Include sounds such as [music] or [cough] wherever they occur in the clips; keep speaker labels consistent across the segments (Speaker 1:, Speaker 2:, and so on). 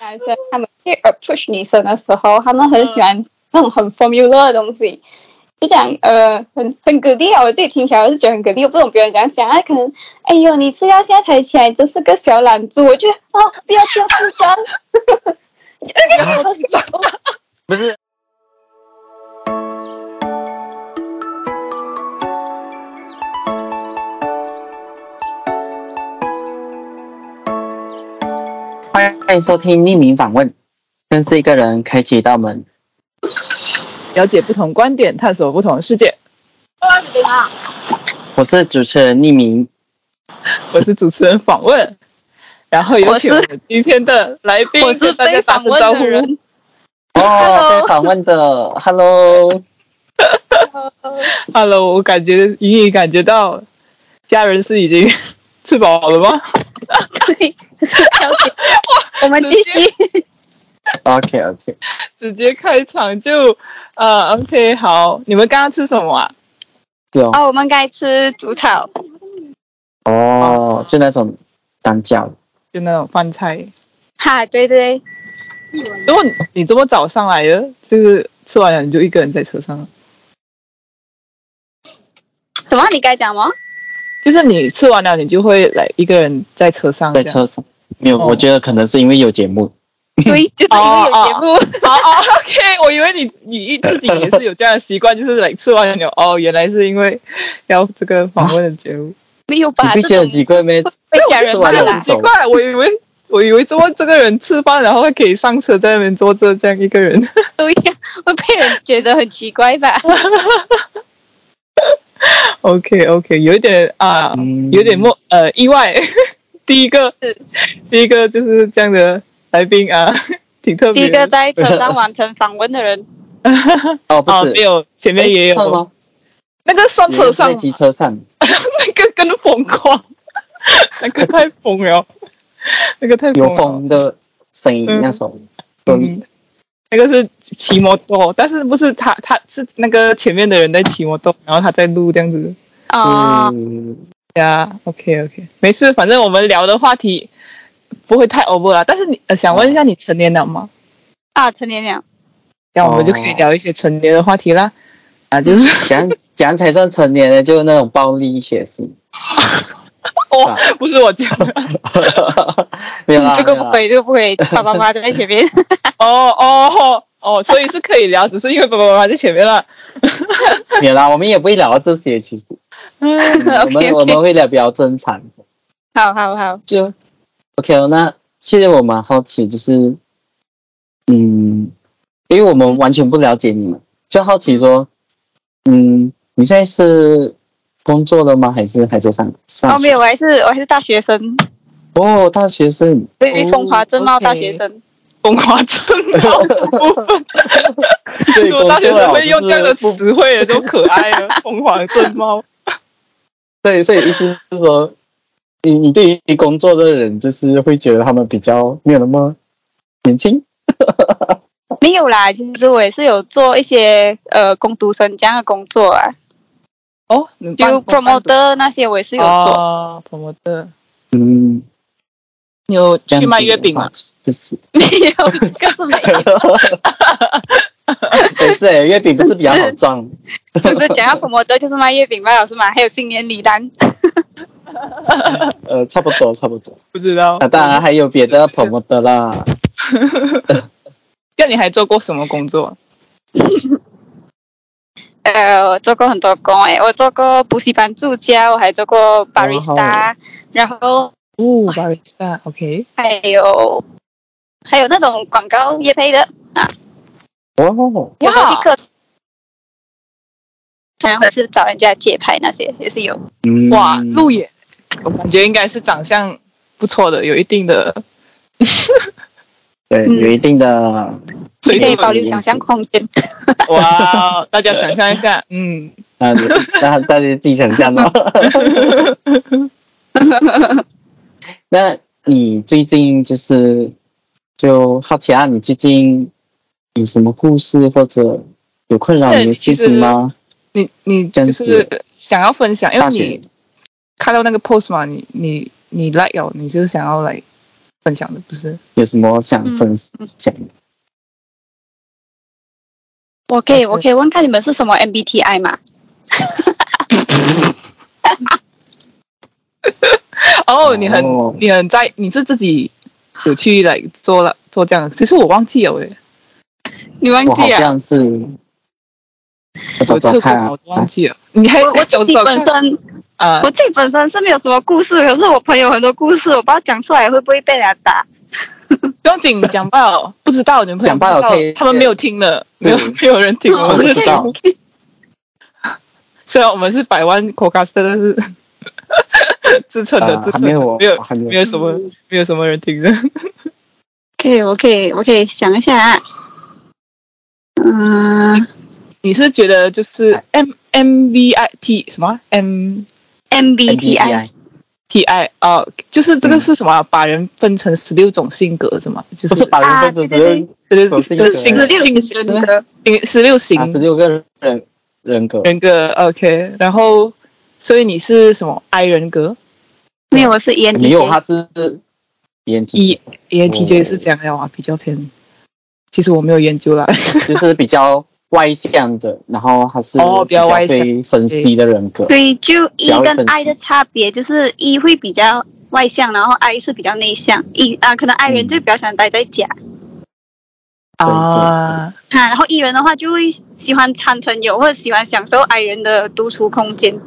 Speaker 1: 男生哎他们去 approach 女生的时候，他们
Speaker 2: 嗯
Speaker 1: 很喜欢那种很 formula 的东西，就讲呃很很给力啊！我自己听起来我是觉得很给力，我不懂别人怎样想啊。可能哎呦，你吃药现在才起来，真是个小懒猪！我觉得哦，不要这样子
Speaker 2: [laughs]
Speaker 1: 讲，就是我的时候。
Speaker 3: 不是。欢迎收听匿名访问，认识一个人，开启一道门。
Speaker 2: 了解不同观点，探索不同世界。
Speaker 3: 我是主持人匿名，
Speaker 2: 我是主持人访
Speaker 1: [laughs]
Speaker 2: 问，然后有请
Speaker 1: 我
Speaker 2: 我
Speaker 1: 是
Speaker 2: 们今天的来宾
Speaker 1: 我是
Speaker 2: 跟大家
Speaker 1: 被
Speaker 2: 打
Speaker 1: 访
Speaker 2: 声
Speaker 1: 问
Speaker 2: 招
Speaker 1: 的
Speaker 2: 呼。
Speaker 1: 人，
Speaker 3: 哦，被访问的，Hello，
Speaker 2: Hello，我感觉隐隐感觉到家人是已经 [laughs] 吃饱了
Speaker 1: [laughs]
Speaker 2: 吗？
Speaker 1: 对，是了解。我们继续，
Speaker 3: OK OK，
Speaker 2: 直接开场就呃，OK，好，你们刚刚吃什么啊？
Speaker 3: 是哦，
Speaker 1: 哦，我们该吃竹草，
Speaker 3: 哦，就那种单脚，
Speaker 2: 就那种饭菜。
Speaker 1: 哈，对对，
Speaker 2: 如果你你这么早上来的，就是吃完了你就一个人在车上了，
Speaker 1: 什么？你该讲吗？
Speaker 2: 就是你吃完了你就会来一个人在车上这
Speaker 3: 在
Speaker 2: 样，
Speaker 3: 车上没有，
Speaker 2: 哦
Speaker 3: 我觉得可能是因为有节目，
Speaker 1: 对，就是因为有节目。
Speaker 2: 哦哦，OK，我以为你你自己也是有这样的习惯，就是来吃完牛哦，原来是因为要这个访问的节 [laughs] 目，
Speaker 1: 没有
Speaker 3: 你
Speaker 1: 吧？
Speaker 3: 不觉得
Speaker 1: 这种
Speaker 3: 很奇怪吗？
Speaker 1: 被家人
Speaker 3: 吃
Speaker 1: 骂
Speaker 3: 完了
Speaker 2: 那
Speaker 1: 啦
Speaker 2: 很。奇怪，我以为我以为怎么这个人吃饭然后还可以上车在那边坐着这样一个人， [laughs]
Speaker 1: 对呀，会被人觉得很奇怪
Speaker 3: [laughs]
Speaker 1: 吧？
Speaker 2: OK OK，有一点啊，
Speaker 3: 嗯
Speaker 2: 有点莫呃意外。 [laughs] 第一 [laughs] 个
Speaker 1: 是，
Speaker 2: 第一个就是这样的来宾啊， [laughs] 挺特
Speaker 1: 第
Speaker 2: 别
Speaker 1: 一
Speaker 2: 的。 [laughs]
Speaker 1: 个在车上完成访问的
Speaker 3: [laughs]
Speaker 1: 人，
Speaker 3: 哦，不
Speaker 2: 哦，
Speaker 3: 是
Speaker 2: 没，有，前面也
Speaker 3: 诶算
Speaker 2: 有
Speaker 3: 吗？
Speaker 2: 那个算车上
Speaker 3: 在机车上，
Speaker 1: 啊
Speaker 2: [laughs] 那个更疯狂，那个太疯了， [laughs] 那个太
Speaker 3: 有
Speaker 2: 了
Speaker 3: 风的声音
Speaker 2: 嗯
Speaker 3: 那种，
Speaker 2: 嗯，那个是骑摩托，但是不是他，他是那个前面的人在骑摩托，然后他在录这样子。
Speaker 1: 啊，
Speaker 3: 嗯，
Speaker 2: 呀，OK OK，没事，反正我们聊的话题不会太 over 啦。但是你、呃、想问一下，你成年了吗？
Speaker 1: 啊，成年了，
Speaker 2: 这样我们就可以聊一些成年的话题啦。啊，就是
Speaker 3: 怎样怎样才算成年呢？就是那种暴力
Speaker 1: [laughs]
Speaker 3: 血腥，
Speaker 2: 我哦不是我讲的，
Speaker 3: 没有啦，
Speaker 1: 嗯这个
Speaker 3: 没
Speaker 1: 不
Speaker 3: 有啦
Speaker 1: 可以，这个不可
Speaker 3: [laughs]
Speaker 1: 以，爸爸妈妈在前面。
Speaker 2: 哦哦哦，所以是可以聊，只是因为爸爸妈妈在前面了。
Speaker 3: 没有啦，我们也不会聊到这
Speaker 1: [laughs]
Speaker 3: 些，其实
Speaker 2: 啊
Speaker 3: 嗯我们
Speaker 1: OK
Speaker 3: 我们
Speaker 1: OK，
Speaker 3: 会聊比较正常的，
Speaker 1: 好好好，
Speaker 3: 就 OK 哦。那其实我蛮好奇，就是嗯，因为我们完全不了解你们，就好奇说，嗯，你现在是工作了吗？还是还在上上学？
Speaker 1: 哦，没有，我还是我还是大学生，
Speaker 3: 哦，大学生，
Speaker 1: 对，
Speaker 2: 哦
Speaker 1: 风华正茂
Speaker 2: OK
Speaker 1: 大学生。
Speaker 2: 风华正茂的部分，
Speaker 3: [laughs]
Speaker 2: [laughs]
Speaker 3: 对，
Speaker 2: 我大学生会用这样的
Speaker 3: 工作了就是不
Speaker 2: 词汇也都可爱啊了。风华正茂，
Speaker 3: 对，所以意思是说，你你对于工作的人，就是会觉得他们比较没有那么年轻。
Speaker 1: 没有啦，其实我也是有做一些呃工读生这样的工作啊，
Speaker 2: 哦，你们
Speaker 1: 就
Speaker 2: 办公办
Speaker 1: promoter 那些我也是有做。
Speaker 2: 哦，promoter，
Speaker 3: 嗯，
Speaker 2: 你有
Speaker 3: 这样
Speaker 2: 去卖
Speaker 3: 子
Speaker 2: 月
Speaker 3: 的
Speaker 2: 饼
Speaker 3: 话
Speaker 2: 吗？？
Speaker 3: 就是
Speaker 1: [laughs]
Speaker 3: [laughs]
Speaker 1: 没有，这个是没 [laughs] 有。
Speaker 3: 不是、欸、月饼不是比较好赚？
Speaker 1: 不是讲到什么的，就是卖月饼、卖老师嘛，还有新年礼单。
Speaker 3: 呃，差不多差不多。
Speaker 2: 不知道
Speaker 3: 那、。啊
Speaker 2: [laughs]
Speaker 3: 当然还有别的 promo 的啦。
Speaker 2: 那你还做过什么工作？
Speaker 1: 呃，我做过很多工诶、我做过补习班助教，我还做过 barista，然后
Speaker 2: 哦 b a r i s t
Speaker 1: 啊
Speaker 2: a o k
Speaker 1: 还有还有那种广告业配的，
Speaker 3: 哦，
Speaker 1: 有时候去课，然后是找人家街拍那些也是有。
Speaker 3: 嗯，
Speaker 2: 哇，路演，我感觉应该是长相不错的，有一定的
Speaker 3: 对，
Speaker 1: 嗯
Speaker 3: 有一定的
Speaker 2: 水
Speaker 1: 你可以
Speaker 2: 准。
Speaker 1: 保留想象空
Speaker 3: [laughs]
Speaker 1: 间，
Speaker 2: 哇， [laughs] 大家想象一下，嗯，
Speaker 3: 啊，你那大家自己想
Speaker 1: [laughs]
Speaker 3: 象吧。那你最近就是就好奇啊，你最近有什么故事或者有困扰你的事情吗？
Speaker 2: 你你
Speaker 3: 这样
Speaker 2: 就是想要分
Speaker 1: 哎
Speaker 2: 享，因为
Speaker 3: 大学
Speaker 2: 你看到那个 post 嘛，你你你 like 哦，你就是想要来分享的，不是？
Speaker 3: 有什么想
Speaker 1: 嗯
Speaker 3: 分享的？
Speaker 1: 我可以，我可以问看你们是什么 MBTI 吗？
Speaker 2: 哦，你很
Speaker 3: 哦
Speaker 2: 你很在，你是自己有去来做了做这样的，其实我忘记了诶，
Speaker 1: 你忘
Speaker 3: 我好
Speaker 1: 记啊了？
Speaker 3: 像是，我找
Speaker 2: 有
Speaker 3: 找
Speaker 2: 吃过
Speaker 3: 看啊
Speaker 2: 吗，我忘记了。你还
Speaker 1: 我我自己
Speaker 2: 找找
Speaker 1: 本
Speaker 2: 看
Speaker 1: 身
Speaker 2: 啊
Speaker 1: 我自己本身是没有什么故事，可是我朋友很多故事，我不知道讲出来会不会被人家打。
Speaker 2: 不用紧，讲爆 [laughs] 不知道你们朋友
Speaker 3: 讲爆
Speaker 2: 不知道
Speaker 3: 可以
Speaker 2: 他们没有听了，没
Speaker 3: 对
Speaker 2: 有 [laughs] 没有人听
Speaker 1: 哦
Speaker 2: 了
Speaker 3: 我
Speaker 2: 们
Speaker 3: 不
Speaker 2: 的
Speaker 3: 知
Speaker 2: 节
Speaker 1: [laughs]
Speaker 3: 道
Speaker 2: 目。虽然我们是百万 c o c a s t 但是 [laughs] 自称的
Speaker 3: 啊
Speaker 2: 自
Speaker 3: 还
Speaker 2: 称
Speaker 3: 没有
Speaker 2: 的
Speaker 3: 我，
Speaker 2: 没有
Speaker 3: 我还没有
Speaker 2: 没有什么没有什么人听的。
Speaker 1: 可以，我可以，我可以想一下啊。嗯、
Speaker 2: 你是觉得就是
Speaker 3: 哎
Speaker 2: M M V I T 什么 M
Speaker 1: m b t i
Speaker 3: MBTI
Speaker 2: T I 啊、就是这个
Speaker 3: 嗯
Speaker 2: 是什么啊？把人分成十六种性格是吗？就
Speaker 3: 不是
Speaker 2: 是
Speaker 3: 把
Speaker 1: 啊
Speaker 3: 人分
Speaker 1: 对对
Speaker 3: 成
Speaker 2: 十
Speaker 3: 种
Speaker 2: 六
Speaker 3: 性
Speaker 1: 十
Speaker 3: 格16
Speaker 2: 是性
Speaker 1: 六
Speaker 2: 性
Speaker 1: 型的，
Speaker 2: 型十六
Speaker 3: 八十
Speaker 2: 型
Speaker 3: 六个人人格，
Speaker 2: 人格。OK，然后所以你是什么 I 人格
Speaker 1: 没有，我是 E ENTJ。
Speaker 3: 没有他是 ENT，
Speaker 2: ？E ENTJ 是这样的啊，比较偏。其实我没有研究啦。
Speaker 3: 就是比较外向的，然后他是
Speaker 2: 哦比较外向
Speaker 3: 会分析的人格，
Speaker 1: 对，就 E
Speaker 3: 较会分
Speaker 1: 跟
Speaker 3: 析
Speaker 1: I 的差别就是 E 会比较外向，然后 I 是比较内向。E 啊、可能 I 人就比较喜欢待在家，
Speaker 2: 啊，
Speaker 1: 啊，然后 E 人的话就会喜欢参朋友，或者喜欢享受 I 人的独处空间。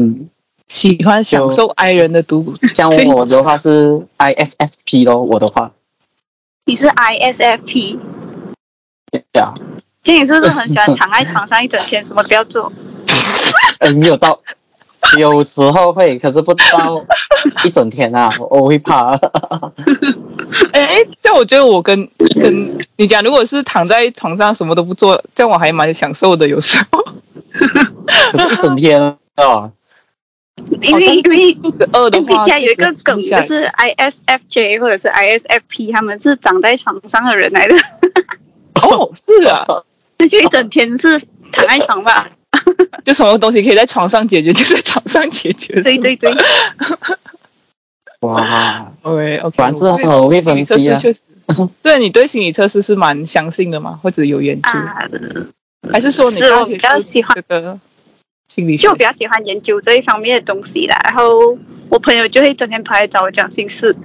Speaker 3: 嗯，
Speaker 2: 喜欢享受 I 人的独
Speaker 3: 像我的话是 ISFP 咯，我的话，
Speaker 1: 你是 ISFP，
Speaker 3: 对啊，
Speaker 1: 这你是不是很喜欢躺在床上一整天，什么都不要做？
Speaker 3: 哎，没有到，有时候会，可是不到一整天啊，我我会怕。 [laughs]
Speaker 2: 哎，这样我觉得我跟跟你讲，如果是躺在床上什么都不做，这样我还蛮享受的。有时
Speaker 1: [laughs]
Speaker 2: 候
Speaker 3: 可是一整天啊，
Speaker 1: 因为因为
Speaker 2: 肚子饿的话，
Speaker 1: MBTI 哎有一个梗，
Speaker 2: 下
Speaker 1: 就
Speaker 2: 来吃
Speaker 1: 是 ISFJ 或者是 ISFP，他们是长在床上的人来的， [laughs]
Speaker 2: 哦，是啊，
Speaker 1: 那就一整天是躺在床
Speaker 2: [laughs]
Speaker 1: 吧。
Speaker 2: 就什么东西可以在床上解决，就在床上解决。
Speaker 1: 对对对，
Speaker 3: 哇，
Speaker 2: ，OK OK。
Speaker 3: 果然是很会分
Speaker 2: 测
Speaker 3: 析
Speaker 2: 试
Speaker 3: 啊。
Speaker 2: 确实，
Speaker 3: [laughs]
Speaker 2: 对你对心理测试是蛮相信的吗？或者有研究，
Speaker 1: 啊，
Speaker 2: 还是说你
Speaker 1: 是
Speaker 2: 大
Speaker 1: 我
Speaker 2: 学
Speaker 1: 比较
Speaker 2: 就
Speaker 1: 喜欢
Speaker 2: 这个心理学
Speaker 1: 就我比较喜欢研究这一方面的东西啦。然后我朋友就会整天跑来找我讲心事，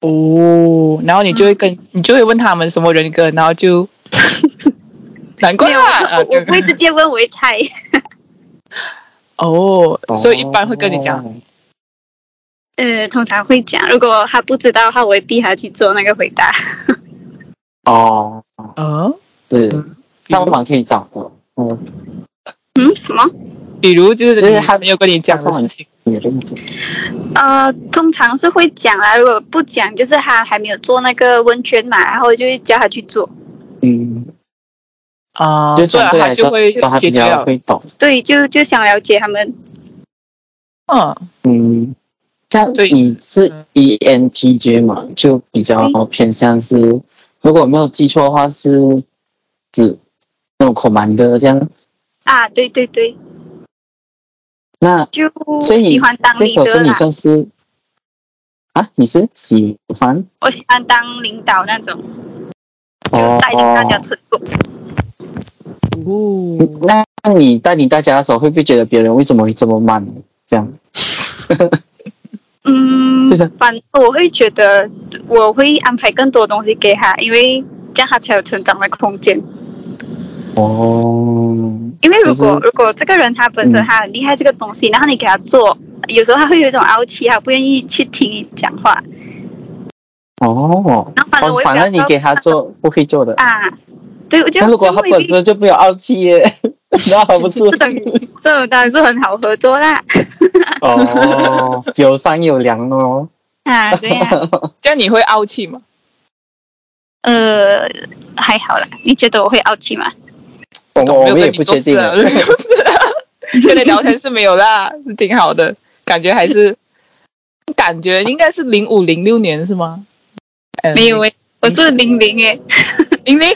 Speaker 2: 哦？然后你就会跟、你就会问他们什么人格，然
Speaker 1: [laughs]
Speaker 2: 后就难怪
Speaker 1: 没有，
Speaker 2: 啦，啊
Speaker 1: 我我不
Speaker 2: [laughs]
Speaker 1: 会直接问，我会猜。
Speaker 2: 哦，所以一般会跟你讲。
Speaker 3: 哦
Speaker 1: 呃，通常会讲，如果他不知道的话，我会逼他去做那个回答。 [laughs]
Speaker 3: 哦，
Speaker 2: 哦，
Speaker 3: 是
Speaker 2: 嗯
Speaker 3: 上网可以找的。嗯，
Speaker 1: 嗯，什么？
Speaker 2: 比如就是
Speaker 3: 就是
Speaker 2: 你
Speaker 3: 他
Speaker 2: 没有跟你讲
Speaker 3: 他
Speaker 2: 的
Speaker 3: 是
Speaker 2: 事
Speaker 3: 很
Speaker 2: 情
Speaker 3: 也认真。
Speaker 1: 呃，通常是会讲啦，如果不讲，就是他还没有做那个问卷嘛，然后就会叫他去做。
Speaker 3: 嗯，
Speaker 2: 啊，
Speaker 3: 就
Speaker 2: 所以
Speaker 3: 相对
Speaker 2: 他
Speaker 3: 来说
Speaker 2: 就会，
Speaker 3: 他
Speaker 2: 解
Speaker 3: 比较
Speaker 2: 决了。
Speaker 3: 会懂。
Speaker 1: 对，就就想了解他们。
Speaker 2: 嗯，
Speaker 3: 嗯，像
Speaker 2: 对
Speaker 3: 你是 E
Speaker 2: 嗯
Speaker 3: ENTJ 嘛，就比较偏向是，如果我没有记错的话是指那种 commander 这样。
Speaker 1: 啊，对对对，
Speaker 3: 那
Speaker 1: 就
Speaker 3: 所以
Speaker 1: 哦喜
Speaker 3: 你
Speaker 1: 欢当
Speaker 3: 这个
Speaker 1: leader
Speaker 3: 说你
Speaker 1: 啦，
Speaker 3: 算是啊，你是喜欢
Speaker 1: 我喜欢当领导那种，
Speaker 3: 哦
Speaker 1: 就带领大家成功。
Speaker 2: 哦，
Speaker 3: 那那你带领大家的时候，会不会觉得别人为什么会这么慢？这样
Speaker 1: 嗯
Speaker 3: 就是，
Speaker 1: 反我会觉得我会安排更多东西给他，因为这样他才有成长的空间。
Speaker 3: 哦，
Speaker 1: 因为如果、
Speaker 3: 就是
Speaker 1: 如果这个人他本身
Speaker 3: 嗯
Speaker 1: 他很厉害这个东西，然后你给他做，有时候他会有一种傲气，他不愿意去听你讲话。
Speaker 3: 哦，
Speaker 1: 然后反正
Speaker 3: 哦
Speaker 1: 我，也
Speaker 3: 反
Speaker 1: 比较
Speaker 3: 而你
Speaker 1: 高
Speaker 3: 给他做不会做的。
Speaker 1: 啊，对，我觉得
Speaker 3: 那如果他
Speaker 1: 就
Speaker 3: 本身就没有傲
Speaker 1: [laughs]
Speaker 3: 气耶，那不是
Speaker 1: 这种这种当然 [laughs] 是很好合作啦。
Speaker 3: 哦， [laughs] 有商有量哦。
Speaker 1: 啊，对
Speaker 3: [laughs]
Speaker 1: 呀、
Speaker 2: 这样你会傲气吗？
Speaker 1: 呃，还好啦。你觉得我会傲气吗？
Speaker 3: 我
Speaker 2: 懂
Speaker 3: 哦我
Speaker 2: 没有
Speaker 3: 们
Speaker 2: 跟
Speaker 3: 也
Speaker 2: 你
Speaker 3: 不
Speaker 2: 做
Speaker 3: 确定
Speaker 2: 事啊
Speaker 3: 啊，
Speaker 2: [laughs] 跟你聊天是没有啦，是挺好的，感觉还是
Speaker 3: [laughs]
Speaker 2: 感觉应该是零五零六年是吗？嗯
Speaker 1: 没有诶、我是零零诶，
Speaker 2: 零零，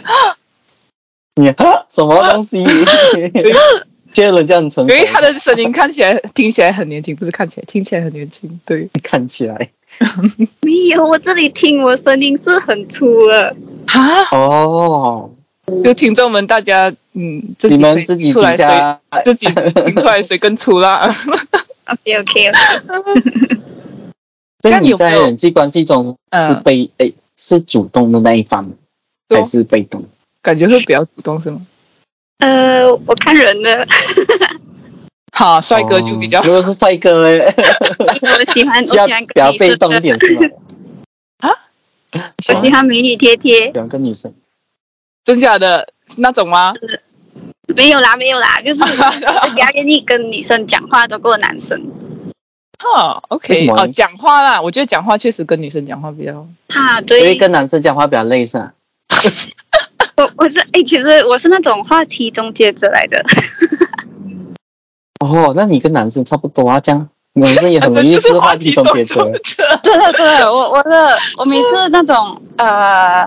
Speaker 3: [laughs] 你啊什么东
Speaker 2: [laughs]
Speaker 3: 西？觉得人家很成
Speaker 2: 因
Speaker 3: 熟，
Speaker 2: 为他的声音看起来、听起来很年轻，不是看起来，听起来很年轻。对，
Speaker 3: [laughs] 看起来
Speaker 1: 没有，我这里听我声音是很粗的。
Speaker 2: 啊，
Speaker 3: 哦，
Speaker 2: 就听众们大家嗯，自己
Speaker 3: 你们
Speaker 2: 随
Speaker 3: 自己
Speaker 2: 出来
Speaker 3: 比
Speaker 2: 谁
Speaker 3: 较，
Speaker 2: [laughs] 自己
Speaker 3: [laughs]
Speaker 2: 听出来谁更粗啦？
Speaker 1: OK OK，
Speaker 3: 所以
Speaker 2: 那你
Speaker 3: 你
Speaker 2: 有没
Speaker 3: 在
Speaker 2: 有
Speaker 3: 人际关系中是
Speaker 2: 嗯
Speaker 3: 被诶、是主动的那一方，
Speaker 2: 对哦
Speaker 3: 还是被动？
Speaker 2: 感觉会比较主动是吗？
Speaker 1: 呃，我看人的，
Speaker 2: 好，帅哥就比较
Speaker 3: 哦如果是帅哥
Speaker 2: [laughs]
Speaker 3: 诶，
Speaker 1: [laughs] 我喜欢我
Speaker 3: 需要
Speaker 1: 喜欢跟
Speaker 3: 比较
Speaker 1: 女
Speaker 3: 被
Speaker 1: 生
Speaker 3: 动一
Speaker 1: 的，
Speaker 3: 点是
Speaker 1: [laughs]
Speaker 3: 哦吧？
Speaker 1: 我喜欢美女贴贴。
Speaker 3: 两个女生，
Speaker 2: 真假的那种吗？
Speaker 1: 没有啦，没有啦，
Speaker 3: [laughs]
Speaker 1: 就是我比较愿意跟女生讲话多过男生。
Speaker 2: 哈
Speaker 3: 为什
Speaker 2: ，OK，
Speaker 3: 么呢
Speaker 2: 哦，讲话啦，我觉得讲话确实跟女生讲话比较
Speaker 1: 啊，
Speaker 3: 因为
Speaker 1: 对，
Speaker 3: 跟男生讲话比较累是吧？
Speaker 1: 我我是哎、其实我是那种话题终结者来的。
Speaker 3: 哦，那你跟男生差不多啊，这
Speaker 2: [laughs]
Speaker 3: 样男生也很容易
Speaker 2: 啊这
Speaker 3: 是
Speaker 2: 是
Speaker 3: 话
Speaker 2: 话
Speaker 3: 题
Speaker 2: 题
Speaker 3: 终
Speaker 2: 终
Speaker 3: 结
Speaker 2: [laughs] 结
Speaker 3: 者。 [laughs]
Speaker 1: [laughs]
Speaker 2: 者。
Speaker 1: 真的真的，我我的我每次那种呃，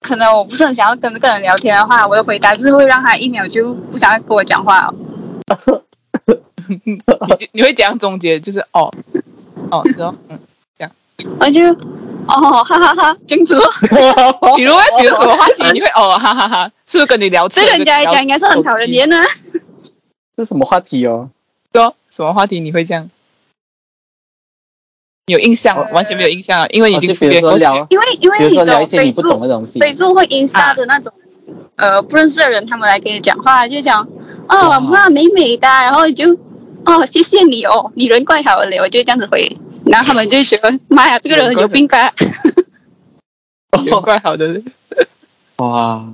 Speaker 1: 可能我不是很想要跟这个人聊天的话，我的回答就是会让他一秒就不想要跟我讲话、哦。
Speaker 2: 你就你会怎样总结？就是哦，哦，是哦，嗯，
Speaker 1: 我就哦，哈哈哈，君主，
Speaker 3: 哦
Speaker 2: 比如比如什么话题，你会哦，哈哈哈，是不是跟你聊
Speaker 1: 对
Speaker 2: 天？哦
Speaker 1: 人家来讲应该是很讨人厌的。
Speaker 3: 这什么话题哦？
Speaker 2: 说什么话题你会这样？有印象吗？
Speaker 1: 哦
Speaker 2: 完全没有印象啊，因为你已
Speaker 3: 呃哦
Speaker 2: 经
Speaker 3: 就比如
Speaker 2: 过
Speaker 3: 说
Speaker 2: 去
Speaker 3: 聊，
Speaker 1: 因为因为
Speaker 3: 比如
Speaker 1: 你
Speaker 3: 说
Speaker 1: 懂
Speaker 3: 聊一些你
Speaker 1: 飞
Speaker 3: 不懂
Speaker 1: 速
Speaker 3: 的东西。
Speaker 1: 飞速会 insta 的那种、呃不认识的人，他们来跟你讲话就讲哦
Speaker 3: 哇
Speaker 1: 妈美美的，然后就哦谢谢你哦，你人怪好嘞，我就这样子回，然后他们就觉得妈呀这个人有病吧。
Speaker 3: [laughs]
Speaker 2: 有怪好的，
Speaker 3: 哇，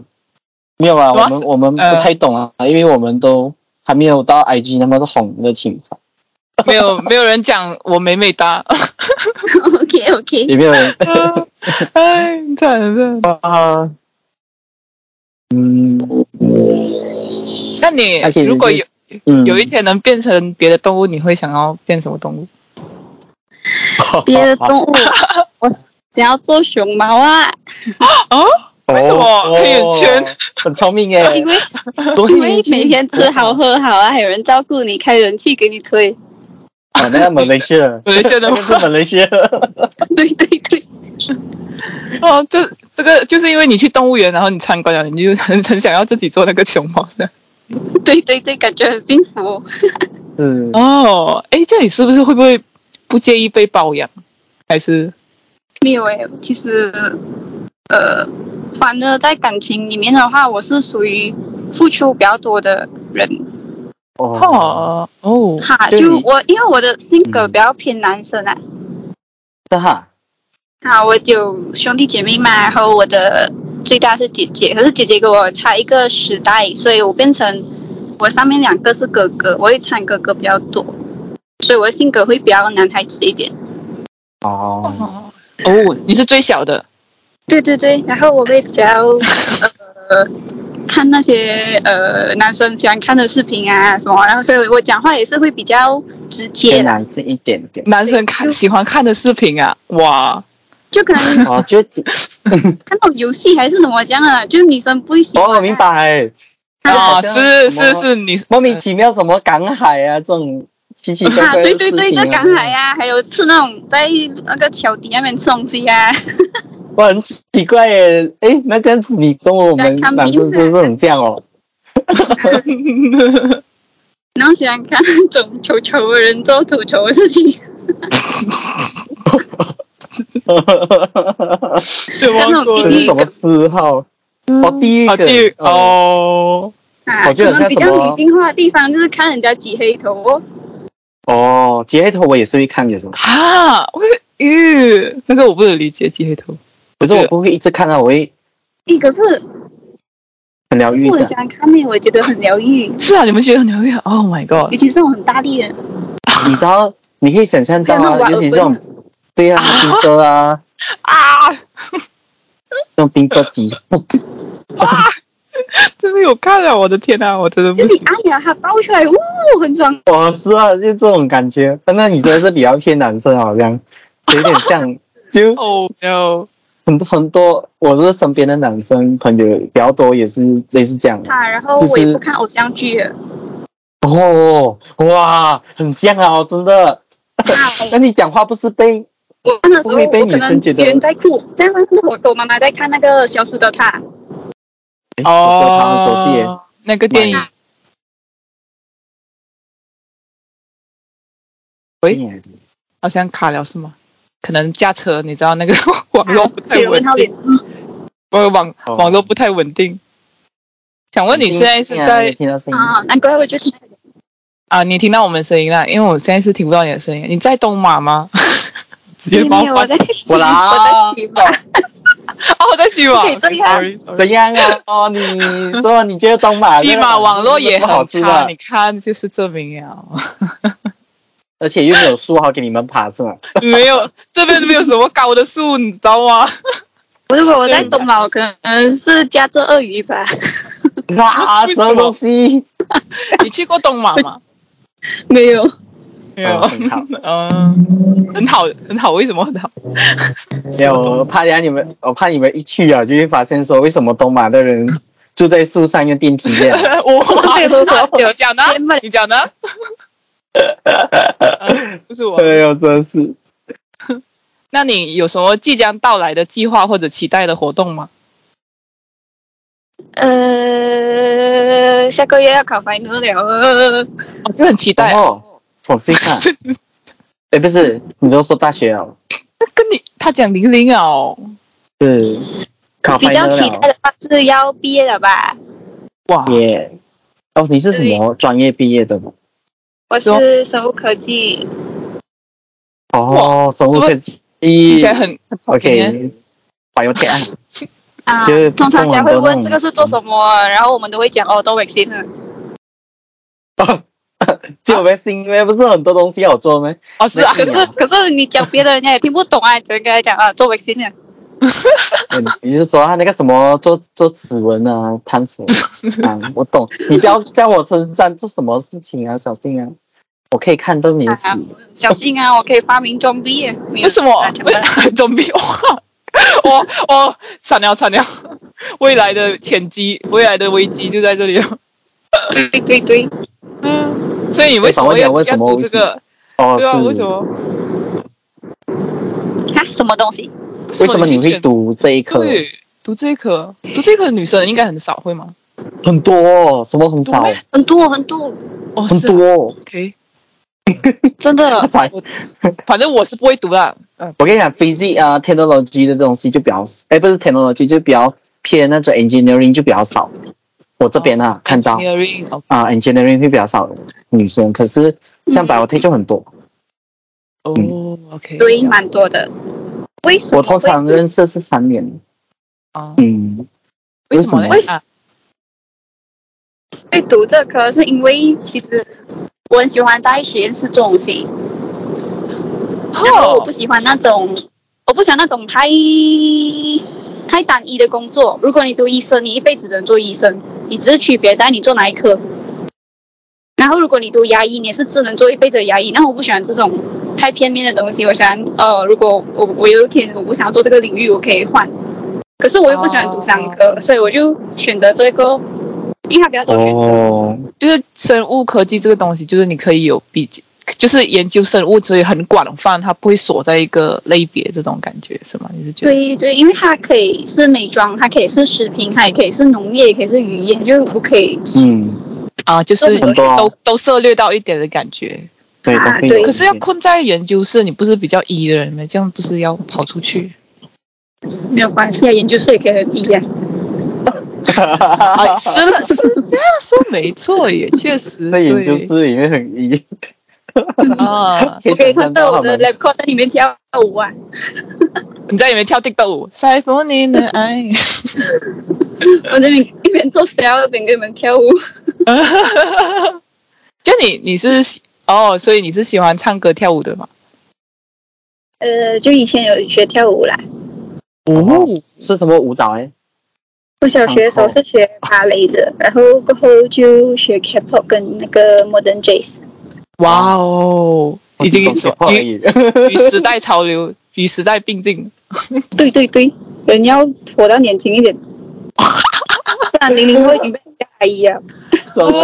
Speaker 3: 没有啊，
Speaker 2: 主要
Speaker 3: 我们
Speaker 2: 是
Speaker 3: 我们不
Speaker 2: 呃
Speaker 3: 太懂啊，因为我们都还没有到 IG 那么的红的情况，
Speaker 2: [laughs] 没有没有人讲我美美哒，
Speaker 1: [laughs] OK OK，
Speaker 3: 也没有
Speaker 2: [laughs]
Speaker 3: 人
Speaker 2: 哎，惨了。
Speaker 3: 啊。嗯
Speaker 2: 那你
Speaker 3: 而且就是
Speaker 2: 如果有
Speaker 3: 嗯，
Speaker 2: [laughs] 有一天能变成别的动物，你会想要变什么动物？
Speaker 1: 别的动物我想要做熊猫啊，
Speaker 2: 哦，
Speaker 3: 哦
Speaker 2: 为什么黑眼圈？
Speaker 3: 哦很聪明哎，
Speaker 1: 因为
Speaker 3: 多
Speaker 1: 因
Speaker 3: 黑
Speaker 1: 为
Speaker 3: 眼圈
Speaker 1: 每天吃好喝好 [laughs] 啊，还有人照顾你，开人气给你吹，
Speaker 3: 哦，那马来西亚，
Speaker 2: 马来西亚的
Speaker 3: 那个是 [laughs] 马来西亚，
Speaker 1: [laughs] 对对对，
Speaker 2: 哦，这这个就是因为你去动物园，然后你参观了，你就很很想要自己做那个熊猫的。
Speaker 1: 对对对，感觉很幸福。
Speaker 3: 嗯，
Speaker 2: 哦，哎，这样你是不是会不会不介意被包养？还是
Speaker 1: 没有诶，其实，呃，反而在感情里面的话，我是属于付出比较多的人
Speaker 3: 哦，
Speaker 2: 哦哦，
Speaker 1: 哈。
Speaker 3: 对
Speaker 1: 就
Speaker 3: 你
Speaker 1: 我，因为我的性格
Speaker 3: 嗯
Speaker 1: 比较偏男生啊，
Speaker 3: 是哈，
Speaker 1: 啊，我有兄弟姐妹嘛，然后我的最大是姐姐，可是姐姐跟我差一个时代，所以我变成我上面两个是哥哥，我会掺哥哥比较多，所以我的性格会比较男孩子一点。
Speaker 3: 哦，
Speaker 2: 哦，哦你是最小的，
Speaker 1: 对对对，然后我会比较 [laughs] 呃看那些呃男生喜欢看的视频啊什么，然后所以我讲话也是会比较直接
Speaker 3: 偏
Speaker 1: 啦，
Speaker 3: 男性一点点，
Speaker 2: 男生看喜欢看的视频啊，哇，
Speaker 1: 就可能
Speaker 3: 哦，就
Speaker 1: 看那种游戏还是什么这样的，就是女生不会喜欢、
Speaker 3: 哦，明。白，
Speaker 2: 啊，
Speaker 3: 好像
Speaker 2: 是
Speaker 3: 什
Speaker 2: 是
Speaker 3: 么
Speaker 2: 是，你
Speaker 3: 莫名其妙什么赶海啊这种奇奇怪
Speaker 1: 啊，
Speaker 3: 怪的
Speaker 1: 对
Speaker 3: 事情、
Speaker 1: 对
Speaker 3: 啊，
Speaker 1: 对，在赶海啊，还有吃那种在那个桥底那边吃东西啊，
Speaker 3: 我很奇怪耶，哎，那这样子你跟我们
Speaker 1: 在看
Speaker 3: 男生
Speaker 1: 冰
Speaker 3: 是
Speaker 1: 室
Speaker 3: 不是很像哦？
Speaker 2: [laughs]
Speaker 1: 然后喜欢看那种丑丑的人做丑丑的事情，
Speaker 2: 什么
Speaker 1: 地
Speaker 3: 这
Speaker 1: 狱
Speaker 3: 是
Speaker 2: 鬼？
Speaker 3: 什么嗜好？哦，地狱
Speaker 2: 好
Speaker 3: 梗
Speaker 2: 地狱
Speaker 3: 哦，
Speaker 2: 哦，
Speaker 1: 啊，
Speaker 3: 我觉得
Speaker 1: 可
Speaker 3: 像
Speaker 1: 能比
Speaker 3: 什
Speaker 1: 较
Speaker 3: 么
Speaker 1: 女性化的地方就是看人家挤黑头哦。
Speaker 3: 哦，截头我也是会看，有时候，
Speaker 2: 哈，我吁，那个我不能理解鸡黑头。
Speaker 3: 可是我不会一直看到，我会
Speaker 1: 诶，可是
Speaker 3: 很疗愈
Speaker 1: 我很
Speaker 3: 的
Speaker 1: 喜。欢看那，我觉得很疗愈，
Speaker 2: 是啊，你们觉得很疗愈？Oh my
Speaker 1: 尤 [laughs]
Speaker 2: god！
Speaker 1: 其是这种很大力的，
Speaker 3: 嗯你知道，你可以想象到
Speaker 1: 还有那
Speaker 3: 啊，
Speaker 1: 种
Speaker 3: 尤其是这
Speaker 1: 玩偶
Speaker 3: 种，对啊，兵哥啊，
Speaker 2: 啊，
Speaker 3: 那种兵哥级，
Speaker 2: 真的有看了，我的天啊，我真的不
Speaker 1: 就 [laughs] 你按呀，它爆出来，呜，很爽。
Speaker 3: 我是啊，就这种感觉。那你真的是比较偏男生，好像有点像，就
Speaker 1: 哦
Speaker 2: Oh no！
Speaker 3: 很多很多，我的身边的男生朋友比较多，也是类似这样的。
Speaker 1: 啊，然后我也不看偶像剧了
Speaker 3: 哦，哇，很像啊、哦，真的。
Speaker 1: 啊，
Speaker 3: 那你讲话不是被
Speaker 1: 我那时候
Speaker 3: 会被
Speaker 1: 我
Speaker 3: 女
Speaker 1: 可能
Speaker 3: 生觉得
Speaker 1: 别人在哭，但是我跟我妈妈在看那个《消失的她》，
Speaker 3: 哎其实他很熟悉耶。
Speaker 2: 哦，那个电影
Speaker 1: 妈
Speaker 2: 喂好像卡了是吗？可能驾车，你知道那个 [laughs] 网络不太
Speaker 1: 啊别人
Speaker 2: 稳
Speaker 1: 哎问她
Speaker 2: 定
Speaker 1: 脸，，嗯
Speaker 2: 不是网
Speaker 3: 哦
Speaker 2: 网络不太稳定。想哦问你现在是
Speaker 3: 听啊有
Speaker 2: 在
Speaker 3: 听到声音？
Speaker 1: 啊，难怪我就听她脸
Speaker 2: 啊？你听到我们声音了？因为我现在是听不到你的声音。你在东马吗？直接帮
Speaker 1: 没有 [laughs]
Speaker 2: 我啊
Speaker 1: 我在洗
Speaker 3: 我啦
Speaker 1: 我在洗吧，
Speaker 2: [laughs] 哦，我在西马
Speaker 1: 不可以这样
Speaker 2: sorry，sorry。
Speaker 3: 怎样啊？哦，你说你觉得啊东
Speaker 2: [laughs]
Speaker 3: 马
Speaker 2: 西马网络也
Speaker 3: 不好
Speaker 2: 很
Speaker 3: 吃啊
Speaker 2: 差，
Speaker 3: 的
Speaker 2: 你，看就是证明了，
Speaker 3: 而且又没有树好给你们爬是
Speaker 2: [laughs]
Speaker 3: 吗？
Speaker 2: [laughs] 没有这边没有什么高的树，你知道
Speaker 1: [laughs]
Speaker 2: 吗？
Speaker 1: 如果我在东马，我可能是加州鳄鱼吧， [laughs]
Speaker 3: 啊，什么东西？
Speaker 2: 你去过东马吗？
Speaker 1: 没有，
Speaker 2: 没有，
Speaker 3: 哦很好
Speaker 2: [laughs] 嗯，很好，很好，为什么很
Speaker 1: [laughs]
Speaker 2: 好？
Speaker 3: 没有，我怕等下你们，我怕你们一去啊，就会发现说为什么东马的人住在树上用电梯这样。
Speaker 2: 我有讲呢，你讲
Speaker 3: [laughs]
Speaker 2: 呢？不 [laughs] 是我。
Speaker 3: 哎呦，真是。
Speaker 2: 那你有什么即将到来的计划或者期待的活动吗？
Speaker 1: 呃，下个月要考 final 了，
Speaker 2: 哦，这很期待啊。
Speaker 3: 哦，我试
Speaker 2: [laughs]
Speaker 3: 看。哎，不是，你都说大学哦了，
Speaker 2: 那跟你他讲零零哦，
Speaker 3: 是考
Speaker 1: 比较
Speaker 3: final
Speaker 1: 期
Speaker 3: 了哦
Speaker 1: 待的话是要毕业了吧？
Speaker 2: 哇，
Speaker 3: 耶。哦，你是什么专业毕业的吗？
Speaker 1: 我是生物科技，
Speaker 3: 哦，生物科技。
Speaker 2: 听起来很很好听耶
Speaker 3: [laughs] OK。把油填。
Speaker 1: 啊
Speaker 3: 就是，
Speaker 1: 通常人家会
Speaker 3: 中文都那
Speaker 1: 问
Speaker 3: 种
Speaker 1: 这个是做什
Speaker 2: 嗯
Speaker 1: 么，然后我们都会讲哦，都 vaccine 了。
Speaker 3: 啊就微信，因为不是很多东西要做
Speaker 2: [laughs]
Speaker 3: 吗？
Speaker 2: 哦，是
Speaker 1: [laughs]
Speaker 2: 啊，
Speaker 1: 可是可是你讲别的人家也听不懂啊，只能跟他讲啊，做 vaccine 了。
Speaker 3: 嗯你是说他那个什么做做指纹啊、探索啊？我懂，你不要在我身上做什么事情啊，小心啊！我可以看到你的
Speaker 1: 啊
Speaker 3: 指，
Speaker 1: 小心啊，我可以发明装逼耶。没有
Speaker 2: 为什么
Speaker 1: 啊讲不来？
Speaker 2: [laughs] 准备哇，我我惨了惨了， [laughs] 未来的潜机，未来的危机就在这里了。 [laughs]
Speaker 1: 对对对，
Speaker 2: 嗯，所以你为什么
Speaker 3: 哎反问一下
Speaker 2: 要
Speaker 3: 为什么
Speaker 2: 要读这个？
Speaker 3: 哦，
Speaker 2: 对啊，
Speaker 3: 是
Speaker 2: 为什么？
Speaker 1: 啊，什么东西？
Speaker 3: 为什么你
Speaker 2: 去
Speaker 3: 会
Speaker 2: 选
Speaker 3: 读这一科？
Speaker 2: 对，读这一科，读这一科的女生应该很少，会吗？
Speaker 3: 很多、哦，什么很少
Speaker 2: 读，咩
Speaker 1: 很多很多，
Speaker 2: 哦，
Speaker 3: 很
Speaker 2: 是啊。
Speaker 3: 多、哦。
Speaker 2: OK，
Speaker 1: 真的。
Speaker 3: [laughs] 才，
Speaker 2: 反正我是不会读啦。嗯，
Speaker 3: 我跟你讲，physics 啊、technology 的东西就比较，哎，不是 technology 就比较偏那种 engineering 就比较少。我这边啊、看到
Speaker 2: engineering，哦
Speaker 3: 啊、engineering 会比较少女生，可是像
Speaker 1: 嗯
Speaker 3: biotech 就很多。
Speaker 2: 哦，OK，
Speaker 1: 对，蛮多的。为什么
Speaker 3: 我
Speaker 1: 会？
Speaker 3: 通常认识是三年，
Speaker 2: 啊，
Speaker 3: 嗯，
Speaker 2: 为什么呢
Speaker 3: 为？
Speaker 2: 啊，
Speaker 1: 会读这科，是因为其实我很喜欢在实验室做东西，然后我不
Speaker 2: 哦，
Speaker 1: 喜欢那种，我不喜欢那种太太单一的工作。如果你读医生，你一辈子只能做医生，你只是区别在你做哪一科。然后如果你读牙医，你也是只能做一辈子的牙医。那我不喜欢这种太片面的东西，我喜欢呃，如果我我有一天我不想要做这个领域，我可以换。可是我又不喜欢读商科，所以我就选择这个，因为它比较多选择。
Speaker 3: 哦，
Speaker 2: 就是生物科技这个东西，就是你可以有比，就是研究生物，所以很广泛，它不会锁在一个类别这种感觉，是吗？你是觉得？
Speaker 1: 对对，因为它可以是美妆，它可以是食品，它也可以是农业，也可以是渔业，就是我可以。
Speaker 3: 嗯，
Speaker 2: 啊，就是
Speaker 1: 很
Speaker 3: 多啊
Speaker 2: 都都涉猎到一点的感觉。
Speaker 3: 对，
Speaker 1: 啊
Speaker 3: 都会有
Speaker 1: 对
Speaker 2: 可是要困在研究室，你不是比较 E 的人吗？这样不是要跑出去？
Speaker 3: [laughs]
Speaker 1: 没有关系啊，研究室也可以很一样。
Speaker 3: [laughs]
Speaker 2: 啊，是了，是这样说没
Speaker 3: [laughs]
Speaker 2: 错也确实。
Speaker 3: 在研究
Speaker 2: 对
Speaker 3: 室里面很一，
Speaker 2: 啊，
Speaker 1: 我哦可以看到我的
Speaker 3: 们
Speaker 1: lab coat 在里面跳舞啊， [laughs]
Speaker 2: 你在里面跳 TikTok 舞，赛风你的
Speaker 3: [laughs]
Speaker 2: 爱。
Speaker 1: 我这边一边做实验一边跟你们跳舞。
Speaker 2: 就你你是喜哦，所以你是喜欢唱歌跳舞的嘛？
Speaker 1: 呃，就以前有学跳舞啦，
Speaker 3: 哦，是什么舞蹈？哎，
Speaker 1: 我小学的时候是学芭蕾的，然后过后就学 K-pop 跟那个 modern jazz。
Speaker 2: 哇哦，已经哦
Speaker 3: 我只懂 K-pop 而
Speaker 2: 与 [laughs]
Speaker 3: 已，
Speaker 2: 与时代潮流，与时代并进。
Speaker 1: 对对对，人要活到年轻一点，不然零零后已经被人家阿姨啊。
Speaker 3: [laughs] 懂了你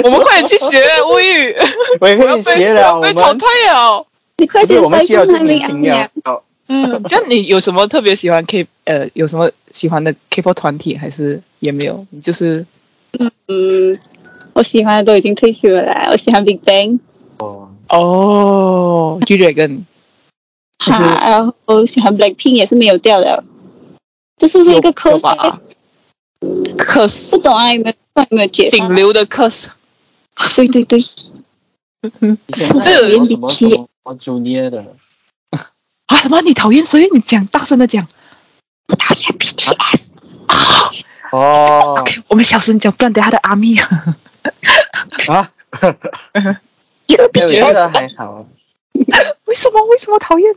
Speaker 3: [laughs]
Speaker 2: 我们快点去学乌语，
Speaker 3: 我也
Speaker 2: 我
Speaker 3: 可
Speaker 2: 要
Speaker 3: 以
Speaker 2: 被
Speaker 3: 学了，
Speaker 2: 我
Speaker 3: 我
Speaker 2: 要被淘
Speaker 3: 们
Speaker 2: 汰了。
Speaker 1: 你快
Speaker 4: 对，
Speaker 1: 点
Speaker 4: 我们需
Speaker 1: 塞
Speaker 4: 要
Speaker 1: 进
Speaker 4: 就
Speaker 1: 来
Speaker 4: 你
Speaker 1: 没
Speaker 4: 听
Speaker 1: 啊
Speaker 4: 呀？。好，
Speaker 2: 嗯，这样你有什么特别喜欢 K 呃有什么喜欢的 K-pop 团体还是也没有？你就是
Speaker 1: 嗯，我喜欢的都已经退休了啦，我喜欢 Big Bang，
Speaker 3: 哦，
Speaker 2: 哦 g d r a g o n
Speaker 1: 哈、然后喜欢 Blackpink 也是没有掉的，这是不是一个 cos？
Speaker 2: 吧？Curse
Speaker 1: 不懂啊，有没有不知道有没有解释？啊
Speaker 2: 顶流的 Curse，
Speaker 1: 对对对，
Speaker 3: 以前那
Speaker 2: 这
Speaker 3: 个
Speaker 2: 有
Speaker 3: 什么什么什么 Junior 的，
Speaker 2: 啊什么？你讨厌谁？你讲大声的讲。
Speaker 1: 我讨厌 BTS，
Speaker 3: 哦
Speaker 2: OK，我们小声讲，不然等下他的阿密。
Speaker 3: 啊，
Speaker 1: 有
Speaker 3: 没有
Speaker 1: BTS
Speaker 3: 这个还好，
Speaker 2: 为什么？为什么讨厌？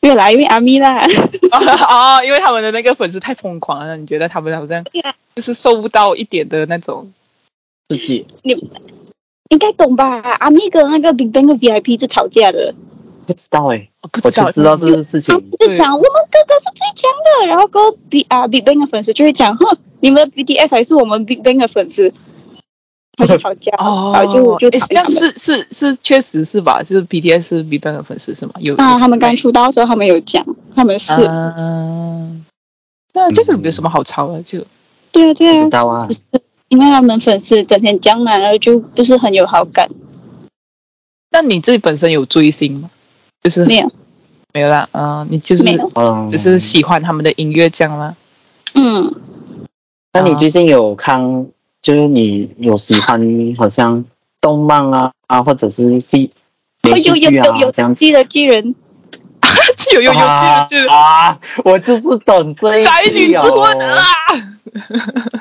Speaker 1: 越来越阿咪啦，
Speaker 2: 哦，因为他们的那个粉丝太疯狂了，你觉得他们好像就是受不到一点的那种。
Speaker 3: 自己
Speaker 1: [laughs] 应该懂吧？阿咪跟那个 Big Bang 的 VIP 是吵架的，
Speaker 3: [laughs] 不知道哎，
Speaker 2: 我不
Speaker 3: 我就知道这件事
Speaker 1: 他
Speaker 3: 情
Speaker 1: 们，就讲我们哥哥是最强的，然后跟 B 啊 Big Bang 的粉丝就会讲，哼，你们的 BTS 还是我们 Big Bang 的粉丝，他就吵 [laughs] 架，
Speaker 2: 哦，
Speaker 1: 然后就我就
Speaker 2: 诶
Speaker 1: 讨
Speaker 2: 这
Speaker 1: 厌
Speaker 2: 样
Speaker 1: 他们。
Speaker 2: 是是是，确实是吧？就是 BTS 是 b i b a n 的粉丝是吗？有
Speaker 1: 啊，他们刚出道的时候，他们有讲，他们是，
Speaker 2: 嗯，那这个有什么好吵的？就
Speaker 1: 对啊对
Speaker 3: 不
Speaker 1: 啊
Speaker 3: 知，道啊
Speaker 1: 只，是因为他们粉丝整天讲嘛，然后就不是很有好感，
Speaker 2: 那你自己本身有追星吗？就是
Speaker 1: 没有
Speaker 2: 没有啦，啊、你就是
Speaker 1: 没有，
Speaker 3: 嗯，
Speaker 2: 只是喜欢他们的音乐这样吗？
Speaker 1: 嗯，
Speaker 3: 那你最近有看，就是你有喜欢好像动漫啊啊，或者是戏
Speaker 1: 哦
Speaker 3: 连
Speaker 1: 有
Speaker 3: 续
Speaker 1: 有
Speaker 3: 剧
Speaker 1: 有
Speaker 3: 啊
Speaker 1: 有
Speaker 3: 这样子
Speaker 1: 记得巨人，
Speaker 2: 有有有，
Speaker 3: 啊
Speaker 2: 就是
Speaker 3: 啊！我就是等这一
Speaker 2: 宅女
Speaker 3: 集
Speaker 2: 之
Speaker 3: 哦
Speaker 2: 魂啊！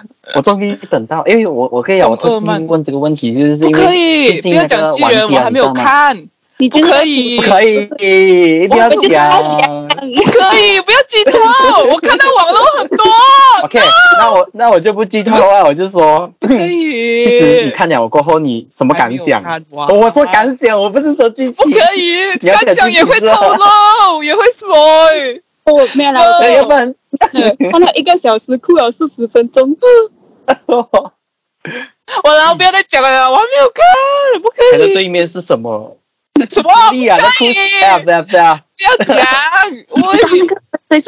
Speaker 2: [laughs]
Speaker 3: 我终于等到，因为我我可以啊，我
Speaker 2: 中
Speaker 3: 特
Speaker 2: 二漫
Speaker 3: 地问这个问题，就是
Speaker 2: 不
Speaker 3: 因
Speaker 2: 可
Speaker 3: 为最
Speaker 2: 以，不
Speaker 3: 近
Speaker 2: 要
Speaker 3: 那
Speaker 2: 讲
Speaker 3: 个
Speaker 2: 巨
Speaker 3: 玩
Speaker 2: 人，我
Speaker 3: 家
Speaker 2: 还
Speaker 3: 你知
Speaker 2: 没有
Speaker 3: 道吗？
Speaker 2: 看，
Speaker 1: 你
Speaker 2: 不
Speaker 1: 真的
Speaker 2: 可以
Speaker 3: 不，可以，一定要
Speaker 1: 我们就是要
Speaker 3: 讲。
Speaker 2: 不
Speaker 3: [laughs]
Speaker 2: 可以，不要剧透，我看到网络很多，
Speaker 3: OK，那我那我就不剧透了，我就说，
Speaker 2: 不可
Speaker 3: 其实
Speaker 2: 以
Speaker 3: 你，看了我过后，你什么感想？
Speaker 2: 还没有看完
Speaker 3: 我说感想，我不是说剧
Speaker 2: 不
Speaker 3: 情。
Speaker 2: 可以，
Speaker 3: 你要
Speaker 2: 看相也会
Speaker 3: 讲
Speaker 2: 透
Speaker 3: 清楚 [laughs]
Speaker 2: 露，也会 spoil。
Speaker 1: 我没有啦，我
Speaker 2: 哦
Speaker 3: 对，要不然， [laughs]
Speaker 1: 看了一个小时，哭了四十分钟，
Speaker 3: 哦
Speaker 2: 我然后不要再讲了，我还没有看，不可
Speaker 3: 可能
Speaker 2: 以。
Speaker 3: 对面是什么？
Speaker 2: 什么？
Speaker 3: 莉啊，在
Speaker 2: 不
Speaker 3: 哭
Speaker 2: 可以，
Speaker 3: 不要不要不要！
Speaker 2: 不要讲，我
Speaker 1: 当那个对，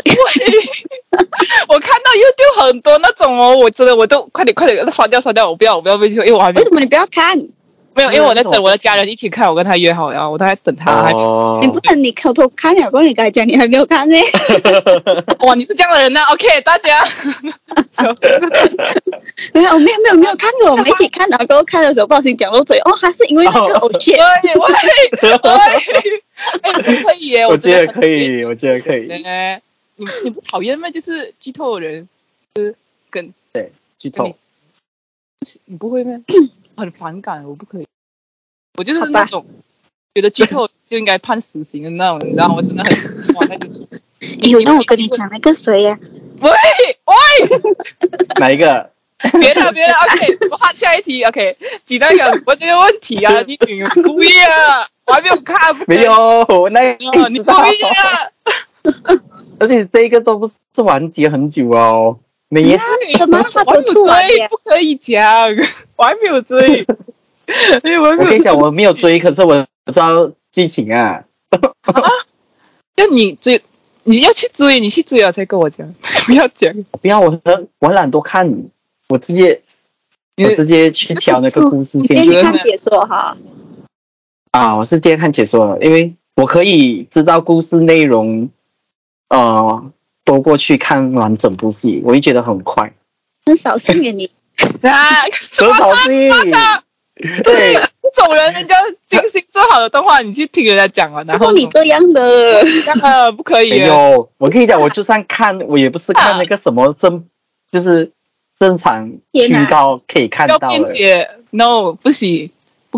Speaker 2: 我看到 YouTube 很多那种哦，我真的我都快点快点刷掉刷掉，我不要我不要被说，因为我还没
Speaker 1: 为
Speaker 2: 有
Speaker 1: 什么你不要看？
Speaker 3: 哦
Speaker 1: 你
Speaker 2: 没有，因为我在
Speaker 3: 为什
Speaker 2: 等
Speaker 3: 么哦
Speaker 2: 我的家人一起看，我跟他约好了，我在等他。还没
Speaker 1: 不能你偷偷看了，过后你刚才讲你还没有
Speaker 3: [laughs]
Speaker 1: 看呢。
Speaker 2: 哇，你是这样的人呢、o k 大家
Speaker 1: 没有没有没有没有看过，我们一起看，然后过后看的时候不小心讲漏嘴，哦，还是因为那个
Speaker 3: 哦
Speaker 1: 偶像
Speaker 2: 哎喂。喂喂，哎、可以耶，
Speaker 3: [laughs] 我
Speaker 2: 我
Speaker 3: 觉得可以，我觉得可以。
Speaker 2: 呢。哎你你不讨厌吗？就是剧透的人，就是跟
Speaker 3: 剧透
Speaker 2: 你你不
Speaker 3: [coughs]
Speaker 2: 会吗？很反感，我不可以。我就是
Speaker 1: 好吧
Speaker 2: 那种觉得剧透就应该判死刑的那种，你知道吗？我真的很
Speaker 3: [laughs]
Speaker 2: 哇，那个
Speaker 1: 有，那我跟你讲那个谁呀、
Speaker 2: 喂喂，
Speaker 3: 哪一个？
Speaker 2: 别了别了，OK，我
Speaker 3: [laughs]
Speaker 2: 换下一题，OK，鸡蛋有什么这个问题啊？你你故意啊？我还没有看，不可以
Speaker 3: 没有，我那
Speaker 2: 哦，你
Speaker 3: [laughs] 知
Speaker 2: 故
Speaker 3: 道，
Speaker 2: 意啊？
Speaker 3: 而且这个都不是完结很久哦。你
Speaker 1: 怎么发
Speaker 2: 我还
Speaker 1: 抖
Speaker 2: 没
Speaker 1: 出
Speaker 2: 有
Speaker 1: 来
Speaker 2: 追，
Speaker 1: 耶？
Speaker 2: 不可以讲，我还没有追，哎，我
Speaker 3: 我
Speaker 2: 还
Speaker 3: 跟
Speaker 2: 没
Speaker 3: 你
Speaker 2: 有
Speaker 3: 讲，我没有追，可是我知道剧情啊。
Speaker 2: 那你追，你要去追，你去追了才跟我讲， [laughs] 不要讲。
Speaker 3: 不要，我很我很懒多看，我直接
Speaker 2: 你
Speaker 3: 我直接去挑那个故事
Speaker 1: 你
Speaker 3: 线
Speaker 1: 先
Speaker 3: 就
Speaker 1: 去
Speaker 3: 是
Speaker 1: 看解说哈。
Speaker 3: 啊，我是今天看解说的，因为我可以知道故事内容，呃，多过去看完整部戏，我就觉得很快。
Speaker 1: 很扫兴耶你，
Speaker 2: 啊，什
Speaker 3: 很
Speaker 2: 么
Speaker 3: 好戏，
Speaker 2: 啊？
Speaker 3: 对，
Speaker 2: 这种人，人家精心做好的动画，你去听人家讲啊，然
Speaker 1: [laughs] 然
Speaker 2: 后
Speaker 1: 后你这样 [laughs] 的，
Speaker 2: 呃不可以
Speaker 3: 没
Speaker 2: 耶， [laughs]
Speaker 3: 有。哎我跟你讲，我就算看，我也不是看那个什么正，就是正常
Speaker 1: 天
Speaker 3: 渠
Speaker 1: 哪
Speaker 3: 道可以看
Speaker 2: 要
Speaker 3: 到
Speaker 2: 辩
Speaker 3: 的。
Speaker 2: 解，no，不行，不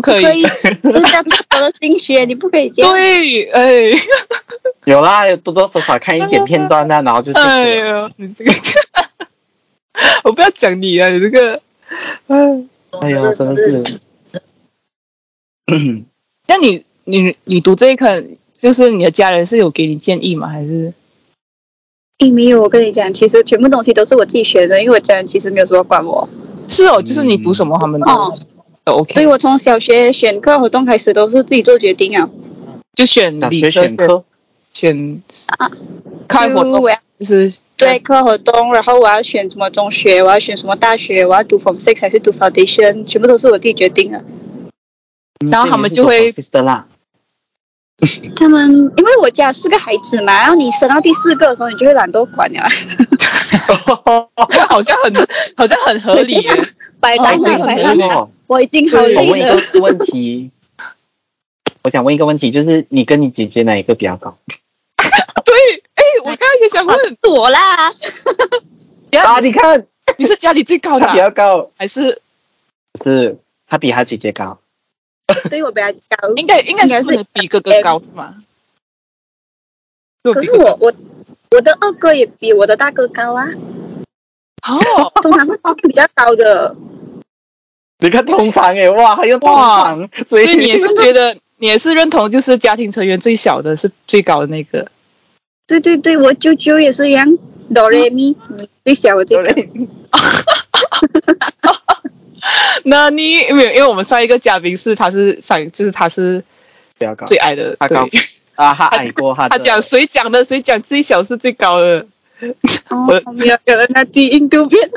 Speaker 1: 不
Speaker 2: 可
Speaker 1: 可
Speaker 2: 以
Speaker 1: 以，。这叫自我的心血，你不可以这样。
Speaker 2: 对，哎，
Speaker 3: 有啦，有多多少少看一点片段
Speaker 2: [laughs]
Speaker 3: 那，然后就结束了
Speaker 2: 哎呦，你这个， [laughs] 我不要讲你啊，你这个，嗯，
Speaker 3: 哎呦，真的是。
Speaker 2: 那你你你读这一科，就是你的家人是有给你建议吗？还是
Speaker 1: 诶，哎没有，我跟你讲，其实全部东西都是我自己学的，因为我家人其实没有什么管我。
Speaker 2: 是哦，就是你读什么，他们都
Speaker 1: 哦，
Speaker 2: 都 OK。
Speaker 1: 所以我从小学选课活动开始都是自己做决定啊。
Speaker 2: 就选
Speaker 3: 大
Speaker 2: 理
Speaker 3: 学
Speaker 2: 科
Speaker 3: 选课，
Speaker 2: 选
Speaker 1: 啊
Speaker 2: 课外活
Speaker 1: 就我
Speaker 2: 动
Speaker 1: 要
Speaker 2: 就是
Speaker 1: 对课活动，然后我要选什么中学，我要选什么大学，我要读 form six 还是读 foundation，全部都是我自己决定的。
Speaker 3: 嗯
Speaker 2: 然后他们就会
Speaker 3: sister 啦，
Speaker 1: 他们因为我家四个孩子嘛，然后你生到第四个的时候，你就会懒惰管了，
Speaker 2: [laughs] 好像很好像很合理耶，
Speaker 1: [laughs] 摆烂
Speaker 3: 对
Speaker 1: 了，
Speaker 3: 很
Speaker 1: 摆烂
Speaker 3: 累
Speaker 1: 了，
Speaker 3: 哦
Speaker 1: 我已经好
Speaker 3: [laughs] 我
Speaker 1: 累
Speaker 3: 问一
Speaker 1: 了。
Speaker 3: 个问题，我想问一个问题，就是你跟你姐姐哪一个比较高？
Speaker 2: 对，哎，我刚刚也想问，
Speaker 1: 躲啦，
Speaker 3: 啊，你看
Speaker 2: 你是家里最高的
Speaker 3: 她
Speaker 2: 啊
Speaker 3: 比 [laughs] 较高，
Speaker 2: 还是
Speaker 3: 是她比她姐姐高。
Speaker 1: 对我比较高。
Speaker 2: 应该应该
Speaker 1: 应该是
Speaker 2: 不能比哥哥高是吗？对
Speaker 1: 可是
Speaker 2: 比哥哥
Speaker 1: 我我我的二哥也比我的大哥高啊，
Speaker 2: 哦，
Speaker 1: 通常是比较高的。
Speaker 3: 你看通常哎，哇，还有通常，所
Speaker 2: 所
Speaker 3: 以
Speaker 2: 以你也是觉得你也是认同，就是家庭成员最小的是最高的那个。
Speaker 1: 对对对，我舅舅也是一样，哆来咪，嗯最小我最高。
Speaker 2: 那你因为因为我们上一个嘉宾是他是上就是他是
Speaker 3: 比较高
Speaker 2: 最矮的，
Speaker 3: 他高
Speaker 2: 对
Speaker 3: 啊，她矮过她的。
Speaker 2: 他讲谁讲的谁讲最小是最高的。
Speaker 1: 哦，没有有人拿基因突变。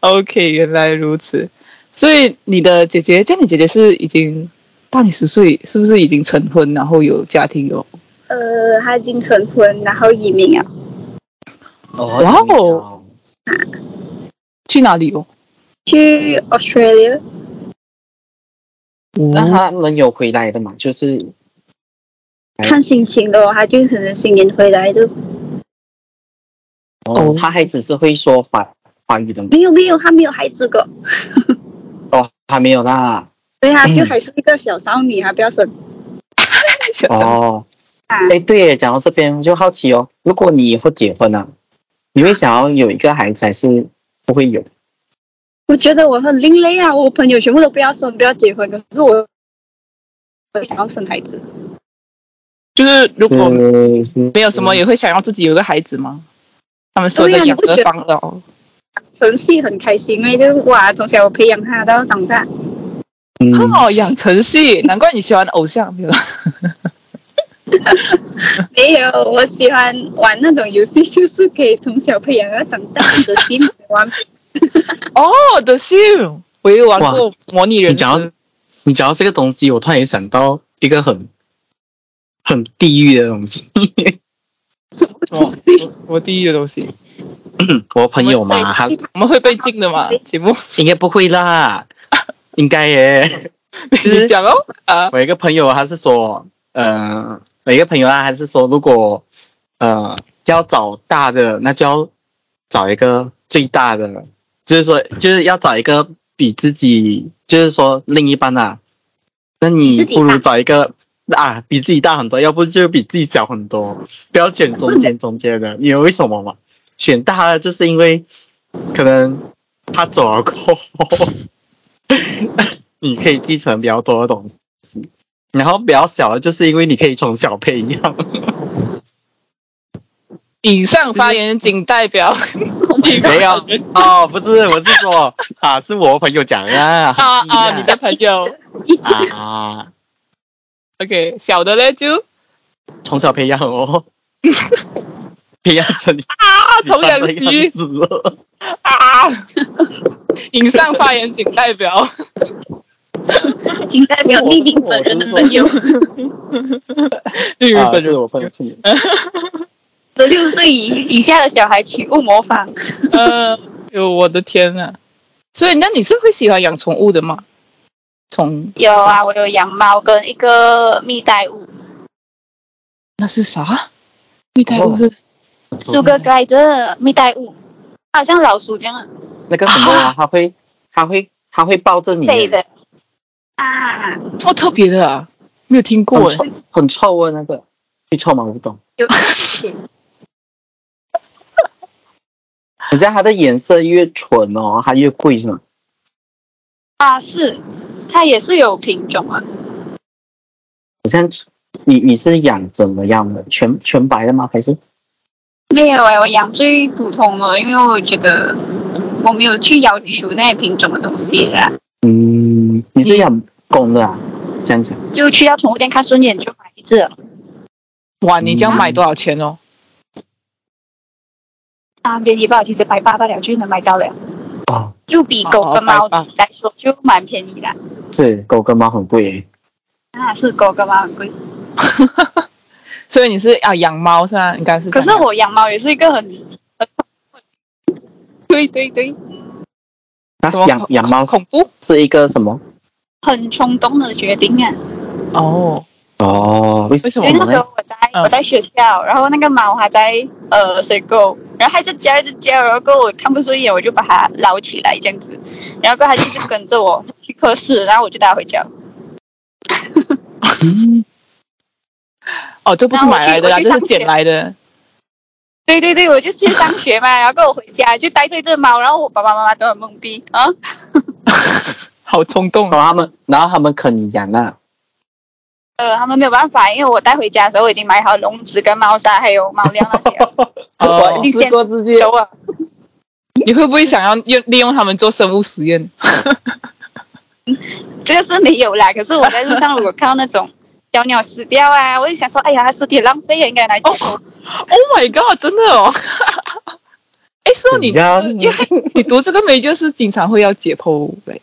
Speaker 2: OK，原来如此。所以你的姐姐，这样你姐姐是已经大你十岁，是不是已经成婚，然后有家庭有？
Speaker 1: 呃，他已经成婚，然后移民了，
Speaker 3: 哦
Speaker 2: 哇哦，去哪里哦？
Speaker 1: 去 Australia。
Speaker 3: 那
Speaker 1: 嗯
Speaker 2: [laughs]
Speaker 3: 她能有回来的嘛？就是
Speaker 1: 看心情的哦，他就可能新年回来就
Speaker 3: 哦
Speaker 2: 哦，
Speaker 3: 她还只是会说法法语的嘛
Speaker 1: 没有没有，他没有孩子的，
Speaker 3: 哦，她没有啦。
Speaker 1: 所以他就
Speaker 3: 嗯
Speaker 1: 还是一个小少女，还不要生
Speaker 2: 想想
Speaker 3: 哦，
Speaker 1: 啊。
Speaker 3: 哎，对耶，讲到这边我就好奇哦，如果你以后结婚了，你会想要有一个孩子还是不会有？
Speaker 1: 我觉得我很另类啊，我朋友全部都不要生，不要结婚，可是我我想要生孩子。
Speaker 2: 就是如果
Speaker 3: 是
Speaker 2: 没有什么，也会想要自己有个孩子吗？他们说
Speaker 1: 对
Speaker 2: 的
Speaker 1: 呀
Speaker 2: 养
Speaker 1: 你不
Speaker 2: 儿
Speaker 1: 觉得
Speaker 2: 防老，
Speaker 1: 纯系很开心，因为就是哇，从小我培养他到长大，
Speaker 3: 嗯
Speaker 2: 哦，养成系，难怪你喜欢偶像，对吧？
Speaker 1: [laughs] 没有，我喜欢玩那种游戏，就是可以从小培养到长大的心玩。
Speaker 2: 哦，The Sim，我也玩过模拟人
Speaker 3: 你讲到
Speaker 2: 生，
Speaker 3: 你讲到这个东西，我突然也想到一个很很地狱的东西。
Speaker 2: 什么什么什么地狱的东西，
Speaker 3: 我朋友嘛，
Speaker 1: 我
Speaker 3: 他
Speaker 2: 我们会被禁的嘛？节目
Speaker 3: 应该不会啦，
Speaker 2: [laughs]
Speaker 3: 应该耶。是
Speaker 2: 你讲哦啊，
Speaker 3: 我有一个朋友，他是说，呃，我有一个朋友啊，他是说，如果呃要找大的，那就要找一个最大的，就是说，就是要找一个比自己，就是说另一半啊，那你
Speaker 1: 自己
Speaker 3: 不如
Speaker 1: 大
Speaker 3: 找一个啊比自己大很多，要不就比自己小很多，不要选中间中间的，你知道为什么吗？选大的就是因为可能他走了过后， [laughs] 你可以继承比较多的东西。然后比较小的，就是因为你可以从小培
Speaker 1: [laughs]
Speaker 3: 养。
Speaker 2: 以上发言仅代表你
Speaker 3: 没有哦，不是，我是说啊，是我朋友讲
Speaker 1: [laughs]
Speaker 3: 的啊
Speaker 1: 哦
Speaker 2: 啊
Speaker 3: [laughs]
Speaker 2: 啊，你的朋友
Speaker 1: 一起
Speaker 3: 啊，
Speaker 2: ，OK，小的嘞就
Speaker 3: 从小培养
Speaker 2: [laughs]
Speaker 3: 哦，培养成你
Speaker 2: 啊，童养
Speaker 3: 喜欢的
Speaker 2: 媳
Speaker 3: 样子哦。
Speaker 2: 啊，以上发言仅代 [laughs] 表，
Speaker 1: 仅代表丽玲本人的朋友，
Speaker 2: 日
Speaker 3: 啊，
Speaker 2: 本
Speaker 3: 这是
Speaker 2: 人
Speaker 3: 我朋友朋友。
Speaker 1: 十六岁以以下的小孩请勿模仿。
Speaker 2: 呃，有我的天呐！所以，那你是会喜欢养宠物的吗？宠
Speaker 1: 有啊，，我有养猫跟一个蜜袋鼯
Speaker 2: 那是啥？蜜袋鼯是嗯
Speaker 1: ，Sugar Glider 蜜袋鼯，它好像老鼠这样啊
Speaker 3: 那个什么啊，他会，他会，他会抱着你，
Speaker 1: 飞的啊，
Speaker 2: 这么特别的啊，没有听过
Speaker 3: 很
Speaker 2: 哎。
Speaker 3: 臭，很臭啊，那个，最臭嘛，我不懂。
Speaker 1: 有
Speaker 3: 你知道它的颜色越纯哦，它越贵是吗？
Speaker 1: 啊是，它也是有品种啊，
Speaker 3: 好像你你是养怎么样的？全全白的吗？还是
Speaker 1: 没有哎、我养最普通的，因为我觉得我没有去要求那一瓶什么东西啦，
Speaker 3: 嗯，你是养公的啊？这样讲，
Speaker 1: 就去到宠物店看顺眼就买一只了。
Speaker 2: 哇，你这样买多少钱哦？
Speaker 1: 啊，便宜吧，其实百八到两就能买到了，
Speaker 2: 嗯
Speaker 3: 哦，
Speaker 1: 就比狗跟猫
Speaker 2: 哦180
Speaker 1: 来说就蛮便宜的。
Speaker 3: 是狗跟猫很贵耶。
Speaker 1: 那是狗跟猫很贵，
Speaker 2: [laughs] 所以你是啊养猫是吧？应该是这
Speaker 1: 可
Speaker 2: 样
Speaker 1: 是我养猫也是一个很很。对对对，
Speaker 3: 啊
Speaker 2: 什么，
Speaker 3: 养
Speaker 2: 恐
Speaker 3: 养猫
Speaker 2: 恐怖
Speaker 3: 是一个什么？
Speaker 1: 很冲动的决定啊！
Speaker 2: 哦，
Speaker 3: 哦，为
Speaker 2: 为什
Speaker 1: 因
Speaker 2: 么
Speaker 1: 为那
Speaker 2: 呢？
Speaker 1: 时候我在
Speaker 2: 嗯
Speaker 1: 我在学校，然后那个猫还在呃水沟，然后它一直叫一直叫，然后过后我看不顺眼，我就把它捞起来这样子，然后过后它就一直跟着我去课室，然后我就带它回家。
Speaker 3: 嗯
Speaker 2: 哦，这不是买来的啦，
Speaker 1: 那我去我去
Speaker 2: 这是
Speaker 1: 上学
Speaker 2: 捡来的。
Speaker 1: 对对对，我就去上学嘛，然后过后我回家就带着一只猫，然后我爸爸妈妈都很懵逼啊。
Speaker 2: [laughs] 好冲动
Speaker 3: 然
Speaker 2: 啊！
Speaker 3: 后他们，然后他们啃你养啊那，
Speaker 1: 呃，他们没有办法，因为我带回家的时候我已经买好笼子、跟猫砂还有猫粮那
Speaker 3: [laughs]
Speaker 1: 些了
Speaker 3: 我一次过自己
Speaker 1: 走啊了。
Speaker 2: 你会不会想要用利用他们做生物实验？ [laughs]
Speaker 1: 这个是没有啦，可是我在路上如果看到那种小鸟死掉啊，我就想说，哎呀，它尸体浪费啊，应该拿去
Speaker 2: 哦
Speaker 1: 收。
Speaker 2: Oh my god！真的哦。 [laughs] 哎，是哦，你
Speaker 3: 怎样
Speaker 2: 就你读这个没就是经常会要解剖嘞？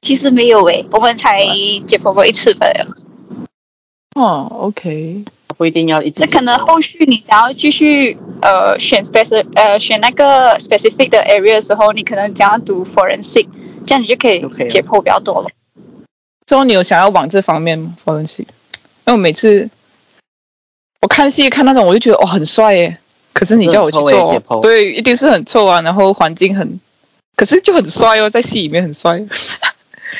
Speaker 1: 其实没有诶、我们才解剖过一次吧。
Speaker 2: 哦，OK，
Speaker 3: 不一定要一直
Speaker 1: 这可能后续你想要继续呃选 specific 呃选那个 specific 的 area 的时候，你可能想要读 forensic，这样你就可以
Speaker 3: OK 了
Speaker 1: 解剖比较多了。
Speaker 2: 之后你有想要往这方面吗？法文系？因为我每次我看戏看那种，我就觉得哇、哦很帅耶。可是你叫我去
Speaker 3: 可是很臭耶解
Speaker 2: 做，
Speaker 3: 剖
Speaker 2: 对，一定是很臭啊。然后环境很，可是就很帅哦，在戏里面
Speaker 3: [laughs]
Speaker 2: 很帅。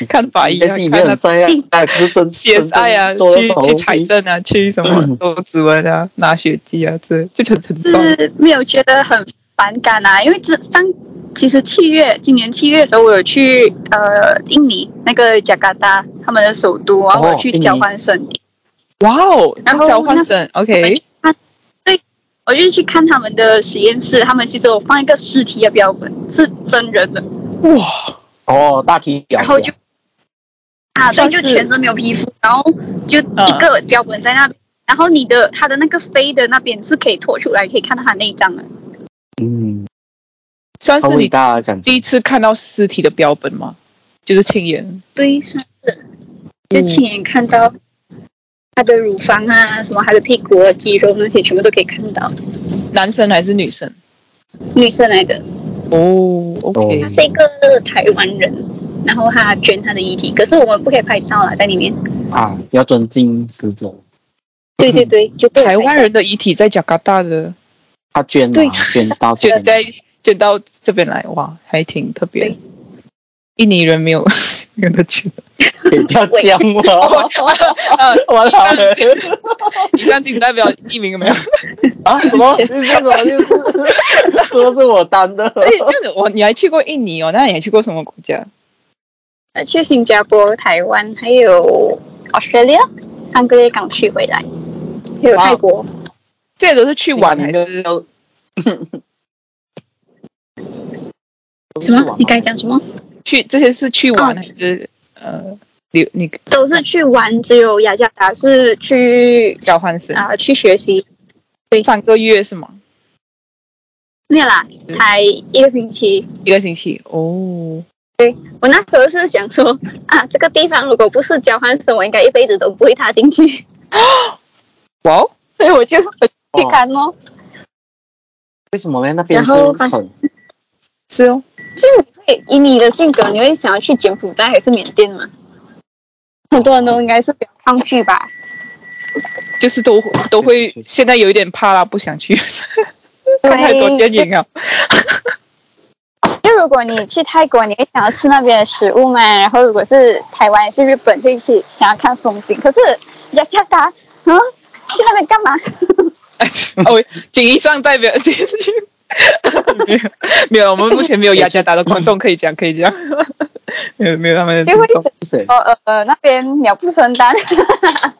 Speaker 2: 看法医
Speaker 3: 你在
Speaker 2: 啊，
Speaker 3: 自己面
Speaker 2: 看那
Speaker 3: 很帅啊，那可是真
Speaker 2: CSI 啊，
Speaker 3: 真正做得好
Speaker 2: 去去财政啊，去什
Speaker 3: 嗯
Speaker 2: 么收指纹啊，拿血迹啊，这就很很爽。
Speaker 1: 是没有觉得很反感啊，因为这上其实七月今年七月的时候，我有去呃印尼那个雅加达他们的首都，然后我去
Speaker 3: 印尼
Speaker 1: 交换生意，
Speaker 2: 哇哦，
Speaker 1: 然后
Speaker 2: 交换生，OK，
Speaker 1: 我就去看他们的实验室，他们其实有放一个尸体的标本，是真人的，
Speaker 2: 哇，
Speaker 3: 哦，大体表
Speaker 1: 然后就
Speaker 3: 现。
Speaker 1: 啊，对，
Speaker 2: 算
Speaker 1: 就是全身没有皮肤，然后就一个标本在那边。然后你的它的那个飞的那边是可以拖出来，可以看到它内脏的。
Speaker 3: 嗯，
Speaker 2: 算
Speaker 3: 好
Speaker 2: 是
Speaker 3: 伟
Speaker 2: 你
Speaker 3: 大啊，讲
Speaker 2: 第一次看到尸体的标本吗？就是亲眼，
Speaker 1: 对，算是就亲眼看到他的乳房啊，什么他的屁股、啊、肌肉那些，全部都可以看到。
Speaker 2: 男生还是女生？
Speaker 1: 女生来的，
Speaker 2: 哦，OK，
Speaker 1: 她是一个台湾人，然后她捐她的遗体，可是我们不可以拍照啦，在里面。
Speaker 3: 啊，要尊敬死者，
Speaker 1: 对对对，就不可以拍
Speaker 2: 台
Speaker 1: 照
Speaker 2: 湾人的遗体在加拿大的
Speaker 3: 他捐
Speaker 1: 对
Speaker 3: 啊，捐
Speaker 2: [laughs]
Speaker 3: 到这边，
Speaker 2: 卷在卷到这边来，哇，还挺特别
Speaker 1: 对。
Speaker 2: 印尼人没有 [laughs] 没有得去，
Speaker 3: 你不要讲我，
Speaker 1: 哦
Speaker 2: [laughs] 呃，
Speaker 3: [laughs] 我老了
Speaker 2: 以上仅代表匿名没
Speaker 1: [laughs]
Speaker 2: 有？哎
Speaker 3: 啊，什么？这是什么意思？说是我担的，
Speaker 2: 而且这样子，我你还去过印尼哦？那你还去过什么国家？
Speaker 1: 呃去新加坡、台湾还有 Australia，上个月刚去回来，还有
Speaker 3: 哇
Speaker 1: 泰国。
Speaker 2: 这些都是去玩还
Speaker 3: 你
Speaker 1: 啊
Speaker 2: 是？
Speaker 3: 们 [laughs] 都
Speaker 1: 什
Speaker 3: 都是去玩吗
Speaker 1: 么？你刚才讲什么？
Speaker 2: 去这些是去玩
Speaker 1: 哦
Speaker 2: 还是呃留你
Speaker 1: 都是去玩，只有雅加达是去
Speaker 2: 交换生？
Speaker 1: 啊、去学习。
Speaker 2: 上个月是吗？
Speaker 1: 没有啦，才一个星期，
Speaker 2: 一个星期哦，
Speaker 1: 我那时候是想说啊，这个地方如果不是交换生，我应该一辈子都不会踏进去， [laughs]
Speaker 2: 哇哦，
Speaker 1: 所以我就我就去看咯。
Speaker 3: 为什么呢？那边
Speaker 1: 然后
Speaker 3: 就
Speaker 1: 发
Speaker 3: 很
Speaker 2: 是哦，
Speaker 1: 就你会以你的性格，你会想要去柬埔寨还是缅甸吗？很多人都应该是比较抗拒吧。
Speaker 2: 就是都都会
Speaker 3: 是是是
Speaker 2: 现在有一点怕啦，不想去 [laughs] 看太多电影啊。
Speaker 1: 因为如果你去泰国，你会想要吃那边的食物嘛，然后如果是台湾、是日本，就会去想要看风景。可是雅加达，嗯，去那边干嘛？
Speaker 3: 哎
Speaker 2: [laughs] 哦，锦衣上代表 [laughs] 进去。没有，没有，我们目前没有雅加达的观众可以讲，可以讲， [laughs] 没有，没有他们的
Speaker 1: 因
Speaker 2: 听
Speaker 1: 为
Speaker 2: 众。
Speaker 3: 水
Speaker 1: 哦呃呃，那边鸟不生蛋。 [laughs]
Speaker 2: 哦
Speaker 3: 哦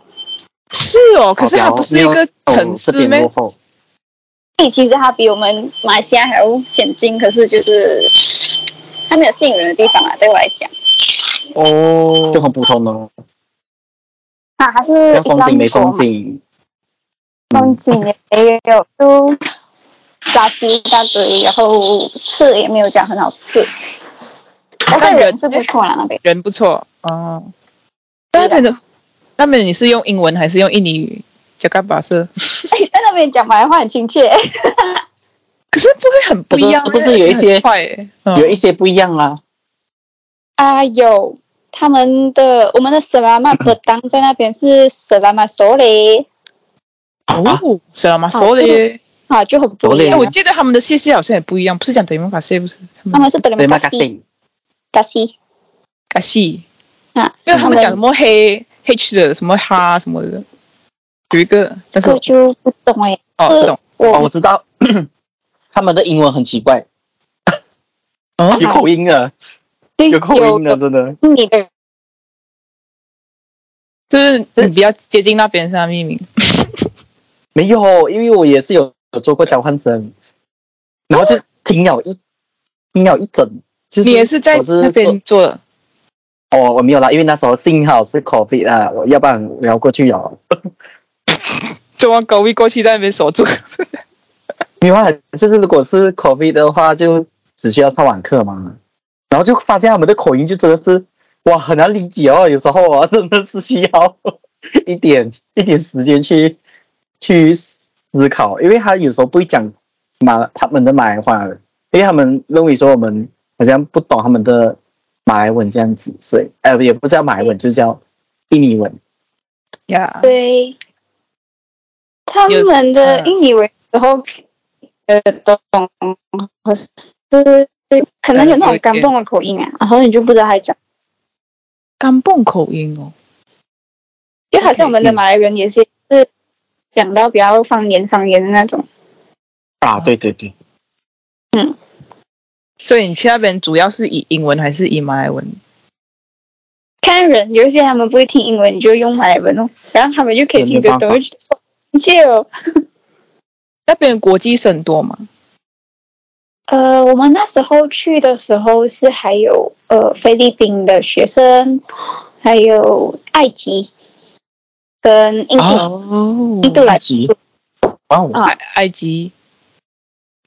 Speaker 2: 是哦，可是它不是一个城市
Speaker 3: 没
Speaker 2: 咩
Speaker 3: 有？？
Speaker 1: 其实它比我们马来西亚还要先进，可是就是它没有吸引人的地方啊，对我来讲。
Speaker 2: 哦
Speaker 3: 就很普通哦，
Speaker 1: 啊，还是
Speaker 3: 要
Speaker 1: 伊
Speaker 3: 风
Speaker 1: 朗
Speaker 3: 景没嗯
Speaker 1: 国
Speaker 3: 风
Speaker 1: 嘛，
Speaker 3: 景，
Speaker 1: 风景也没有，就垃圾一大堆，然后吃也没有讲很好吃，但
Speaker 2: 看
Speaker 1: 是
Speaker 2: 人
Speaker 1: 人是不错啊啦那边。
Speaker 2: 人不错哦。那边的那边你是用英文还是用印尼语？加嘎巴是？
Speaker 1: 哎， [laughs] 在那边讲马来话很亲切。
Speaker 2: 可是不会很不一样吗，
Speaker 3: 不是不是有一些
Speaker 2: 很快欸，嗯
Speaker 3: 有一些不一样啦。
Speaker 1: 啊，有他们的我们的 Selamat Petang 在那边是 Selamat Sore，
Speaker 3: 啊
Speaker 2: 哦，是了吗？
Speaker 1: 好
Speaker 2: 所以，
Speaker 1: 啊，就很不一
Speaker 2: 哎，
Speaker 1: 样
Speaker 3: 对。
Speaker 2: 我记得他们的谢谢好像也不一样，不是讲德语法谢，不是他
Speaker 1: 他
Speaker 2: 们
Speaker 1: 们是 Terima
Speaker 3: 对吗？咖
Speaker 1: kasih
Speaker 3: 喱
Speaker 1: kasih
Speaker 2: 卡西，
Speaker 1: 啊，
Speaker 2: 因为他们讲
Speaker 1: 的
Speaker 2: 什么黑 H 的什么哈什么的，有一个，但是
Speaker 1: 这个就
Speaker 2: 我
Speaker 1: 不懂哎，
Speaker 2: 哦不懂
Speaker 3: 哦，
Speaker 1: 我
Speaker 3: 我知道， [clears throat] 他们的英文很奇怪，
Speaker 2: 哦
Speaker 3: 有口音的，有口音的，
Speaker 1: 哎有
Speaker 3: 真的。
Speaker 1: 你的
Speaker 2: 就是你比较接近那边是他秘密
Speaker 3: 没有，因为我也是有有做过交换生，然后就听了一听了一整，就是
Speaker 2: 你也是在
Speaker 3: 我是
Speaker 2: 那
Speaker 3: 做
Speaker 2: 边做的
Speaker 3: 哦，我没有啦，因为那时候幸好是 COVID 啊，我要不然我要过去哦。
Speaker 2: 怎么狗一过去在那边守住？
Speaker 3: 没有啊，就是如果是 COVID 的话，就只需要上网课嘛，然后就发现他们的口音就真的是哇很难理解哦，有 [laughs] 时候啊真的是需要 [laughs] 一点一点时间去去思考，因为他有时候不会讲马他们的马来话，因为他们认为说我们好像不懂他们的马来文这样子，所以呃也不叫马来文，就叫印尼文。
Speaker 2: [laughs] 呀，
Speaker 1: 对他
Speaker 2: 有
Speaker 1: 们的
Speaker 2: 嗯
Speaker 1: 印尼文时候呃懂，可是可能有那
Speaker 2: 有
Speaker 1: 种
Speaker 2: 一点
Speaker 1: 感动的口音啊，然后你就不知道他在讲。
Speaker 2: 甘蹦口音哦，
Speaker 1: 就好像
Speaker 2: OK，
Speaker 1: 我们的
Speaker 3: 嗯
Speaker 1: 马来人也是是讲到比较方言方言的那种。
Speaker 3: 啊，对对对，
Speaker 2: 所以你去那边主要是以英文还是以马来文？
Speaker 1: 看人，有一些他们不会听英文，你就用马来文哦，然后他们就可以听得懂，
Speaker 3: 对没办法
Speaker 1: 就觉得哦很切哦。
Speaker 2: 那边国际生多嘛？
Speaker 1: 呃，我们那时候去的时候是还有呃菲律宾的学生，还有埃及跟印度、
Speaker 2: 哦
Speaker 1: 印度来
Speaker 3: 埃及，哇哦
Speaker 1: 啊
Speaker 2: 埃埃 [laughs] 及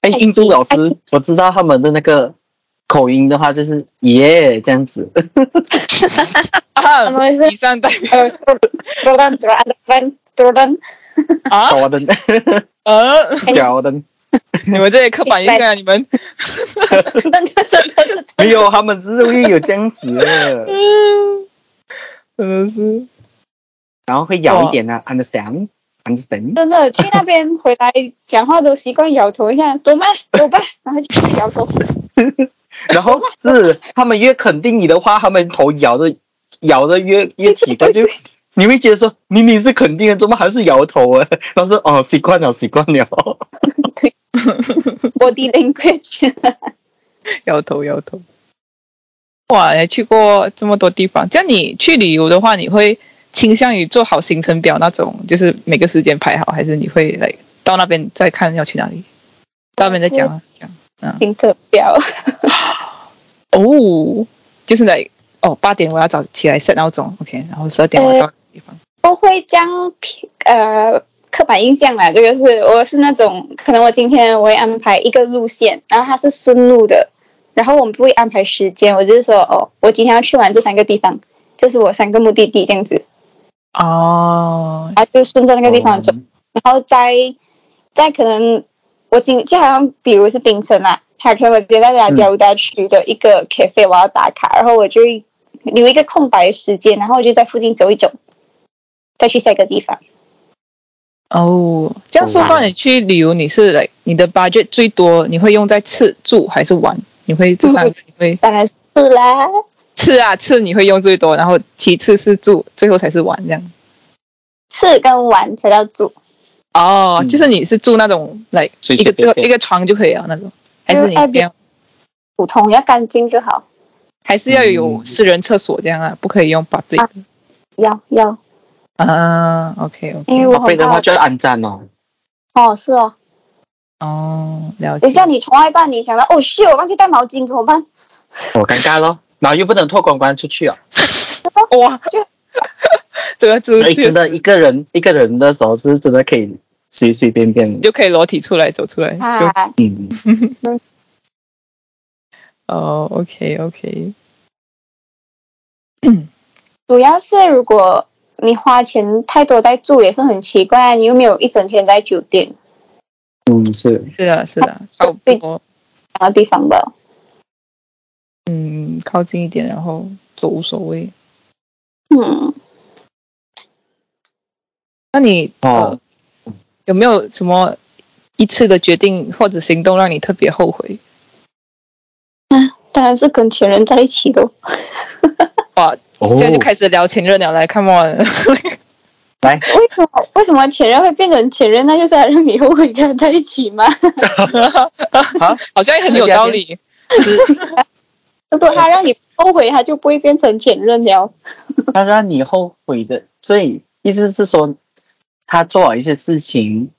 Speaker 3: 哎，
Speaker 1: 太
Speaker 3: 印度
Speaker 1: 近
Speaker 3: 老
Speaker 1: 太
Speaker 3: 师，我知道他们的那个口音的话，就是耶这样子。
Speaker 2: 啊
Speaker 1: 他们是
Speaker 2: [laughs] 以上代表
Speaker 1: 呃多兰多兰多兰多兰，
Speaker 2: 啊
Speaker 3: 高登，
Speaker 2: 呃，
Speaker 1: 哎
Speaker 3: [laughs] 高登，
Speaker 2: 你们这些刻板印象，啊你们 [laughs]
Speaker 1: 真的真的是
Speaker 3: 没有，他们只是会有这样子的，
Speaker 2: 嗯真的是 [laughs]
Speaker 3: 然后会咬一点啊，understand。understand，
Speaker 1: 真的去那边回来讲话都习惯摇头一下，走吧走吧，然后就摇头。
Speaker 3: 然后是他们越肯定你的话，他们头摇的摇的越越奇怪，就你会觉得说明明是肯定的，怎么还是摇头啊？ [laughs] 然后说哦，习惯了，习惯了。
Speaker 1: body language。
Speaker 2: 摇头摇头。哇，你去过这么多地方，这样你去旅游的话，你会倾向于做好行程表那种，就是每个时间排好，还是你会来到那边再看要去哪里？到那边再讲啊，讲
Speaker 1: 听课表，
Speaker 2: 哦，就是来哦，八点我要早起来 set 闹钟，OK，然后十二点我要到地方。
Speaker 1: 不会这样呃刻板印象啦。这个是我是那种，可能我今天我会安排一个路线，然后它是顺路的，然后我们不会安排时间，我就是说哦，我今天要去玩这三个地方，这是我三个目的地这样子，
Speaker 2: 哦，
Speaker 1: 然后就顺着那个地方走，
Speaker 3: 嗯
Speaker 1: 然后再再可能我今就好像比如是槟城啦，海天我接在雅加乌达区的一个 cafe 我要打卡，然后我就会留一个空白时间，然后我就在附近走一走，再去下一个地方。
Speaker 2: 哦，这样说
Speaker 3: 好
Speaker 2: 话，
Speaker 3: 玩
Speaker 2: 你去旅游，你是来你的 budget 最多，你会用在吃住还是玩？你会这三个，你会
Speaker 1: 当然是啦，
Speaker 2: 吃啊吃你会用最多，然后其次是住，最后才是玩这样。
Speaker 1: 吃跟玩才叫住，
Speaker 2: 哦，
Speaker 3: 嗯
Speaker 2: 就是你是住那种来
Speaker 3: 随
Speaker 2: 一
Speaker 3: 随
Speaker 2: 个
Speaker 3: 便便
Speaker 2: 一个床就可以了啊那种，还是你
Speaker 1: 就是
Speaker 2: 不要
Speaker 1: 普通要干净就好。
Speaker 2: 还是要有私人厕所这样啊？不可以用 public
Speaker 1: 要要，
Speaker 2: 啊？OK OK，
Speaker 1: 因为我
Speaker 3: 宝贝
Speaker 1: 很
Speaker 3: 的话
Speaker 1: 怕
Speaker 3: 就要按赞哦，
Speaker 1: 哦，是哦，
Speaker 2: 哦，了
Speaker 1: 等一下
Speaker 2: 解。
Speaker 1: 你从外办，你想到哦，shit，我忘记带毛巾怎么办？
Speaker 3: 我尴尬咯，然后又不能脱光光出去啊。
Speaker 2: 哇， [laughs]
Speaker 1: 就哎
Speaker 2: 这个
Speaker 3: 所
Speaker 2: 是
Speaker 3: 以真的一个人一个人的时候是真的可以随随便便
Speaker 2: 你，就可以裸体出来走出来。就
Speaker 1: 啊，
Speaker 3: 嗯，
Speaker 2: 哦，OK OK，
Speaker 1: 主要是如果你花钱太多在住也是很奇怪，你又没有一整天在酒店
Speaker 3: 嗯，是
Speaker 2: 是的，是
Speaker 1: 哦
Speaker 2: 的，差不多，
Speaker 1: 然后地方吧。
Speaker 2: 嗯，靠近一点，然后都无所谓。
Speaker 1: 嗯，
Speaker 2: 那你
Speaker 3: 哦
Speaker 2: 呃有没有什么一次的决定或者行动让你特别后悔？
Speaker 1: 当然是跟前任在一起咯。
Speaker 2: 哇，
Speaker 3: 哦
Speaker 2: 现在就开始聊前任了，来，come on， [laughs]
Speaker 3: 来，
Speaker 1: 为什么为什么前任会变成前任？那就是他让你后悔跟他在一起吗？
Speaker 3: 好，
Speaker 2: 好像也很有道
Speaker 1: 哦
Speaker 2: 理。
Speaker 1: [laughs] 如果他让你后悔，他就不会变成前任了。
Speaker 3: 他让你后悔的，所以意思是说，他做了一些事情，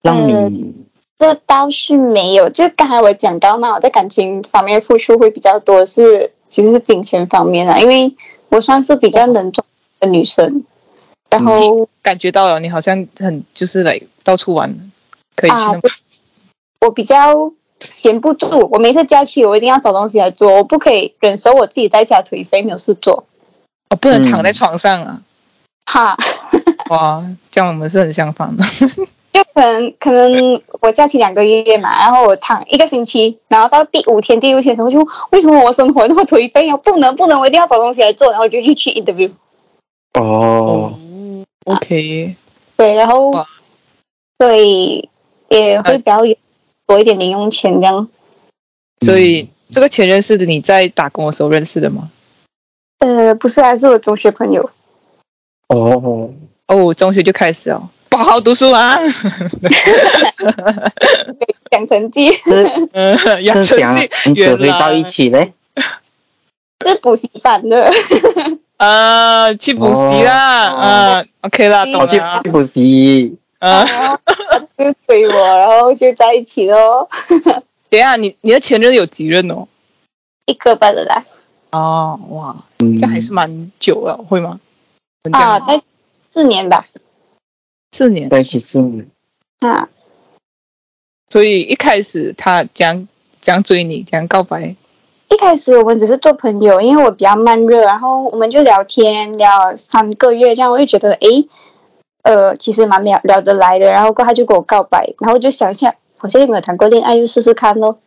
Speaker 3: 让你
Speaker 1: 这倒是没有，就刚才我讲到嘛，我在感情方面付出会比较多是，其实是金钱方面啊，因为我算是比较能赚的女生，然后、
Speaker 2: 感觉到了，你好像很就是来到处玩，可以去
Speaker 1: 啊
Speaker 2: 那，
Speaker 1: 对我比较闲不住，我每次假期我一定要找东西来做，我不可以忍受我自己在家颓废没有事做，
Speaker 2: 哦，不能
Speaker 3: 嗯
Speaker 2: 躺在床上啊！
Speaker 1: 哈。
Speaker 2: 哇，这样我们是很相反的。
Speaker 1: 就可能可能我假期两个月嘛，然后我躺一个星期，然后到第五天、第六天的时候就为什么我生活那么颓废啊？不能不能，我一定要找东西来做，然后我就去去 interview。
Speaker 2: 呃 [laughs]
Speaker 3: 哦，嗯
Speaker 2: ，OK，
Speaker 1: 对，然后
Speaker 2: 哇
Speaker 1: 对也会比较有多一点零用钱这样。
Speaker 3: 嗯
Speaker 2: 所以这个前任是你在打工的时候认识的吗？
Speaker 1: 呃，不是啊，是我中学朋友。
Speaker 3: 哦，
Speaker 2: 哦，中学就开始哦，不好好读书
Speaker 3: [laughs]
Speaker 2: 啊，
Speaker 1: 讲成绩
Speaker 3: 是
Speaker 2: 嗯，养成
Speaker 3: 是讲
Speaker 2: 绩
Speaker 3: 你只
Speaker 2: 原
Speaker 3: 会到一
Speaker 2: 来
Speaker 3: 起嘞，
Speaker 1: [laughs] 是补习班的，
Speaker 2: 啊，去补习啦，
Speaker 3: 哦
Speaker 2: 啊，OK 啦，懂
Speaker 3: 我哦去
Speaker 2: 了，
Speaker 3: 补习，
Speaker 2: 啊
Speaker 1: 然，后他就追我，然后就在一起咯，
Speaker 2: 等一下，你你的前任有几任哦？
Speaker 1: 一个班的啦。
Speaker 2: 哦，哇，
Speaker 3: 嗯，
Speaker 2: 这还是蛮久了，会吗？能这样吗
Speaker 1: 啊，在四年吧。
Speaker 2: 四年，
Speaker 3: 在一起
Speaker 2: [laughs]
Speaker 3: 四年，
Speaker 1: 啊，
Speaker 2: 所以一开始他讲讲追你，讲告白，
Speaker 1: 一开始我们只是做朋友，因为我比较慢热，然后我们就聊天聊三个月，这样我就觉得诶，呃，其实蛮聊聊得来的。然后过后他就跟我告白，然后我就想一下，好像也没有谈过恋爱，就试试看咯。
Speaker 2: [laughs]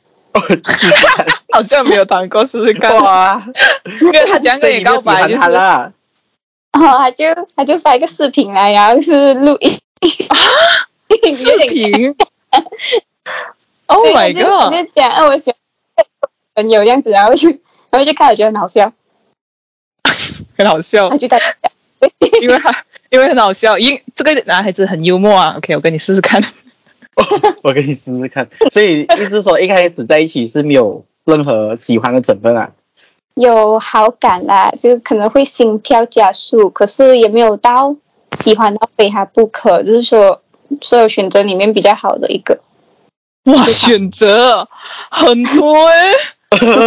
Speaker 2: 好像没有谈过试试看，
Speaker 3: 哇，
Speaker 2: 因为他讲跟
Speaker 3: 对
Speaker 2: 你
Speaker 3: 你不
Speaker 2: 告
Speaker 3: 喜
Speaker 2: 白
Speaker 3: 欢
Speaker 2: 就是
Speaker 3: 他啦，
Speaker 1: 然后哦他就他就发一个视频来，然后是录音。
Speaker 2: 啊视 [laughs] 频，Oh
Speaker 1: 对他
Speaker 2: my god！
Speaker 1: 就他就讲，啊，我喜欢朋友这样子，然后就然后就看，我觉得很好笑，
Speaker 2: 很好笑
Speaker 1: 他，就在讲，
Speaker 2: [laughs] 因为他因为很好笑，因这个男孩子很幽默啊。OK，我跟你试试看。
Speaker 3: [laughs] 我给你试试看。所以意思说一开始在一起是没有任何喜欢的成分啊。
Speaker 1: 有好感啦，就是可能会心跳加速，可是也没有到喜欢到非他不可，就是说所有选择里面比较好的一个。
Speaker 2: 哇，选择很多哎、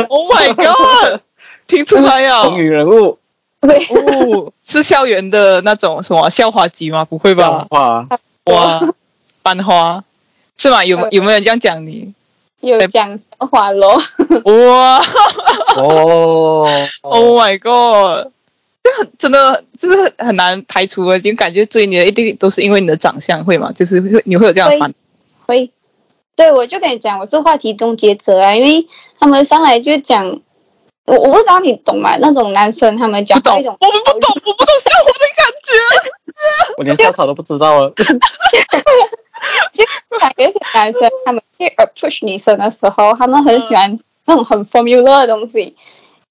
Speaker 2: o h my god！听出来呀、
Speaker 3: 风云人物，
Speaker 1: 对，
Speaker 2: 哦，是校园的那种什么校花级吗？不会吧？
Speaker 3: 哇，
Speaker 2: 哇，班花是吗？有有没有人这样讲你？
Speaker 1: 有讲笑话咯，
Speaker 2: 哇
Speaker 3: 哦，
Speaker 2: ，Oh my god！这很真的就是很难排除的，就感觉追你的一定都是因为你的长相，会吗？就是会你会有这样的反
Speaker 1: 会。对，我就跟你讲，我是话题终结者啊，因为他们上来就讲，我我不知道你懂吗？那种男生他们讲
Speaker 2: 不
Speaker 1: 话
Speaker 2: 懂，
Speaker 1: 一种
Speaker 2: 我们不懂，我不懂校花的感觉。
Speaker 3: [laughs] 我连校草都不知道 [laughs] 啊。
Speaker 1: 感觉是男生他们去 approach 女生的时候，他们很喜
Speaker 2: 嗯
Speaker 1: 欢那种很 formula 的东西，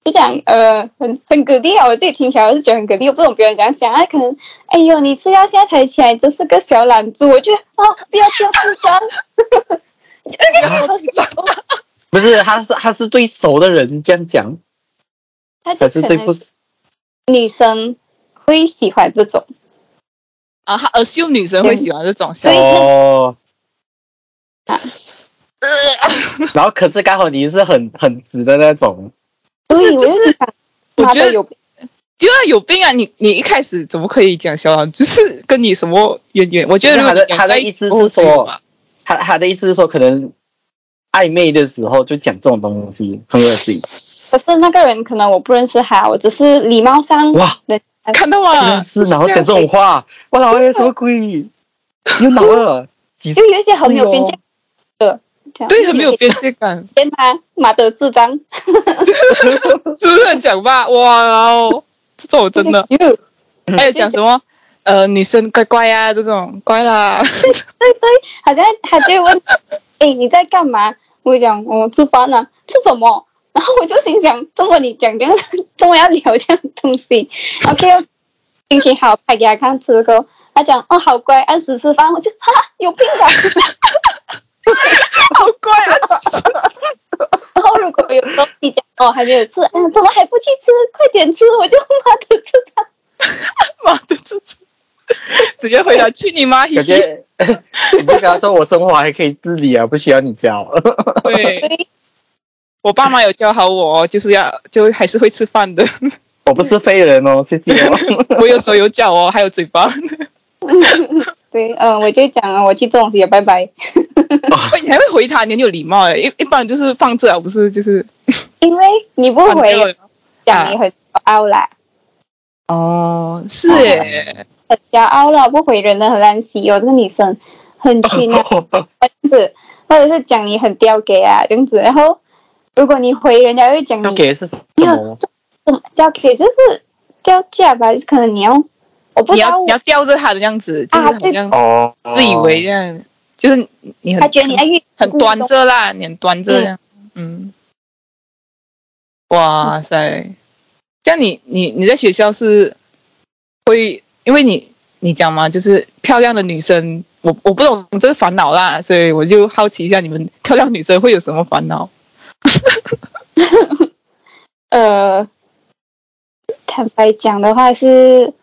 Speaker 1: 就讲呃很很给力啊！我自己听起来我是觉得很给力，我不懂别人怎样想啊。可能哎呦，你吃药现在才起来，真是个小懒猪，我就哦不要这样子讲。 [laughs]
Speaker 2: 啊 [laughs]
Speaker 3: 不是，他是他是对熟的人这样讲，
Speaker 1: 他就
Speaker 3: 还
Speaker 1: 可
Speaker 3: 是对不
Speaker 1: 能？女生会喜欢这种，
Speaker 2: 嗯啊，他 assume 女生会喜欢这种校
Speaker 1: 对
Speaker 2: 花
Speaker 3: 哦，
Speaker 2: 呃
Speaker 3: 然后可是刚好你是很很直的那种，
Speaker 1: 所以
Speaker 2: 是
Speaker 1: 我
Speaker 2: 就是
Speaker 1: 就想，
Speaker 2: 我
Speaker 1: 妈
Speaker 2: 觉
Speaker 1: 的
Speaker 2: 得
Speaker 1: 有病
Speaker 2: 就要有病啊！你你一开始怎么可以讲小狼？啊就是跟你什么渊源？我觉得如果
Speaker 3: 就是
Speaker 2: 你哦
Speaker 3: 他的他的
Speaker 2: 两个
Speaker 3: 意思是
Speaker 2: 一起
Speaker 3: 说
Speaker 2: 有嘛
Speaker 3: 他他的意思是说，可能暧昧的时候就讲这种东西，很恶
Speaker 2: [laughs]
Speaker 3: 心。
Speaker 1: 可是那个人可能我不认识他，我只是礼貌上
Speaker 3: 哇，
Speaker 1: 的
Speaker 2: 看到啊
Speaker 3: [laughs]
Speaker 2: 吗？
Speaker 3: 是，然后讲这种话，我老外什么鬼？你有脑了？ [laughs] 几
Speaker 1: 就有一些很没有边界
Speaker 3: 对
Speaker 1: 的，这样
Speaker 2: 对，很没有边界感，
Speaker 3: [laughs]
Speaker 1: 边啊，妈的智障，，
Speaker 2: 是不是很讲吧？哇哦，这种真的
Speaker 1: [laughs] 对对，
Speaker 2: 还有讲什么？呃，女生乖乖啊，这种乖
Speaker 3: [laughs]
Speaker 2: 啦，
Speaker 1: [laughs] 好像他就会问，哎，你在干嘛？我就讲我吃饭呢，吃什么？然后我就心想，怎么你讲这样，怎么要聊这样的东西？OK，心情好，拍给他看吃个。他讲哦，好乖，按时吃饭。我就哈，有病吧？
Speaker 2: [laughs] 好乖啊！
Speaker 1: 然后如果有时候你讲哦还没有吃，嗯，怎么还不去吃？快点吃！我就妈的吃他。
Speaker 2: 妈的，这这直接回答去你妈！
Speaker 3: 感觉 [laughs] 你就跟他说我生活还可以自理啊，不需要你教。 [laughs]
Speaker 2: 对
Speaker 1: 对，
Speaker 2: 我爸妈有教好我哦，就是要就还是会吃饭的，
Speaker 3: 我不是废人哦，谢谢哦。
Speaker 2: 我有手有脚哦，还有嘴巴，
Speaker 1: 对，嗯，我就讲啊，我去这种西，拜拜。
Speaker 2: 喂 [laughs] 你还会回他，你很有礼貌哎，一一般就是放这啊，不是就是
Speaker 1: [laughs] 因为你不
Speaker 2: 放
Speaker 1: 回
Speaker 2: 着
Speaker 1: 讲，你很骄傲啦，
Speaker 2: 哦，是哎，
Speaker 1: 很骄傲了，不回人的很难洗哦。这个女生很群啊，这样子，或者是讲你很刁给啊，这样子。然后如果你回人家，会讲
Speaker 3: 要
Speaker 1: 你
Speaker 3: 给的是什么？
Speaker 1: 嗯刁给，就是掉价吧，就是可能你要，我不
Speaker 2: 你
Speaker 1: 知
Speaker 2: 要
Speaker 1: 道
Speaker 2: 你，要吊着他的样子，就是
Speaker 1: 啊
Speaker 2: 好
Speaker 1: 对
Speaker 2: 像
Speaker 3: 哦，
Speaker 2: 自以为这样，就是你很
Speaker 1: 他觉得你爱遇
Speaker 2: 很端着啦，你很端着这
Speaker 1: 啊
Speaker 2: 样，嗯，哇塞，这样你你你在学校是会，因为你你讲嘛，就是漂亮的女生，我我不懂这个烦恼啦，所以我就好奇一下，你们漂亮女生会有什么烦恼？
Speaker 1: 呃，坦白讲的话是，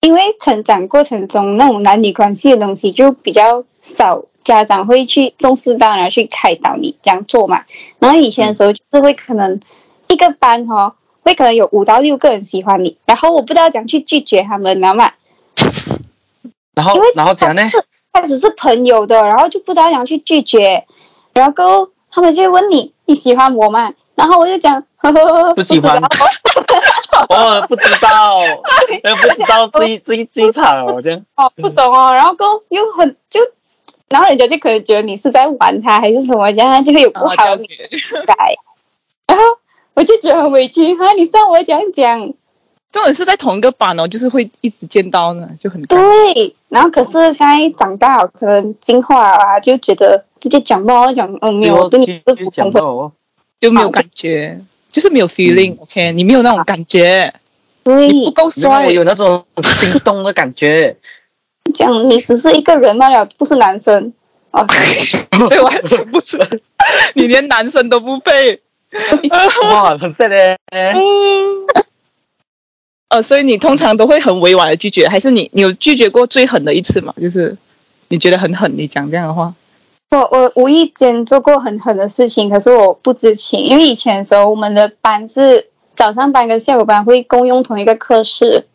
Speaker 1: 因为成长过程中那种男女关系的东西就比较少，家长会去重视到，然后去开导你这样做嘛。然后以前的时候就是会可能一个班哦，会可能有五到六个人喜欢你，然后我不知道怎样去拒绝他们，你知道吗？
Speaker 3: 然后
Speaker 1: 因为
Speaker 3: 哦然后讲呢？
Speaker 1: 开始是朋友的，然后就不知道怎样去拒绝，然后过后他们就会问你你喜欢我吗？然后我就讲 [laughs] 呵呵呵
Speaker 3: 不喜
Speaker 1: 知道
Speaker 3: 欢哦，不知道，哎不知道这一这一这一场，我这样
Speaker 1: 哦，不懂哦，然后够又很就，然后人家就可能觉得你是在玩他还是什么，然后他就会有不
Speaker 2: 啊
Speaker 1: 好
Speaker 2: 了
Speaker 1: 的
Speaker 2: 解 [laughs]
Speaker 1: 改，然后我就觉得很委屈哈，你让我讲讲，
Speaker 2: 这种是在同一个班哦，就是会一直见到呢，就很尴尬
Speaker 1: 对，然后可是现在长大了可能进化了啊，就觉得直接讲到讲，嗯，没有，我对你是
Speaker 3: 就
Speaker 1: 普
Speaker 3: 讲
Speaker 1: 通
Speaker 3: 到
Speaker 1: 朋
Speaker 3: 哦，
Speaker 2: 就没有感觉，就是
Speaker 3: 嗯
Speaker 2: 没有 feeling，OK，、你没有那种感觉，你不
Speaker 1: 对，
Speaker 2: 够
Speaker 3: 原来
Speaker 2: 帅
Speaker 3: 我，有那种心动的感觉。
Speaker 1: 讲你只是一个人罢了，不是男生哦，
Speaker 3: [laughs]
Speaker 2: 对，完全不是， [laughs] 你连男生都不配。
Speaker 3: 哇，很 sad 欸嘞。
Speaker 2: 呃，所以你通常都会很委婉的拒绝，还是你你有拒绝过最狠的一次吗？就是你觉得很狠，你讲这样的话，
Speaker 1: 我我无意间做过很狠的事情，可是我不知情，因为以前的时候我们的班是早上班跟下午班会共用同一个课室，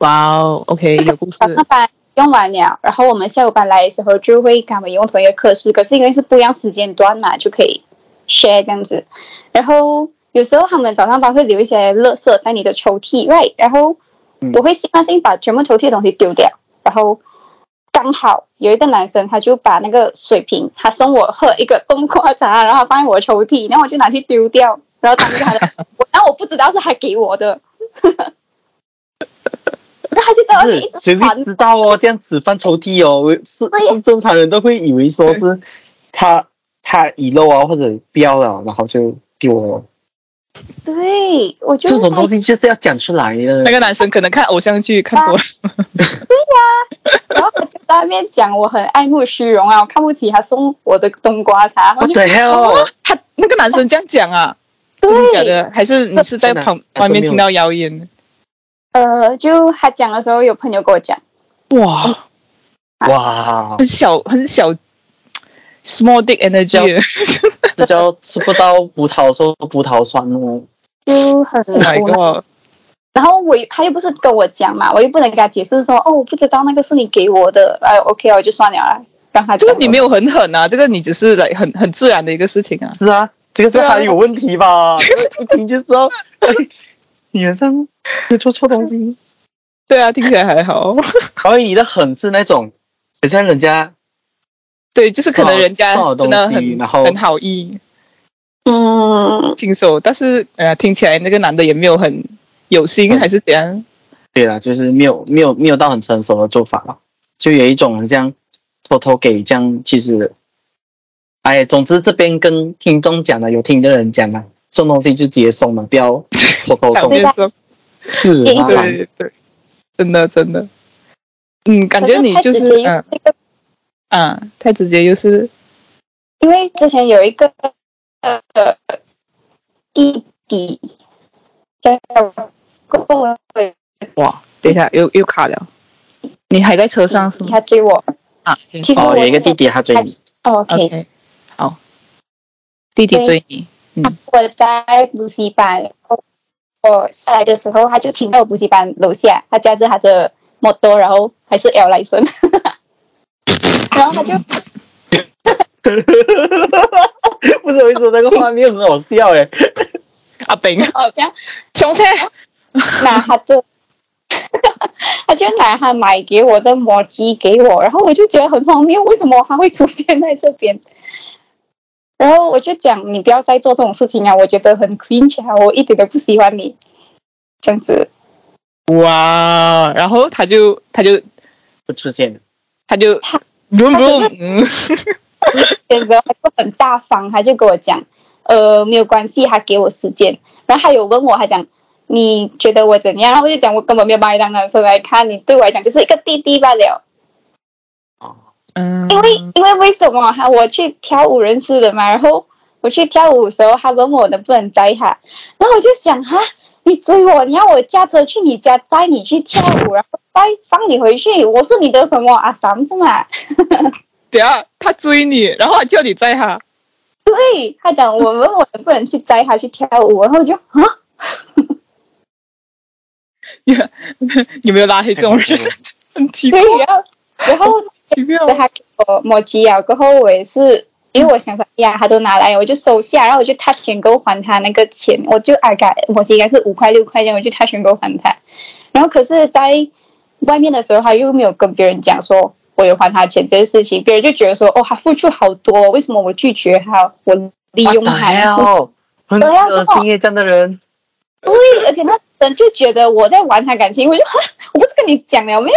Speaker 2: 哇哦，OK，有故事
Speaker 1: 早上班用完了，然后我们下午班来的时候就会跟他们用同一个课室，可是因为是不一样时间段嘛，就可以 share 这样子。然后有时候他们早上班会留一些垃圾在你的抽屉，right？然后
Speaker 3: 嗯
Speaker 1: 我会习惯性把全部抽屉的东西丢掉，然后刚好有一个男生，他就把那个水瓶，他送我喝一个冬瓜茶，然后放在我的抽屉，然后我就拿去丢掉，然后当时他的，
Speaker 3: [laughs]
Speaker 1: 我然后我不知道是他给我的， [laughs] 然后他就在外面一直
Speaker 3: 是谁
Speaker 1: 传
Speaker 3: 会知道哦？这样子翻抽屉哦，我是
Speaker 1: 对呀
Speaker 3: 是正常人都会以为说是他他遗漏啊，或者标了，然后就丢了。
Speaker 1: 对，我就
Speaker 3: 这
Speaker 1: 是
Speaker 3: 种东
Speaker 1: 担心
Speaker 3: 西就是要讲出来的。
Speaker 2: 那个男生可能看偶像剧看多了，
Speaker 1: 然后我就在那边讲我很爱慕虚荣啊，我看不起他送我的冬瓜茶，然后
Speaker 3: What
Speaker 1: 就
Speaker 3: the
Speaker 1: 哦
Speaker 3: hell？
Speaker 2: 他那个男生这样讲啊，真的假
Speaker 1: 对，
Speaker 2: 的？还是你是在旁
Speaker 3: 真的
Speaker 2: 外面听到谣言？
Speaker 1: 呃，就他讲的时候有
Speaker 2: 哦
Speaker 1: 朋友跟我讲，
Speaker 2: 哇，
Speaker 3: 哇，
Speaker 2: 很小很小 small dick
Speaker 3: 要
Speaker 2: energy，啊
Speaker 3: 比较吃不到葡萄说葡萄酸哦。
Speaker 1: 就很
Speaker 2: 哪一
Speaker 1: 无奈。
Speaker 2: 个？
Speaker 1: 然后我他又不是跟我讲嘛，我又不能给他解释说哦，我不知道那个是你给我的，哎，OK，我就算了啊，让他
Speaker 2: [laughs] 这
Speaker 1: 讲了。
Speaker 2: 个你没有很狠啊，这个你只是来很很自然的一个事情啊。
Speaker 3: 是啊，这个是
Speaker 2: 对啊
Speaker 3: 还有问题吧？
Speaker 1: 啊
Speaker 3: 一听就知道，哎你好像有做错东西。
Speaker 2: 对啊，听起来还好。 [laughs]
Speaker 3: 然后你的狠是那种，很像人家
Speaker 2: 对，就是可能人家
Speaker 3: 送好
Speaker 2: 真
Speaker 3: 送
Speaker 2: 的
Speaker 3: 好东西
Speaker 2: 很
Speaker 3: 然后
Speaker 2: 很好意
Speaker 1: 嗯，
Speaker 2: 亲手，但是呃，听起来那个男的也没有很有心，
Speaker 3: 嗯
Speaker 2: 还是怎样？
Speaker 3: 对啦，就是没有没有没有到很成熟的做法啦，就有一种很像偷偷给这样，其实，哎，总之这边跟听众讲了，有听的人讲了，送东西就直接送嘛，不要偷偷
Speaker 2: 当
Speaker 3: 送，
Speaker 2: [laughs] 面说，
Speaker 3: 是麻烦。
Speaker 2: 对对，真的真的，嗯，感觉你就
Speaker 1: 可是太直
Speaker 2: 是
Speaker 1: 接
Speaker 2: 嗯
Speaker 1: 那个
Speaker 2: 啊，太直接，又是
Speaker 1: 因为之前有一个呃弟弟在跟我
Speaker 2: 哇，等一下又又卡了，你还在车上是吗？
Speaker 1: 他追我，
Speaker 2: 啊，
Speaker 1: 其实
Speaker 3: 哦，
Speaker 1: 我
Speaker 3: 有一个弟弟他追你，
Speaker 1: 哦 OK，
Speaker 2: OK，好，弟弟
Speaker 1: 对
Speaker 2: 追你，
Speaker 1: 我在补习班，然后我下来的时候他就停在我补习班楼下，他驾着他的摩托，然后还是 L 来生， [laughs] 然后他就
Speaker 3: [laughs] 不是我一直说那个画面很好笑哎，
Speaker 2: 阿炳，
Speaker 1: 哦这样
Speaker 2: 熊车，
Speaker 1: 拿他的， [laughs] 他就拿他买给我的摩机给我，然后我就觉得很荒谬，为什么他会出现在这边？然后我就讲，你不要再做这种事情啊！我觉得很 cringe 啊，我一点都不喜欢你，这样子。
Speaker 2: 哇，然后他就他就
Speaker 3: 不出现了，
Speaker 2: 他就
Speaker 1: 他
Speaker 2: vroom
Speaker 1: 他就
Speaker 2: vroom，嗯，
Speaker 1: 的时候，他就很大方，他就跟我讲，呃，没有关系，他给我时间。然后他有问我，他讲你觉得我怎样？然后我就讲我根本没有把你当男生来看，你对我来讲就是一个弟弟罢了。
Speaker 3: 哦，
Speaker 2: 嗯，
Speaker 1: 因为因为为什么哈？我去跳舞认识的嘛，然后我去跳舞的时候，他问我能不能载他，然后我就想哈，你追我，你要我驾车去你家载你去跳舞，然后再放你回去，我是你的什么阿三是吗？ [laughs]
Speaker 2: 等一下他追你，然后他叫你载他，
Speaker 1: 对，他讲我问我能不能去载他去跳舞，然后我就啊，
Speaker 2: 你有没有拉黑这种人？很奇
Speaker 1: 对
Speaker 2: 怪，，
Speaker 1: 然后然后
Speaker 2: 奇妙
Speaker 1: 他给我摩机啊，过后我也是。因为我想说，哎呀，他都拿来，我就收下，然后我就 touch and go 还他那个钱，我就啊，该摩机应该是五块六块钱，我就 touch and go 还他。然后可是，在外面的时候，他又没有跟别人讲说我有还他钱这件事情，别人就觉得说，哦，他付出好多，为什么我拒绝他，我利用他？ [laughs]
Speaker 3: 哦，很恶心欸耶，这样的人。
Speaker 1: 对，而且他人就觉得我在玩他感情，我就哈， [laughs] 我不是跟你讲了没？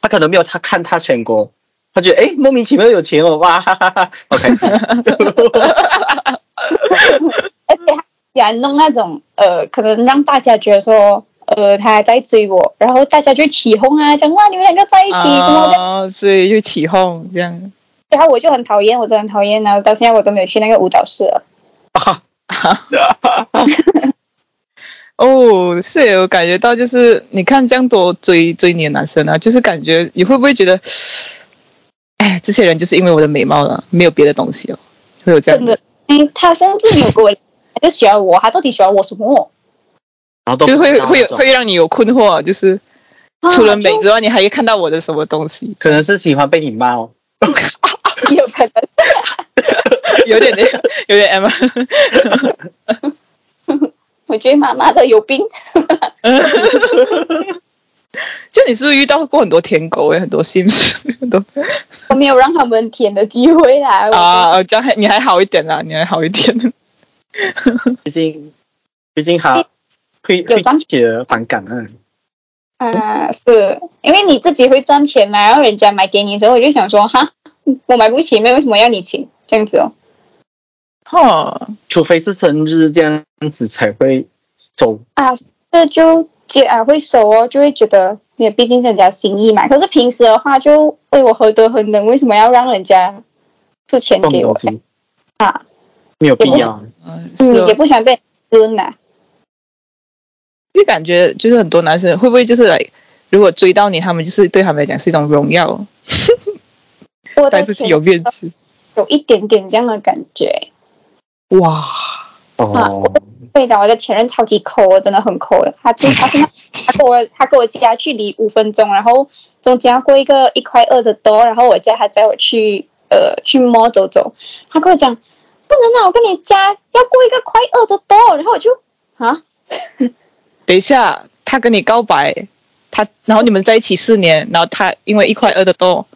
Speaker 3: 他可能没有他看他全国，他觉得哎、诶莫名其妙有钱哦，哇哈哈哈，好
Speaker 2: [laughs]
Speaker 3: 开心。
Speaker 2: 嗯
Speaker 1: 而且哎他喜欢弄那种呃，可能让大家觉得说，呃，他还在追我，然后大家就起哄啊，讲哇，你们两个在一起，怎么这样？
Speaker 2: 啊，所以就起哄这样，
Speaker 1: 然后我就很讨厌，我真的很讨厌然后到现在我都没有去那个舞蹈室了。
Speaker 2: 哦，是耶我感觉到就是你看这样多追追你的男生啊，就是感觉你会不会觉得，哎，这些人就是因为我的美貌了，没有别的东西哦，会有这样
Speaker 1: 真的，嗯，他甚至没有跟我，他就喜欢我，他到底喜欢我什么？
Speaker 3: 然后都
Speaker 2: 就会
Speaker 3: 不知道那
Speaker 2: 会有
Speaker 3: 种
Speaker 2: 会让你有困惑啊，就是
Speaker 1: 啊
Speaker 2: [laughs] 除了美之外，你还看到我的什么东西？
Speaker 3: 可能是喜欢被你骂哦，
Speaker 1: 就 [laughs] 有可能，
Speaker 2: 有点有点 M，
Speaker 1: 我觉得妈妈的有病。 [laughs]
Speaker 2: 就你是不是遇到过很多舔狗诶，很多心事，很多
Speaker 1: 我没有让他们舔的机会啦。我
Speaker 2: 啊，这样还你还好一点啦，你还好一点。
Speaker 3: 毕竟毕竟他会
Speaker 1: 有
Speaker 3: 会
Speaker 1: 张
Speaker 3: 起了反感嗯，
Speaker 1: 啊，是因为你自己会赚钱嘛，然后人家买给你之后，我就想说，哈，我买不起，没有为什么要你请这样子哦？
Speaker 2: [laughs] 哈，
Speaker 3: 除非是生日这样子才会走。
Speaker 1: 啊，这就接啊会收哦，就会觉得，因为毕竟是人家心意嘛。可是平时的话，就为我何德何能，为什么要让人家付钱
Speaker 3: 送
Speaker 1: 给我
Speaker 3: 东西
Speaker 1: 啊？
Speaker 3: 没有必要，
Speaker 2: [laughs] 嗯，是
Speaker 1: 嗯，
Speaker 2: 哦
Speaker 1: 也不想被蹲呐、
Speaker 2: 就感觉就是很多男生哦会不会就是来，如果追到你，他们就是对他们来讲是一种荣耀，
Speaker 1: 我
Speaker 2: 带
Speaker 1: 的
Speaker 2: 出去
Speaker 1: 钱
Speaker 2: 有面子。
Speaker 1: 有一点点这样的感觉。
Speaker 2: 哇，
Speaker 3: 哦，
Speaker 1: 对的，我的前任超级抠，我真的很抠的。他就他是那他跟我他跟我家距离五分钟，然后中间要过一个一块二的兜，然后我家还载我去呃去摸走走。他跟我讲不能啊，我跟你家要过一个块二的兜，然后我就啊
Speaker 2: 等一下，他跟你告白，他然后你们在一起四年，然后他因为一块二的豆，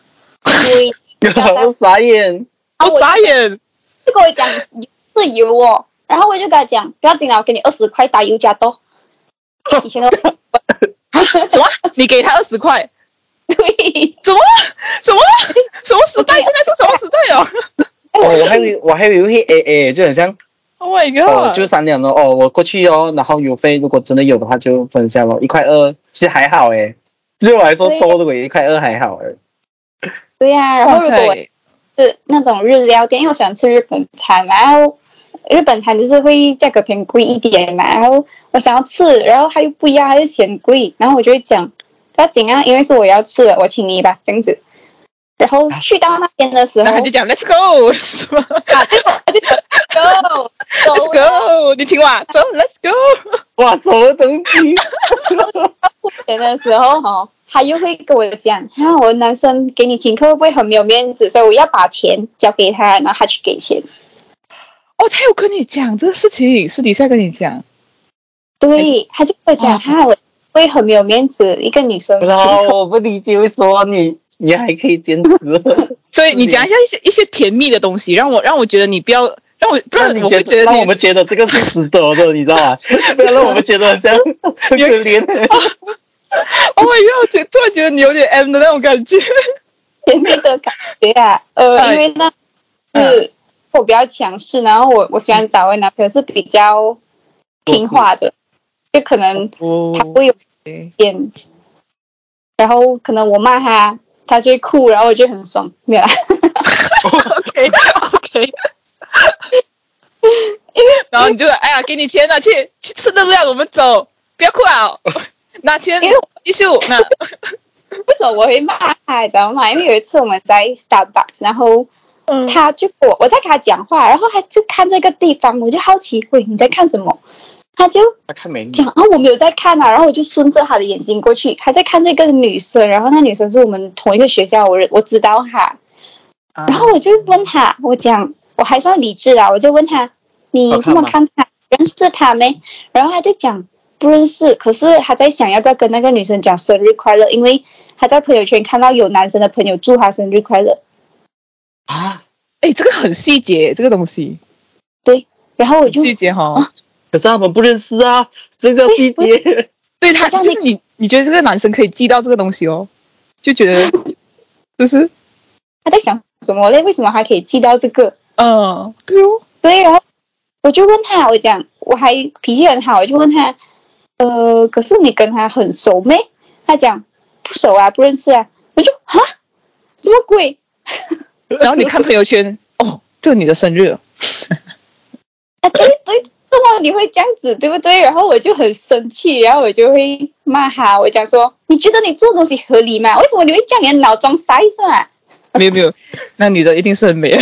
Speaker 1: 对，然后
Speaker 3: [laughs] 我傻眼，
Speaker 1: 然后
Speaker 2: 啊我
Speaker 1: 我
Speaker 2: 傻 [laughs] 眼，
Speaker 1: 就跟我讲是油哦，然后我就跟他讲不要紧啦，我给你二十块打油加兜。以前的什么？
Speaker 2: 你给他二十块，
Speaker 1: 对，
Speaker 2: 怎么什么什么时代？现在是什么时代 [laughs] 哦
Speaker 3: 我我还以为我还以为会 A A，就很像
Speaker 2: [laughs] ？Oh my
Speaker 3: 哦，
Speaker 2: god！
Speaker 3: 就商量了哦，我过去哦，然后邮费如果真的有的话就分享咯，一块二，其实还好诶，对我来说
Speaker 1: 对
Speaker 3: 多如果一块二还好欸
Speaker 2: [laughs]
Speaker 3: 诶。
Speaker 1: 对呀、然
Speaker 2: 哇
Speaker 1: 后如果我
Speaker 2: 塞，
Speaker 1: 是那种日料店，因为我喜欢吃日本餐嘛，然后日本餐就是会价格偏贵一点嘛，然后我想要吃，然后他又不要，他又嫌贵，然后我就会讲不要紧啊，因为是我要吃的，我请你吧，这样子。然后去到那边的时候
Speaker 2: 然后他就讲 [laughs] Let's go，什 [laughs] 么
Speaker 1: ，Go
Speaker 2: Let's go，你听 [laughs] 话，走 Let's go，
Speaker 3: 哇，什么东西？
Speaker 1: 钱的时候哦，他又会跟我讲，啊，我男生给你请客会不会很没有面子，所以我要把钱交给他，然后他去给钱。
Speaker 2: 哦，他有跟你讲这个事情，私底下跟你讲，
Speaker 1: 对，他就会
Speaker 2: 哇
Speaker 1: 讲，哈、我会很没有面子，一个女生请
Speaker 3: 然后
Speaker 1: 客。
Speaker 3: 我不理解为什么你你还可以坚持，
Speaker 2: 所以你讲一下一些一些甜蜜的东西，让我让我觉得你不要让我不然
Speaker 3: 让你
Speaker 2: 我会
Speaker 3: 觉
Speaker 2: 觉
Speaker 3: 得
Speaker 2: 得
Speaker 3: 让我
Speaker 2: 你
Speaker 3: 们觉得这个是值得的，你知道
Speaker 2: [laughs]
Speaker 3: 吗？不要让我们觉得很像很可怜。欸
Speaker 2: Oh my [laughs] god！我觉突然觉得你有点 M 的那种感 [laughs] 觉。
Speaker 1: 甜蜜的感觉啊，呃，
Speaker 2: 对
Speaker 1: 因为那是我比较强势，然后我我喜欢找位男朋友是比较听话的，就可能
Speaker 2: 哦
Speaker 1: 他会有点，然后可能我骂他，他就会哭，然后我就很爽，没有啦，
Speaker 2: [laughs]
Speaker 1: [laughs]
Speaker 2: OK OK。然后你就哎呀，给你钱了，去去吃热料，我们走，不要哭 [laughs] 啊！拿钱
Speaker 1: 因为我，
Speaker 2: 继续拿。
Speaker 1: 为什么我会骂他，你知道吗？因为有一次我们在 Starbucks，然后
Speaker 2: 嗯
Speaker 1: 他就我我在跟他讲话，然后他就看这个地方，我就好奇，喂，你在看什么？他就
Speaker 3: 他看美女，
Speaker 1: 讲啊，我没有在看啊，然后我就顺着他的眼睛过去，他在看这个女生，然后那女生是我们同一个学校，我认我知道她，
Speaker 2: [laughs] 然
Speaker 1: 然后我就问他，我讲我还算理智啦，我就问他，你
Speaker 3: 好
Speaker 1: 这
Speaker 3: 看吗
Speaker 1: 么看他，认识他没？然后他就讲不认识，可是他在想要不要跟那个女生讲生日快乐，因为他在朋友圈看到有男生的朋友祝他生日快乐，
Speaker 3: 啊，
Speaker 2: 哎，这个很细节，这个东西
Speaker 1: 然后我就
Speaker 2: 细节哈。
Speaker 3: 可是他们不认识啊，这叫细节。
Speaker 2: 对他
Speaker 1: 好像
Speaker 2: 就
Speaker 1: 那
Speaker 2: 是你，你觉得这个男生可以记到这个东西哦，就觉 [laughs] 得就是
Speaker 1: 他在想什么嘞？为什么还可以记到这个？
Speaker 2: 嗯，对哦，
Speaker 1: 对，然后我就问他，我讲我还脾气很好，我就问他，呃，可是你跟他很熟没？他讲不熟啊，不认识啊。我就啊，什么鬼？
Speaker 2: [laughs] 然后你看朋友圈，哦，这个女的生日了，
Speaker 1: 啊，对对，怎么你会这样子，对不对？然后我就很生气，然后我就会骂他，我讲说，你觉得你做的东西合理吗？为什么你会这样？你的脑装塞是吗？
Speaker 2: 没有没有，那女的一定是很美， [laughs]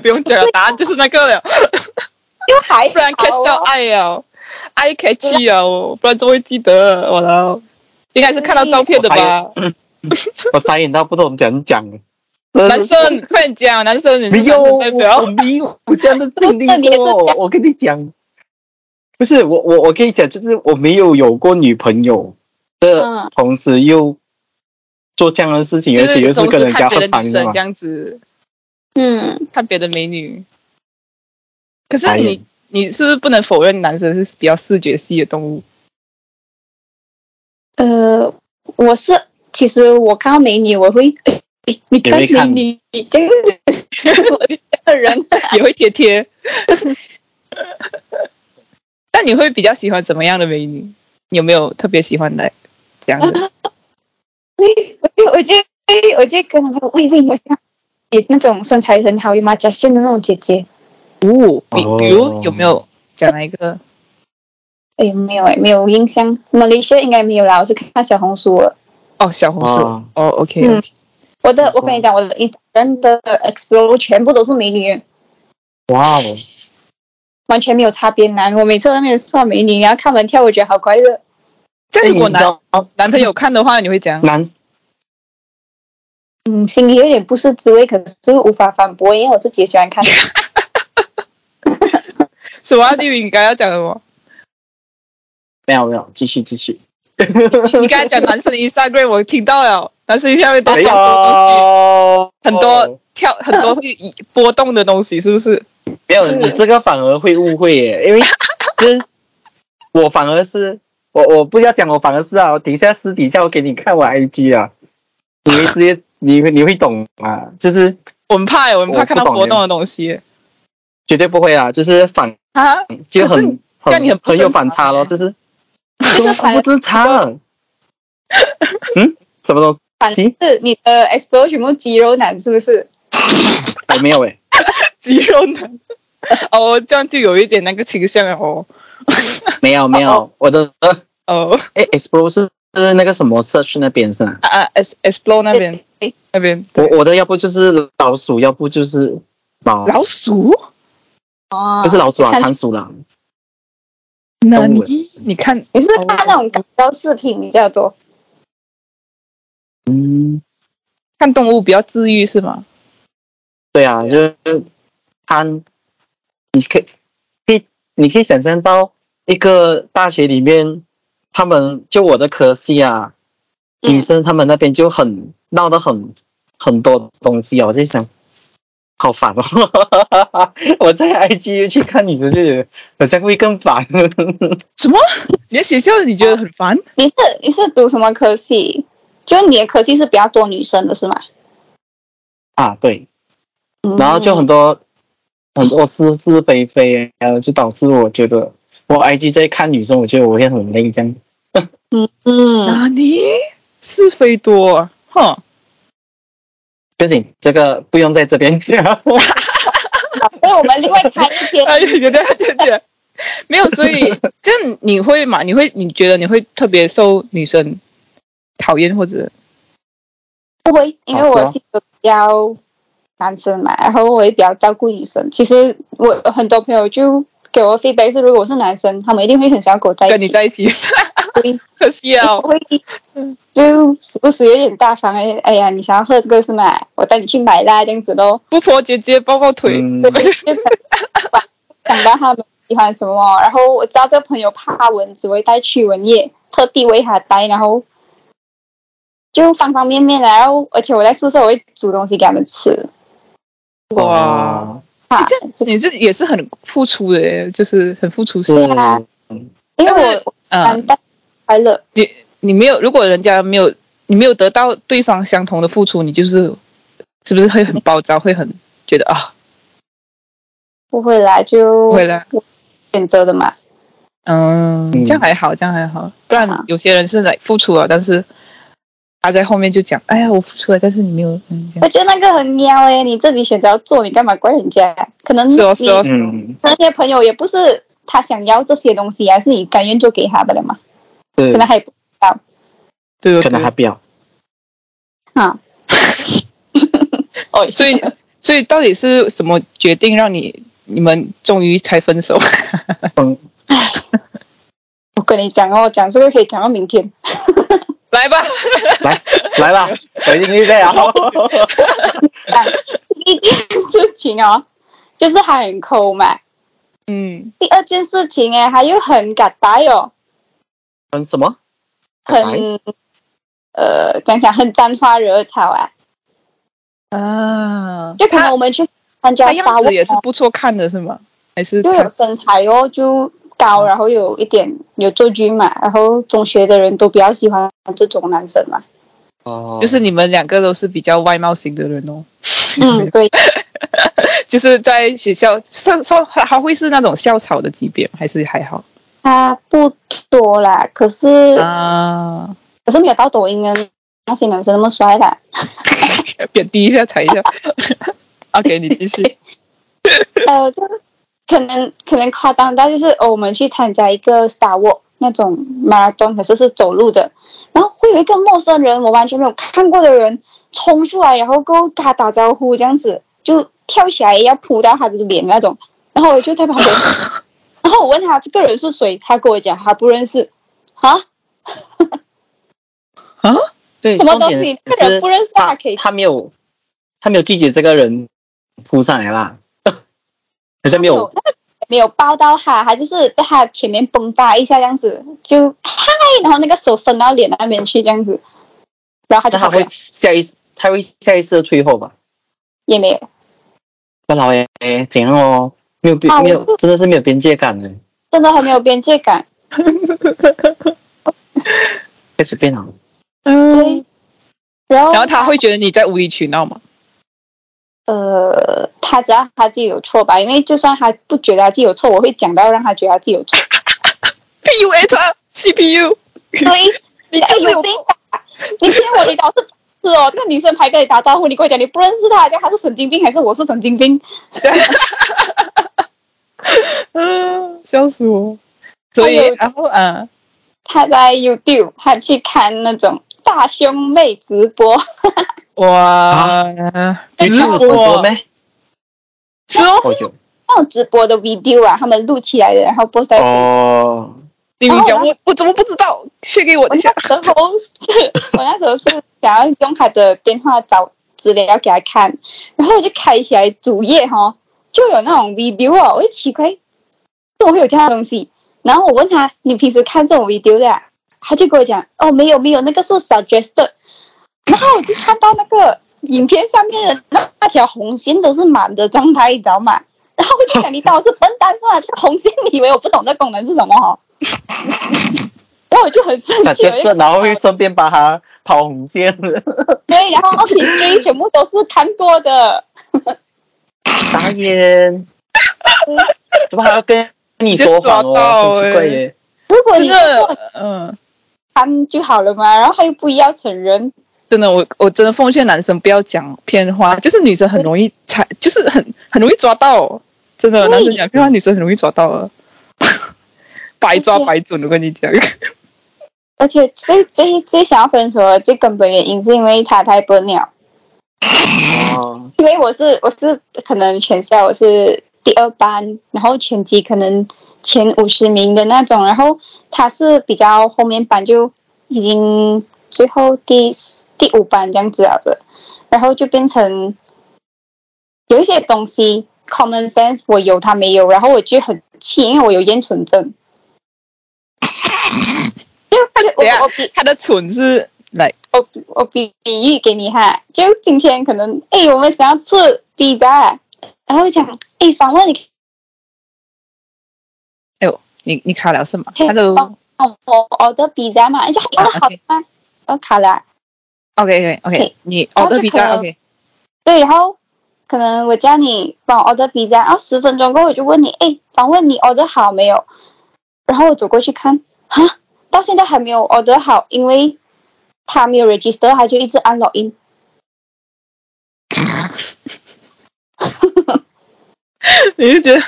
Speaker 2: 不用讲了，答案就是那个了，
Speaker 1: 又还啊
Speaker 2: 不然 catch 到爱了，爱 catch 了哦，不然怎么会记得？我操，应该是看到照片的吧？
Speaker 3: 我傻眼到不懂怎样讲了。[laughs]
Speaker 2: 男生，快点讲，男生，你
Speaker 3: 没
Speaker 2: 是
Speaker 3: 有，
Speaker 2: 男生
Speaker 3: 我
Speaker 2: 代
Speaker 3: 我
Speaker 2: 表，
Speaker 3: 没有这样的经
Speaker 1: 真
Speaker 3: 历
Speaker 1: 的你也是
Speaker 3: 过。我跟你讲，不是我我我跟你讲，就是我没有有过女朋友的
Speaker 1: 嗯，
Speaker 3: 同时又做这样的事情，
Speaker 2: 就
Speaker 3: 而且又
Speaker 2: 总
Speaker 3: 跟
Speaker 2: 是
Speaker 3: 人家
Speaker 2: 看别
Speaker 3: 喝
Speaker 2: 的
Speaker 3: 汤
Speaker 2: 女
Speaker 3: 的
Speaker 2: 生
Speaker 3: 嘛
Speaker 2: 这。样子，
Speaker 1: 嗯，
Speaker 2: 看别的美女。可是
Speaker 3: 哎呦
Speaker 2: 你，你是不是不能否认男生是比较视觉系的动物？
Speaker 1: 呃，我是其实我看到美女，我会。哎你看
Speaker 3: 也会看
Speaker 1: 美女，这个我这个 [laughs] 人，啊
Speaker 2: [laughs] 也会贴贴。但你会比较喜欢怎么样的美女？你有没有特别喜欢的这样子？
Speaker 1: 我就我就我就跟他们说，喂喂，我想也那种身材很好、有马甲线的那种姐姐。
Speaker 2: 哦，比
Speaker 3: 哦
Speaker 2: 比如有没有讲哪一个？
Speaker 1: 哎，没有哎，没有印象。马来西亚应该没有啦，我是看小红书了。
Speaker 2: 哦，小红书。
Speaker 3: 哇
Speaker 2: 哦，OK，
Speaker 1: 嗯
Speaker 2: OK，
Speaker 1: 我的
Speaker 3: 没，错
Speaker 1: 我跟你讲，我的 Instagram 的 Explore 全部都是美女，
Speaker 3: 哇哦，
Speaker 1: 完全没有擦边男。我每次在那边算美女，然后看门跳，我觉得好快乐。
Speaker 2: 这样如果
Speaker 3: 哎你
Speaker 2: 男哦
Speaker 3: 知道
Speaker 2: 男朋友看的话，你会怎样？
Speaker 3: 男
Speaker 1: 嗯，心里有点不是滋味，可是无法反驳，因为我自己也喜欢
Speaker 3: [laughs]
Speaker 1: 看。
Speaker 2: 什么啊？你你刚才讲什么？
Speaker 3: 没有没有，继续继续，
Speaker 2: 你刚才讲男生 Instagram，我听到了，男生 Instagram 都
Speaker 3: 没
Speaker 2: 很多东
Speaker 3: 有
Speaker 2: 西，很
Speaker 3: 哦
Speaker 2: 多跳很多会移波动的东西，是不是？
Speaker 3: 没有，你这个反而会误会耶，因为 [laughs] 就是我反而是我我不要讲，我反而是啊，我等一下私底下我给你看我 IG 啊，你会直接你会你会懂啊，就是
Speaker 2: 我很怕耶，我很怕
Speaker 3: 我不
Speaker 2: 看到
Speaker 3: 懂耶
Speaker 2: 波动的东西耶
Speaker 3: 绝对不会啊，就是反
Speaker 2: 啊！
Speaker 3: 就
Speaker 2: 可是
Speaker 3: 很
Speaker 2: 这样
Speaker 3: 很
Speaker 2: 你很不
Speaker 3: 很有
Speaker 2: 正常欸
Speaker 3: 反差咯，
Speaker 2: 耶
Speaker 3: 就是
Speaker 1: 这个反
Speaker 3: 不正常，嗯，什么东
Speaker 1: 反
Speaker 3: 西？
Speaker 1: 是你的 Explore 全部肌肉男是不是？
Speaker 3: 我哎没有欸诶，
Speaker 2: 肌肉男。 [laughs] 哦，这样就有一点那个倾向了哦。
Speaker 3: 没有没有，我的呃
Speaker 2: 哦，
Speaker 3: 哎 Explore 是是那个什么 search 那边是吗？
Speaker 2: 啊啊，es explore 那边
Speaker 1: 对
Speaker 2: 那边
Speaker 3: 我我的要不就是老鼠，要不就是老
Speaker 2: 老鼠，
Speaker 1: 哦
Speaker 3: 不是老鼠啊，
Speaker 1: 看
Speaker 3: 仓鼠啦。
Speaker 2: 那
Speaker 3: 动物
Speaker 2: 你你看哦
Speaker 1: 你是
Speaker 3: 哦
Speaker 1: 不是看那种搞笑视频比较多？
Speaker 3: 嗯，
Speaker 2: 看动物比较治愈是吗？
Speaker 3: 对啊，就是它，你可以可以你可以想象到一个大学里面，他们就我的科系啊，
Speaker 1: 嗯
Speaker 3: 女生他们那边就很闹得很很多东西啊，我就想。好烦哦！ [laughs] 我在 IG 去看女生，就觉得好像会更烦。 [laughs]
Speaker 2: 什么？你在学校你觉得很烦？
Speaker 1: 你是你是读什么科系？就你的科系是比较多女生的是吗？
Speaker 3: 啊，对，
Speaker 1: 嗯
Speaker 3: 然后就很多、很多是是非非，然后就导致我觉得我 IG 在看女生，我觉得我会很累这样。
Speaker 1: 嗯嗯，
Speaker 2: 啊，你是非多啊，哼，
Speaker 3: 不仅这个不用在这边讲，
Speaker 1: 所以我们另外开一
Speaker 2: [laughs]
Speaker 1: 天。
Speaker 2: 哎，有点有点，没有，所 [laughs] 以这样你会嘛？你会你觉得你会特别受女生讨厌或者
Speaker 1: 不会，因为
Speaker 3: 好是
Speaker 1: 我
Speaker 3: 吗
Speaker 1: 是一个比较男生嘛，然后我也比较照顾女生。其实我很多朋友就给我 feedback 是，如果我是男生，他们一定会很想要跟我在一起。
Speaker 2: 跟你在一起？ [laughs]
Speaker 1: 对，
Speaker 2: 可惜啊
Speaker 1: 我，会就时不时有点大方，哎哎呀，你想要喝这个是吗？我带你去买啦，这样子咯。
Speaker 2: 富婆姐姐抱抱腿，
Speaker 3: 嗯
Speaker 1: 对，就是想到他们喜欢什么，然后我知道这个朋友怕蚊子，我会带驱蚊液，特地为他带，然后就方方面面的，然后而且我在宿舍我会煮东西给他们吃。
Speaker 2: 哇，
Speaker 3: 哦
Speaker 1: 怕
Speaker 2: 啊这样
Speaker 1: 就
Speaker 2: 你这也是很付出的耶，就是很付出心
Speaker 3: 是
Speaker 1: 是啊
Speaker 3: 嗯
Speaker 1: 因为我我
Speaker 2: 啊
Speaker 1: 蛮。带快乐，
Speaker 2: 你你没有，如果人家没有你没有得到对方相同的付出，你就是是不是会很暴躁，会很觉得啊，
Speaker 1: 不会啦，就
Speaker 2: 不会啦
Speaker 1: 选择的嘛。
Speaker 2: 嗯，
Speaker 3: 嗯
Speaker 2: 这样还好，这样还好。不
Speaker 1: 啊
Speaker 2: 然有些人是来付出了，但是他在后面就讲，哎呀，我付出了，但是你没有，嗯，这
Speaker 1: 我
Speaker 2: 样
Speaker 1: 觉得那个很喵诶、你自己选择要做，你干嘛怪人家？可能你
Speaker 2: 是哦是哦
Speaker 3: 嗯，
Speaker 1: 那些朋友也不是他想要这些东西，啊还是你甘愿做给他的了嘛？
Speaker 3: 对
Speaker 1: 可，能还不
Speaker 2: 对
Speaker 3: 可
Speaker 2: 对
Speaker 3: 能还
Speaker 2: 对。
Speaker 3: 不要。
Speaker 2: [laughs]
Speaker 1: 啊。哦，
Speaker 2: 所以所以到底是什么决定让你你们终于才分手？
Speaker 3: 嗯，
Speaker 1: 我跟你讲哦，讲这个可以讲到明天。
Speaker 2: 来吧，
Speaker 3: 来来吧，我已经预备
Speaker 1: [laughs]
Speaker 3: 好。
Speaker 2: [laughs]
Speaker 1: 啊第一件事情哦，就是他很抠嘛。
Speaker 2: [laughs] 嗯，
Speaker 1: 第二件事情哎，他又很嘎白哦，
Speaker 3: 嗯，什么？
Speaker 1: 很呃，讲讲很沾花惹草啊。
Speaker 2: 啊，
Speaker 1: 就可能我们去参加
Speaker 2: 他
Speaker 1: SPA，
Speaker 2: 样子也是
Speaker 1: 哦
Speaker 2: 不错看的，是吗？还是
Speaker 1: 就
Speaker 2: 他
Speaker 1: 有身材哦，就
Speaker 2: 嗯
Speaker 1: 高，然后有一点有做军嘛，然后中学的人都比较喜欢这种男生嘛。
Speaker 3: 哦
Speaker 2: 就是你们两个都是比较外貌型的人哦， [laughs]
Speaker 1: 嗯，对，
Speaker 2: 就是在学校算算还还会是那种校草的级别吗，还是还好
Speaker 1: 差不多啦。可是
Speaker 2: 啊？
Speaker 1: 可是没有到抖音的那些男生那么帅啦。
Speaker 2: [laughs] 贬低一下，踩一下。OK，你继续。
Speaker 1: 呃，就是可能可能夸张到就是、哦、我们去参加一个 Star Walk，那种马拉松，可是是走路的，然后会有一个陌生人，我完全没有看过的人冲出来，然后跟我跟他打招呼，这样子就跳起来要扑到他的脸那种，然后我就在旁边， [laughs] 然后我问他这个人是谁，他跟我讲他不认识，啊，
Speaker 2: 啊，
Speaker 3: 对，
Speaker 1: 什么
Speaker 3: 重
Speaker 1: 东
Speaker 3: 点
Speaker 1: 西
Speaker 3: 是
Speaker 1: 这个人不认识
Speaker 3: 他
Speaker 1: 他可以
Speaker 3: 他没有，他没有拒绝这个人扑上来啦， [laughs] 好像没有
Speaker 1: 那个没有抱到他，他就是在他前面蹦跶一下这样子，就嗨，然后那个手伸到脸那边去这样子，然后他
Speaker 3: 那
Speaker 1: 就跑
Speaker 3: 他会
Speaker 1: 掉，
Speaker 3: 下意识，他会下意识的退后吧？
Speaker 1: 也没有。
Speaker 3: 不老爷怎样哦？没有边、
Speaker 1: 啊我
Speaker 3: 没有
Speaker 1: 不，
Speaker 3: 真的是没有边界感的，
Speaker 1: 真的很没有边界感。
Speaker 3: 可以随便啊。
Speaker 1: 对
Speaker 2: 嗯，，
Speaker 1: 然后
Speaker 2: 然后他会觉得你在无理取闹嘛？
Speaker 1: 呃，他知道他自己有错吧？因为就算他不觉得他自己有错，我会讲到让他觉得他自己有错。
Speaker 2: PUA 他 CPU，
Speaker 1: [laughs] 对，
Speaker 2: 你
Speaker 1: 哎
Speaker 2: 就是
Speaker 1: 有
Speaker 2: 有
Speaker 1: 病吧？你骗我，你导致是哦，这个女生还跟你打招呼，你跟我讲你不认识她，讲她是神经病还是我是神经病？
Speaker 2: 嗯，笑死我。所以
Speaker 1: 还有，
Speaker 2: 然后啊，
Speaker 1: 他在 YouTube，他去看那种大胸妹直播， [laughs]
Speaker 2: 哇，
Speaker 3: 哎你
Speaker 2: 直
Speaker 3: 看我
Speaker 2: 播
Speaker 3: 咩？
Speaker 2: 是哦，
Speaker 3: 哦有
Speaker 1: 那种直播的 video 啊，他们录起来的，然后 post 在 Facebook
Speaker 3: 哦，
Speaker 2: 你
Speaker 1: 然后
Speaker 2: 讲
Speaker 1: 我
Speaker 2: 我我怎么不知道？借给我
Speaker 1: 我
Speaker 2: 一下。
Speaker 1: 那时候是，我那时候是想要用他的电话找资料给他看，然后我就开起来主页哈、就有那种 video 啊，我就奇怪，怎么会有这样的东西？然后我问他，你平时看这种 video 的、啊？他就跟我讲，哦，没有没有，那个是 suggested。然后我就看到那个影片上面的那那条红线都是满的状态，你知道吗？然后我就想，你当我是笨蛋是吗？这个红线，你以为我不懂这功能是什么哦？ [laughs] 然后我就很生
Speaker 3: 那
Speaker 1: 气，
Speaker 3: 就，
Speaker 1: 我就是
Speaker 3: 然后会顺便把他跑红 [laughs] 线，
Speaker 1: 对，然后 history 全部都是看过的，
Speaker 3: 傻眼，怎么还要跟 [laughs] 你说谎
Speaker 2: 你就抓到
Speaker 3: 哦？很奇怪耶，
Speaker 1: 如果
Speaker 2: 真
Speaker 1: 你做
Speaker 2: 的，嗯，
Speaker 1: 看就好了嘛，然后他又不要承认，
Speaker 2: 真的，我我真的奉劝男生不要讲骗话，就是女生很容易猜，就是很很容易抓到。真的，
Speaker 1: 对
Speaker 2: 男生讲骗话，女生很容易抓到了， [laughs] 百抓
Speaker 1: 而且
Speaker 2: 百准。我跟你讲，
Speaker 1: 而且最最最想要分手的最根本原因是因为他太笨了，
Speaker 3: 哦，
Speaker 1: 因为我是我是可能全校我是第二班，然后全级可能前五十名的那种，然后他是比较后面班就已经最后第四第五班这样子了的，然后就变成有一些东西 common sense 我有他没有，然后我就很气，因为我有厌蠢
Speaker 2: [laughs]
Speaker 1: 症。就就
Speaker 2: 等一下
Speaker 1: 我我比
Speaker 2: 他的蠢是来
Speaker 1: 我比我比比喻给你哈，就今天可能哎，我们想要吃披萨，然后讲哎，访问你
Speaker 2: 你你卡了是吗
Speaker 1: 可以
Speaker 2: ？Hello，OK
Speaker 1: 帮帮我 order 披萨吗？人家
Speaker 2: 啊
Speaker 1: 要好
Speaker 2: ，OK
Speaker 1: 吗？我卡了，
Speaker 2: OK OK，
Speaker 1: 对
Speaker 2: 你
Speaker 1: 然
Speaker 2: 哦，
Speaker 1: 后就
Speaker 2: 的比
Speaker 1: 可
Speaker 2: 较
Speaker 1: 能
Speaker 2: OK，
Speaker 1: 对，然后可能我叫你帮我 order 披萨，然后十分钟过后我就问你，哎，访问你 order 好没有？然后我走过去看，哈，到现在还没有 order 好，因为他没有 register，他就一直按 login。
Speaker 2: 你就觉得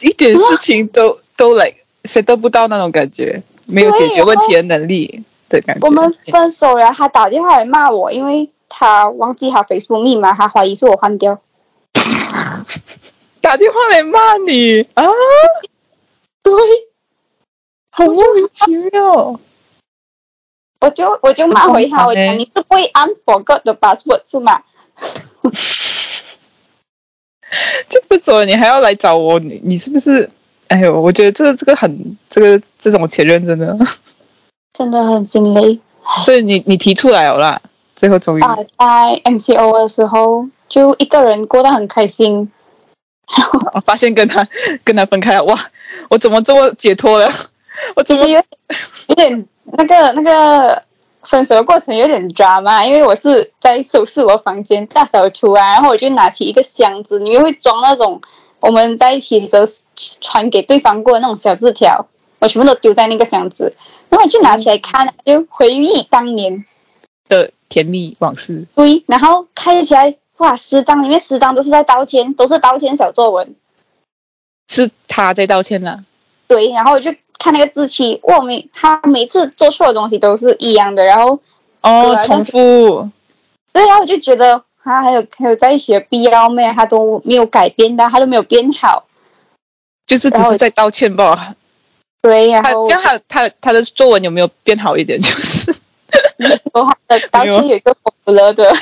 Speaker 2: 一点事情都都来谁都不到那种感觉，没有
Speaker 1: 对
Speaker 2: 解决
Speaker 1: 然
Speaker 2: 问
Speaker 1: 后
Speaker 2: 题的能力的感觉。
Speaker 1: 我们分手了，他打电话来骂我，因为他忘记他 Facebook 密码，他怀疑是我换掉。
Speaker 2: 打电话来骂你啊，
Speaker 1: 对，
Speaker 2: 好莫名其妙。
Speaker 1: 我就我就骂回他，
Speaker 2: 很荒唐
Speaker 1: 我
Speaker 2: 欸
Speaker 1: 讲你是不会按 forgot 的 password 是吗？
Speaker 2: 就不走了，你还要来找我，你你是不是？哎呦，我觉得这个这个很这个这种前任真的，
Speaker 1: 真的很心累
Speaker 2: 所以你你提出来了啦，最后终于、
Speaker 1: 啊！在 MCO 的时候，就一个人过得很开心。
Speaker 2: 我发现跟他跟他分开了，哇，我怎么这么解脱了？ [laughs] 我怎
Speaker 1: 其
Speaker 2: 么
Speaker 1: 实有有点那个那个分手的过程有点抓嘛，因为我是在收拾我房间大扫除啊，然后我就拿起一个箱子，里面会装那种我们在一起的时候传给对方过的那种小字条，我全部都丢在那个箱子，然后我就拿起来
Speaker 2: 嗯
Speaker 1: 看，啊就回忆当年
Speaker 2: 的甜蜜往事？
Speaker 1: 对，然后看起来哇，十张里面十张都是在道歉，都是道歉小作文。
Speaker 2: 是他在道歉啦，
Speaker 1: 对，然后我就看那个字期，哇，每他每次做错的东西都是一样的，然后
Speaker 2: 哦
Speaker 1: 对，啊
Speaker 2: 重复，
Speaker 1: 对，然后我就觉得他还有还有在学必要没？他都没有改变的，他都没有变好。
Speaker 2: 就是只
Speaker 1: 然后
Speaker 2: 是在道歉吧。
Speaker 1: 对，然
Speaker 2: 他
Speaker 1: 后
Speaker 2: 让他他他的作文有没有变好一点？ [laughs] 就是
Speaker 1: 说他的道歉有一个否了的，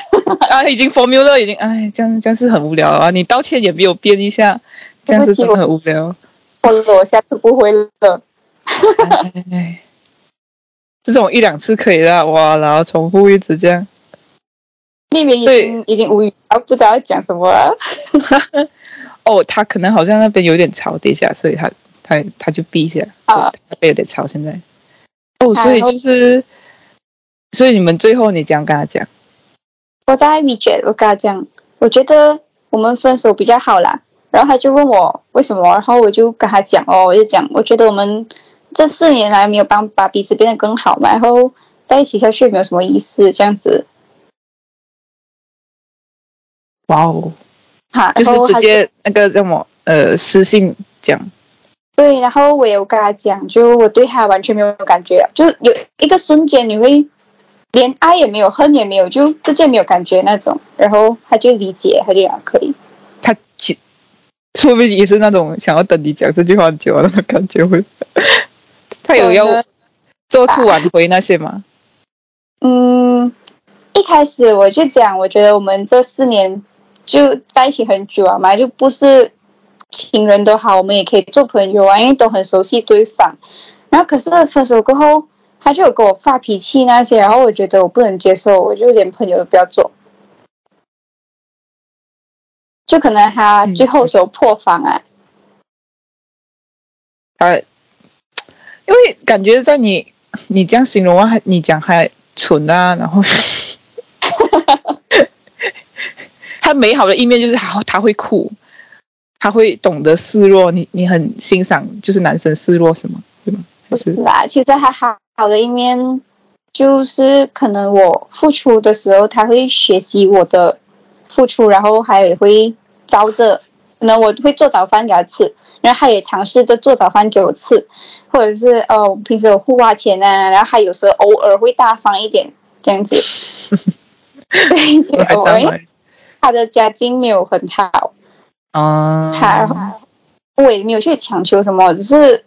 Speaker 2: 啊，已经 formula 已经哎，这样这样是很无聊啊。你道歉也没有变一下，这样
Speaker 1: 对不
Speaker 2: 是
Speaker 1: 起
Speaker 2: 真的很无聊。
Speaker 1: 否则我下次不会了。
Speaker 2: [laughs] 哎，这种一两次可以啦，哇，然后重复一直这样。
Speaker 1: 那边已经已经无语了，不知道要讲什么了。
Speaker 2: 哦，他可能好像那边有点吵，等一下，所以他他他就避一下，
Speaker 1: 啊
Speaker 2: 对他被有点吵现在。哦，
Speaker 1: 好
Speaker 2: 所以就是，所以你们最后你这样跟他讲，
Speaker 1: 我在 w e c 我跟他讲，我觉得我们分手比较好啦。然后他就问我为什么，然后我就跟他讲哦，我就讲我觉得我们这四年来没有帮把彼此变得更好嘛，然后在一起下去也没有什么意思，这样子
Speaker 2: 哇哦，
Speaker 1: 哈，
Speaker 2: 就
Speaker 1: 然后
Speaker 2: 是
Speaker 1: 他
Speaker 2: 直接那个什么呃私信讲，
Speaker 1: 对，然后我有跟他讲，就我对他完全没有感觉，就是有一个瞬间你会连爱也没有，恨也没有，就直接没有感觉那种，然后他就理解，他就讲可以。
Speaker 2: 他其说不定也是那种想要等你讲这句话很久的那种感觉会， [laughs] 他有
Speaker 1: 可
Speaker 2: 要
Speaker 1: 能
Speaker 2: 做出挽回那些吗？
Speaker 1: 嗯，一开始我就讲，我觉得我们这四年就在一起很久啊嘛，就不是情人都好，我们也可以做朋友啊，因为都很熟悉对方。然后可是分手过后，他就有跟我发脾气那些，然后我觉得我不能接受，我就连朋友都不要做。就可能他
Speaker 2: 嗯
Speaker 1: 最后时候破防啊，
Speaker 2: 他，因为感觉在你你这样形容啊，你讲还蠢啊，
Speaker 1: [laughs]
Speaker 2: 然后他美好的一面就是他他会哭，他会懂得示弱，你你很欣赏，就是男生示弱是吗？对吗？
Speaker 1: 不 [laughs]
Speaker 2: 还
Speaker 1: 是
Speaker 2: 是
Speaker 1: 啦，其实他好好的一面就是，可能我付出的时候，他会学习我的付出，然后还也会照着。可能我会做早饭给他吃，然后他也尝试着做早饭给我吃，或者是呃，我平时有互花钱啊，然后他有时候偶尔会大方一点这样子。对，就偶尔，因为他的家境没有很好，
Speaker 2: 啊，
Speaker 1: 他我也没有去强求什么，只是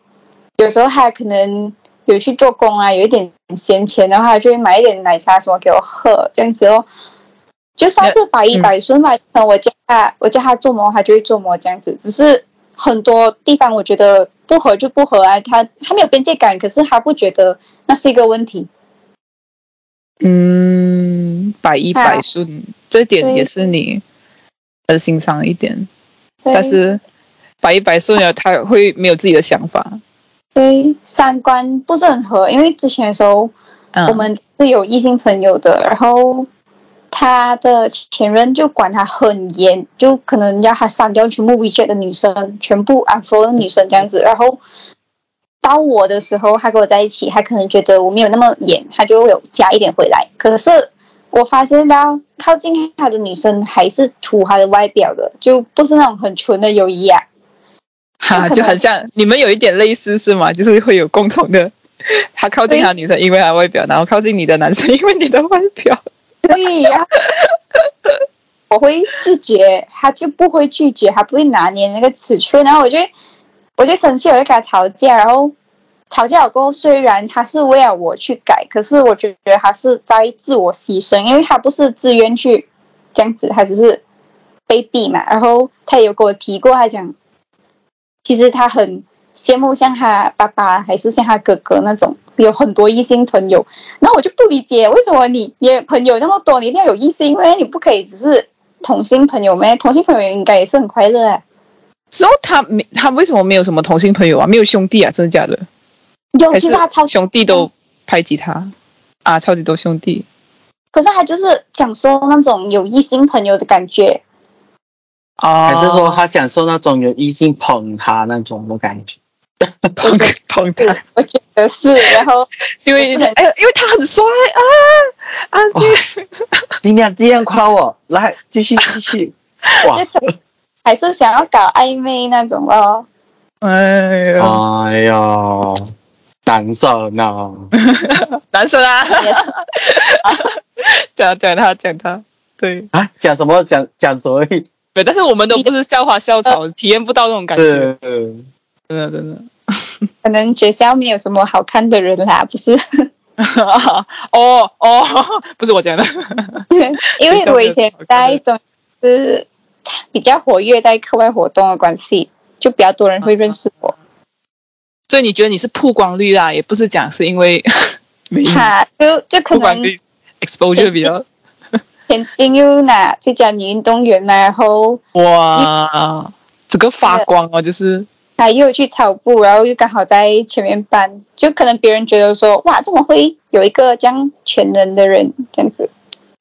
Speaker 1: 有时候他可能有去做工啊，有一点闲钱的话，就会买一点奶茶什么给我喝，这样子哦，就算是百依百顺吧。可能我叫他，我叫他做么，他就会做么这样子。只是很多地方我觉得不合就不合啊，他他没有边界感，可是他不觉得那是一个问题。
Speaker 2: 嗯，百依百顺，这点
Speaker 1: 对
Speaker 2: 也是你呃欣赏的一点，
Speaker 1: 对
Speaker 2: 但是百依百顺了，他会没有自己的想法。
Speaker 1: 对三观不是很合，因为之前的时候
Speaker 2: 嗯，
Speaker 1: 我们是有异性朋友的，然后他的前任就管他很严，就可能要他删掉全部 WeChat 的女生，全部 unfollow 的女生这样子。然后到我的时候，他跟我在一起，他可能觉得我没有那么严，他就会有加一点回来。可是我发现到靠近他的女生还是图他的外表的，就不是那种很纯的友谊啊。
Speaker 2: [laughs]
Speaker 1: 就可
Speaker 2: 哈，
Speaker 1: 能
Speaker 2: 就很像你们有一点类似是吗？就是会有共同的， [laughs] 他靠近
Speaker 1: 对
Speaker 2: 他的女生，因为他的外表，然后靠近你的男生，因为你的外表。 [laughs]
Speaker 1: [laughs] 对呀、我啊会拒绝，他就不会拒绝，他不会拿捏那个尺寸，然后我就我就生气，我就跟他吵架，然后吵架了过后，虽然他是为了我去改，可是我觉得他是在自我牺牲，因为他不是自愿去这样子，他只是被逼嘛。然后他也有跟我提过，他讲其实他很羡慕像他爸爸还是像他哥哥那种有很多异性朋友，那我就不理解，为什么你你的朋友那么多，你一定要有异性，因为你不可以只是同性朋友咩？同性朋友应该也是很快乐啊。
Speaker 2: 之后他没，他为什么没有什么同性朋友啊？没有兄弟啊？真的假的？
Speaker 1: 有，
Speaker 2: 还
Speaker 1: 其
Speaker 2: 哦是
Speaker 1: 实他超，
Speaker 2: 兄弟都排挤他啊？超级多兄弟，
Speaker 1: 可是他就是讲说那种有异性朋友的感觉，
Speaker 2: 哦，
Speaker 3: 还是说
Speaker 2: [laughs]
Speaker 3: 他享受那种有异性捧他那种的感觉？
Speaker 2: [laughs] 捧捧他？
Speaker 1: 我觉得是。然后
Speaker 2: 因为
Speaker 1: 我不能
Speaker 2: 哎呀，因为他很帅啊啊！
Speaker 3: 哇
Speaker 2: 对 [laughs]
Speaker 3: 尽量尽量夸我，来继续继续。哇
Speaker 1: 就，可还是想要搞暧昧那种哦。
Speaker 3: [laughs]
Speaker 2: 哎呀，
Speaker 3: 哎呦，难受呢。
Speaker 2: 男生 [laughs] 啊，讲讲他讲他，对，
Speaker 3: 啊，讲什么讲讲所谓
Speaker 2: 对，但是我们都不是校花校
Speaker 1: 呃
Speaker 2: 草，体验不到那种感觉，
Speaker 3: 是
Speaker 2: 真的真的。 [laughs]
Speaker 1: 可能学校没有什么好看的人啦，不是？
Speaker 2: 哦哦，不是我讲的，
Speaker 1: [laughs] 因为我以前在中是比较活跃在课外活动的关系，就比较多人会认识我。
Speaker 2: 所以你觉得你是曝光率啊，也不是讲是因为
Speaker 1: [laughs]
Speaker 2: 没有
Speaker 1: 哈，就就可
Speaker 2: 曝光
Speaker 1: 能
Speaker 2: 率 exposure 比较
Speaker 1: 田径又拿最佳女运动员啦，然后
Speaker 2: 哇，整个发光哦，就是
Speaker 1: 还又去跑步，然后又刚好在前面班，就可能别人觉得说哇，这么会有一个这样全能的人这样子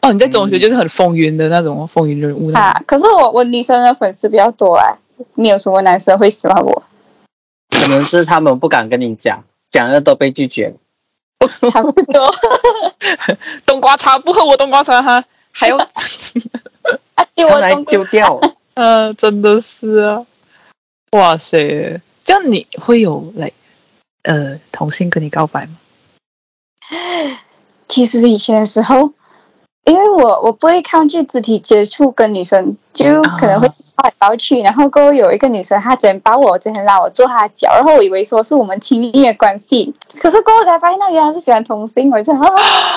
Speaker 2: 哦，你在中学就是很风云的那种风云人物那
Speaker 1: 啊
Speaker 2: 种。。
Speaker 1: 可是我我女生的粉丝比较多啊，没有什么男生会喜欢我，
Speaker 3: 可能是他们不敢跟你讲，讲了都被拒绝了。
Speaker 1: 差不多。
Speaker 2: [laughs]
Speaker 1: [laughs]
Speaker 2: 冬瓜茶不喝我冬瓜茶哈，
Speaker 1: [laughs]
Speaker 2: 还要， [laughs]
Speaker 1: 啊，给
Speaker 3: 他
Speaker 1: 我
Speaker 3: 们还
Speaker 1: 中
Speaker 3: 丢
Speaker 1: [laughs]
Speaker 3: 掉，
Speaker 2: 呃，真的是啊，哇塞，这样你会有来呃同性跟你告白吗？
Speaker 1: 其实以前的时候，因为我我不会抗拒肢体接触，跟女生就可能会抱来抱去，然后过后有一个女生，她之前抱我，之前拉我坐她的脚，然后我以为说是我们亲密的关系，可是过后才发现她原来是喜欢同性，我就啊，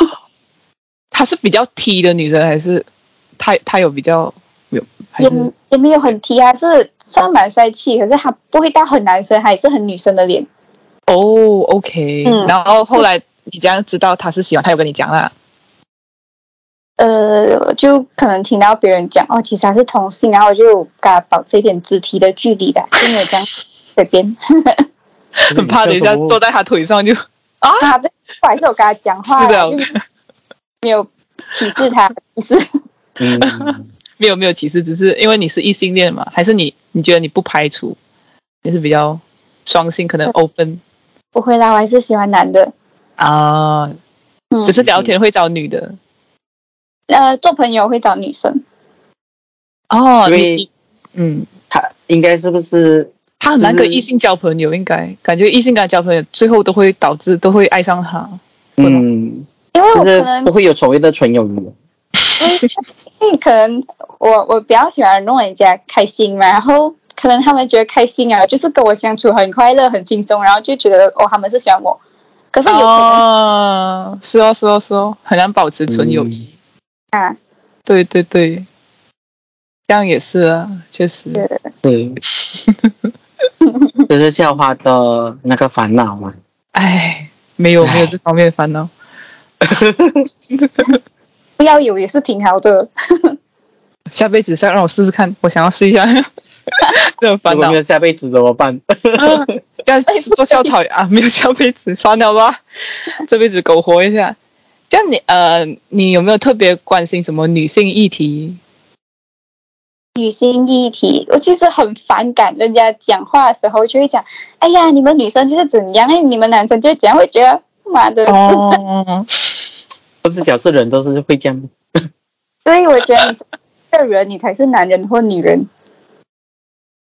Speaker 2: 她是比较 T 的女生，还是她她有比较有还
Speaker 1: 也
Speaker 2: 是
Speaker 1: 也没有很 T 啊，是算蛮帅气，可是她不会到很男生，还是很女生的脸。
Speaker 2: 哦，OK，、
Speaker 1: 嗯
Speaker 2: 然后后来你这样知道她是喜欢，她有跟你讲啦，
Speaker 1: 呃，就可能听到别人讲哦，其实她是同性，然后我就跟她保持一点肢体的距离的，就没有这样随便。
Speaker 2: 很怕等一下坐在她腿上就 [laughs]
Speaker 1: 啊，对，不好意思，我跟他讲话，
Speaker 2: 是的
Speaker 1: 就没有歧视他，歧视
Speaker 3: 嗯，
Speaker 2: 没有没有歧视，只是因为你是异性恋嘛，还是你你觉得你不排除，你是比较双性，可能 open
Speaker 1: 不会啦，我还是喜欢男的，
Speaker 2: 啊，
Speaker 1: 嗯
Speaker 2: 只是聊天会找女的
Speaker 1: 呃，做朋友会找女生，
Speaker 2: 哦，
Speaker 3: [laughs] 因
Speaker 2: 你
Speaker 3: 为
Speaker 2: 你嗯，
Speaker 3: 他应该是不是
Speaker 2: 他很难
Speaker 3: 就是
Speaker 2: 跟异性交朋友，应该感觉异性跟他交朋友，最后都会导致都会爱上他。会吗
Speaker 3: 嗯，
Speaker 1: 因为我
Speaker 3: 就
Speaker 1: 可
Speaker 3: 是
Speaker 1: 能
Speaker 3: 不，会有所谓的纯友谊？
Speaker 1: 因为可能我我比较喜欢弄人家开心嘛，然后可能他们觉得开心啊，就是跟我相处很快乐、很轻松，然后就觉得哦，他们是喜欢我，可是有可能、
Speaker 2: 哦，是哦是哦是哦，很难保持纯友谊。
Speaker 1: 啊，
Speaker 2: 对对对，这样也是啊，确实。
Speaker 1: 对
Speaker 3: 嗯对，
Speaker 1: [laughs]
Speaker 3: 这是校花的那个烦恼嘛。
Speaker 2: 哎，没有没有
Speaker 3: 唉
Speaker 2: 这方面的烦恼。
Speaker 1: 不要有也是挺好的，
Speaker 2: 下辈子再让我试试看，我想要试一 [laughs] 下这种
Speaker 3: 如
Speaker 2: 烦
Speaker 3: 果
Speaker 2: 恼
Speaker 3: 没。有下辈子怎么办？ [laughs]
Speaker 2: 要做校 [laughs] 草啊，没有下辈子，算了 [laughs] 吧，这辈子苟活一下。这样你呃，你有没有特别关心什么女性议题？
Speaker 1: 女性议题，我其实很反感人家讲话的时候就会讲，哎呀，你们女生就是怎样，哎，你们男生就是怎样，会觉得妈的，
Speaker 2: [laughs] 哦，
Speaker 3: 不是表示人都是会这样。
Speaker 1: 所以我觉得你是个人，你才是男人或女人。 [laughs]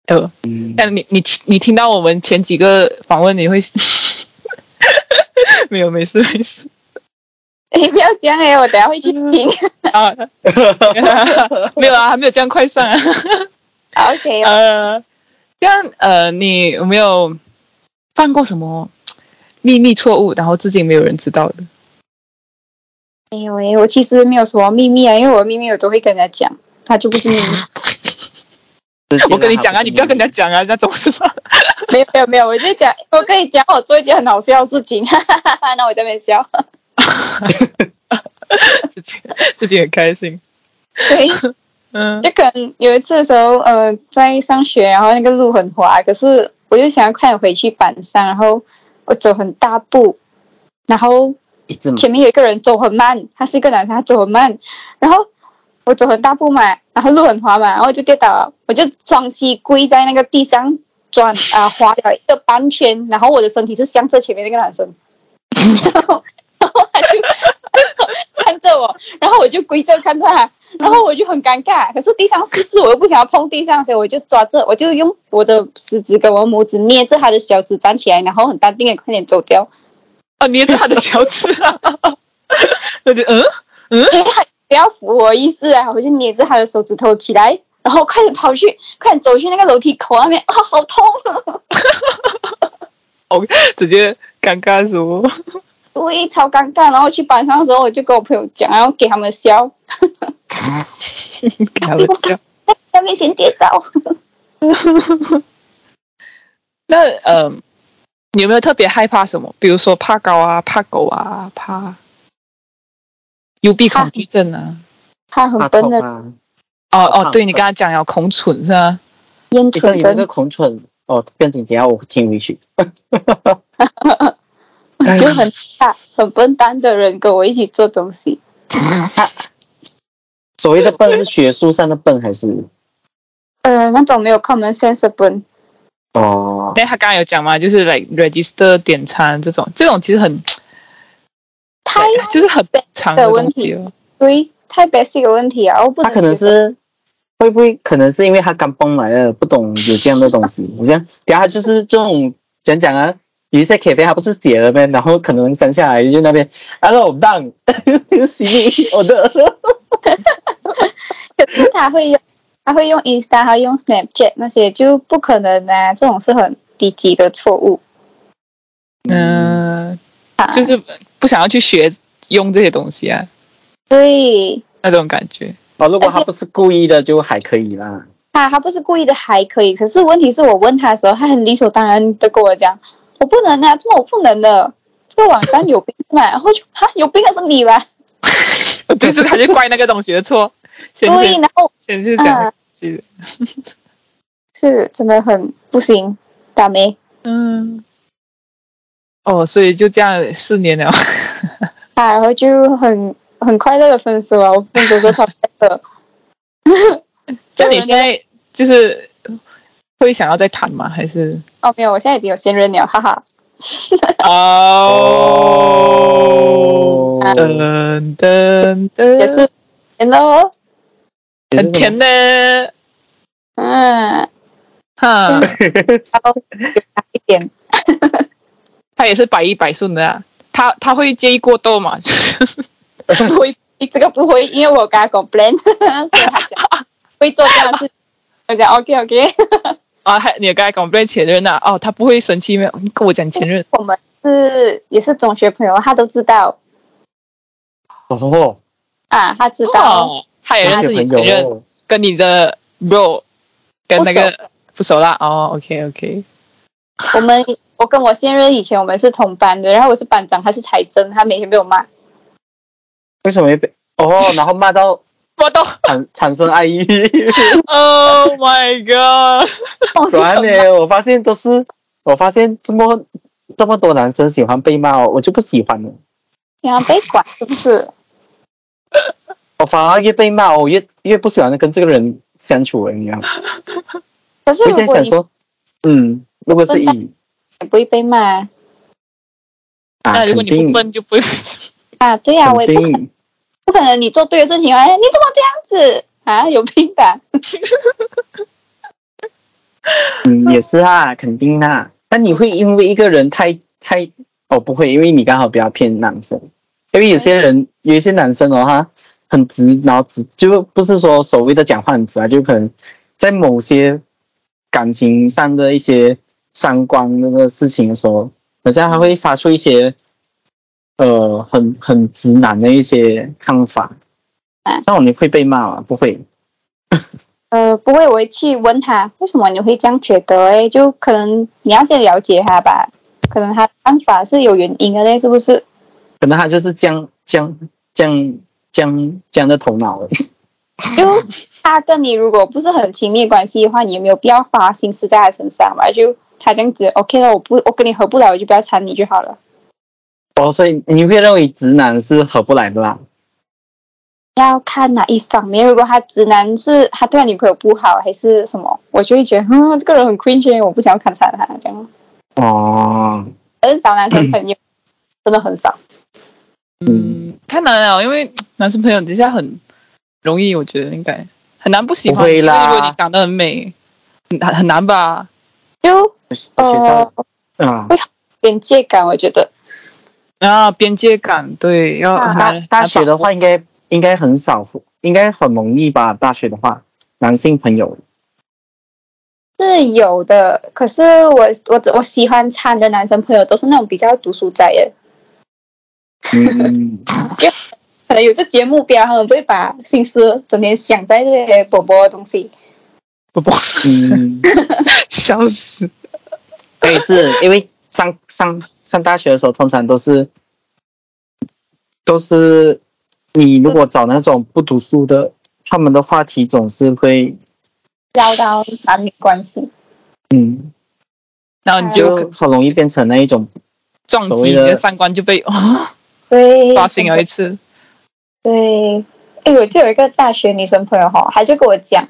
Speaker 2: 呃，
Speaker 3: 嗯，
Speaker 2: 但你你你听到我们前几个访问，你会 [laughs] 没有没事没事
Speaker 1: 你不要这样哎，我等下会去听。
Speaker 2: 啊， [laughs] 没有啊，还没有这样快上啊。
Speaker 1: 好 OK，
Speaker 2: [laughs] 呃，这样呃，你有没有犯过什么秘密错误，然后至今没有人知道的？
Speaker 1: 没有哎，我其实没有什么秘密啊，因为我的秘密我都会跟人家讲，他就不是秘密。
Speaker 2: [laughs] 我跟你讲啊，你不要跟人家讲啊，那种是吧？ [laughs]
Speaker 1: 没有没有没有，我就讲，我跟你讲，我做一件很好笑的事情，哈哈哈哈，那我在那边笑。
Speaker 2: 自己自己很开心。
Speaker 1: 对。
Speaker 2: 嗯
Speaker 1: 就可能有一次的时候，呃，在上学，然后那个路很滑，可是我就想要快点回去班上，然后我走很大步，然后
Speaker 3: 一直嘛
Speaker 1: 前面有一个人走很慢，他是一个男生，他走很慢，然后我走很大步嘛，然后路很滑嘛，然后我就跌倒了，我就双膝跪在那个地上转啊、滑了一个半圈，然后我的身体是向着前面那个男生，然后然后他就看着我，然后我就跪着看着他，然后我就很尴尬，可是地上湿湿，我又不想要碰地上，所以我就抓着，我就用我的食指跟我的拇指捏着他的小指站起来，然后很淡定的快点走掉，
Speaker 2: 哦，捏着他的小指啊， [laughs] 我就嗯嗯，
Speaker 1: 因为他 [laughs] 不要扶我意思啊，我就捏着他的手指头起来，然后快点跑去，快点走去那个楼梯口那边，啊、好痛啊！
Speaker 2: 哦，直接尴尬什么？
Speaker 1: 对，超尴尬。然后去班上的时候，我就跟我朋友讲，然后给他们笑，
Speaker 2: 开玩笑。
Speaker 1: 在在面前跌倒。
Speaker 2: 那呃，你有没有特别害怕什么？比如说怕高啊，怕狗啊，怕幽闭恐惧症啊？
Speaker 1: 他很
Speaker 3: 怕
Speaker 1: 笨
Speaker 3: 痛
Speaker 1: 的
Speaker 3: 啊！
Speaker 2: 哦
Speaker 3: 怕
Speaker 2: 哦，对你
Speaker 3: 怕
Speaker 2: 刚才讲有恐蠢是吧？
Speaker 1: 烟
Speaker 3: 你这
Speaker 1: 蠢
Speaker 3: 里那
Speaker 1: 真
Speaker 3: 个孔蠢哦，不要紧，等一下我听回去。
Speaker 1: 就很大很笨蛋的人跟我一起做东西，
Speaker 3: 所谓的笨是学术上的笨还是？
Speaker 1: 呃，那种没有 common sense 的笨，
Speaker 3: 哦，
Speaker 2: 但他刚才有讲嘛，就是来 register 点餐这种，这种其实很
Speaker 1: 太
Speaker 2: 就是很长的东西哦。
Speaker 1: 对太 basic 的问题啊，我不
Speaker 3: 他
Speaker 1: 能
Speaker 3: 可能
Speaker 1: 接受
Speaker 3: 是会不会可能是因为他刚蹦来了，不懂有这样的东西。你像，等一下他就是这种讲讲啊，有一些 K 啡他不是写了呗，然后可能生下来就那边，hello [laughs] down，洗你我的，
Speaker 1: 可是 [laughs] 他会用，他会用 Insta，他会用 Snapchat 那些就不可能啊，这种是很低级的错误。
Speaker 3: 嗯，
Speaker 2: 嗯、
Speaker 1: 啊、
Speaker 2: 就是不想要去学用这些东西啊，
Speaker 1: 对
Speaker 2: 那种
Speaker 3: [laughs]
Speaker 2: 感觉。
Speaker 3: 哦，如果
Speaker 1: 而
Speaker 3: 他
Speaker 1: 且
Speaker 3: 不是故意的就还可以啦。
Speaker 1: 他他不是故意的还可以，可是问题是我问他的时候，他很理所当然的跟我讲，我不能啊，这我不能的，这个网站有病嘛， [laughs] 然后就哈有病的是你吧？
Speaker 2: 就是他就怪那个东西的错，先
Speaker 1: 对，
Speaker 2: 是
Speaker 1: 然后
Speaker 2: 先是这样子。
Speaker 1: 是真的很不行，打没
Speaker 2: 嗯，哦，所以就这样四
Speaker 1: [laughs]
Speaker 2: 年了，
Speaker 1: 啊，然后就很很快乐的分手啊，我分手说超快乐。
Speaker 2: 那你现在就是会想要再谈吗？还是
Speaker 1: [laughs] 哦没有，我现在已经有现任了，哈哈。
Speaker 2: 哦，
Speaker 3: 哦，
Speaker 2: 噔噔噔，
Speaker 1: 也是甜的哦，
Speaker 2: 很甜的，
Speaker 1: 嗯，
Speaker 2: 哈，
Speaker 1: 然后有大一点，
Speaker 2: 他也是百依百顺的、啊，他他会介意过多嘛？ [laughs]
Speaker 1: 不会，这个不会，因为我跟他 complain，所以 [laughs] 他讲会做这样的事，我讲 OK OK，
Speaker 2: 啊，还你刚才讲被前任啊，哦，他不会生气没有？你跟我讲前任，
Speaker 1: 我们是也是中学朋友，他都知道
Speaker 3: [laughs] 哦，
Speaker 1: 啊，他知道，
Speaker 2: 哦，他也认识你前任，
Speaker 3: 友，哦
Speaker 2: 跟你的 bro，跟那个不熟啦，哦，OK OK，
Speaker 1: 我们我跟我现任以前我们是同班的，然后我是班长，他是财政，他每天被我骂，
Speaker 3: 为什么会被？哦，然后骂到
Speaker 2: 我都 [laughs]
Speaker 3: 产产生爱意， [laughs]
Speaker 2: ，Oh my God，
Speaker 3: 然呢，我发现都是，我发现这么这么多男生喜欢被骂、哦，我就不喜欢了。
Speaker 1: 然后被管是不是？
Speaker 3: 我反而越被骂、哦，我越越不喜欢跟这个人相处了，你知道吗？
Speaker 1: 可是
Speaker 3: 我
Speaker 1: 如
Speaker 3: 在
Speaker 1: 果
Speaker 3: 想
Speaker 1: 你
Speaker 3: 说，嗯，如果是以
Speaker 1: 也不会被骂
Speaker 3: 啊，
Speaker 2: 那
Speaker 3: 肯
Speaker 2: 如果你不
Speaker 3: 定
Speaker 2: 笨就不会，
Speaker 1: 啊，对呀、啊，我
Speaker 3: 肯
Speaker 1: 也不可
Speaker 3: 定，
Speaker 1: 不可能你做对的事情，哎，你怎么这样子啊？有病吧？
Speaker 3: 嗯，也是啊，肯定啊。那你会因为一个人太太，哦，不会，因为你刚好比较偏男生，因为有些人有一些男生哦，他很直，然后直就不是说所谓的讲话很直啊，就可能在某些感情上的一些三观那个事情的时候，好像他会发出一些呃很很直男的一些看法
Speaker 1: 嗯。
Speaker 3: 那你会被骂吗？不会，
Speaker 1: 呃，不会，我会去问他为什么你会这样觉得、欸？哎，就可能你要先了解他吧，可能他看法是有原因的嘞，是不是？
Speaker 3: 可能他就是这样这样这样这样这样的头脑了。
Speaker 1: 就他跟你如果不是很亲密的关系的话，你也没有必要花心思在他身上吧？就他这样子，OK 了，我不，我跟你合不来，我就不要缠你就好了。
Speaker 3: [laughs] 哦，所以你会认为直男是合不来的啦？
Speaker 1: 要看哪一方面，如果他直男是他对他女朋友不好还是什么，我就会觉得，嗯，这个人很 cringe，我不想要看上他这样。
Speaker 3: 哦，
Speaker 1: 很少男生朋友，真的很少。
Speaker 2: 嗯，太难了，因为男生朋友底下很容易，我觉得应该很难不喜欢
Speaker 3: 不会
Speaker 2: 你，因为
Speaker 3: 啦
Speaker 2: 如果你长得很美，很难很难吧？
Speaker 1: 就
Speaker 3: 哦学校
Speaker 1: 呃
Speaker 3: 啊，
Speaker 1: 边界感，我觉得
Speaker 2: 啊，边界感对，要
Speaker 1: 啊
Speaker 3: 大
Speaker 2: 还
Speaker 3: 大学的话应该应该很少，应该很容易吧？大学的话，男性朋友
Speaker 1: 是有的，可是我我我喜欢掺的男生朋友都是那种比较读书仔的，
Speaker 3: 嗯，
Speaker 1: 可能有自己的目标，他们不会把心思整天想在这些薄薄的东西。
Speaker 2: 不 [laughs] 不
Speaker 3: 嗯，
Speaker 2: 笑死，
Speaker 3: 我也是，因为上上上大学的时候，通常都是都是你如果找那种不读书的，他们的话题总是会
Speaker 1: 绕到男女关系，
Speaker 3: 嗯，
Speaker 2: 然后你就
Speaker 3: 就很容易变成那一种
Speaker 2: 撞
Speaker 3: 哎所
Speaker 2: 击
Speaker 3: 谓
Speaker 2: 你
Speaker 3: 的
Speaker 2: 的三观就被啊
Speaker 1: 对，
Speaker 2: 刷新了一次，
Speaker 1: 对，哎，我就有一个大学女生朋友哈，她就跟我讲，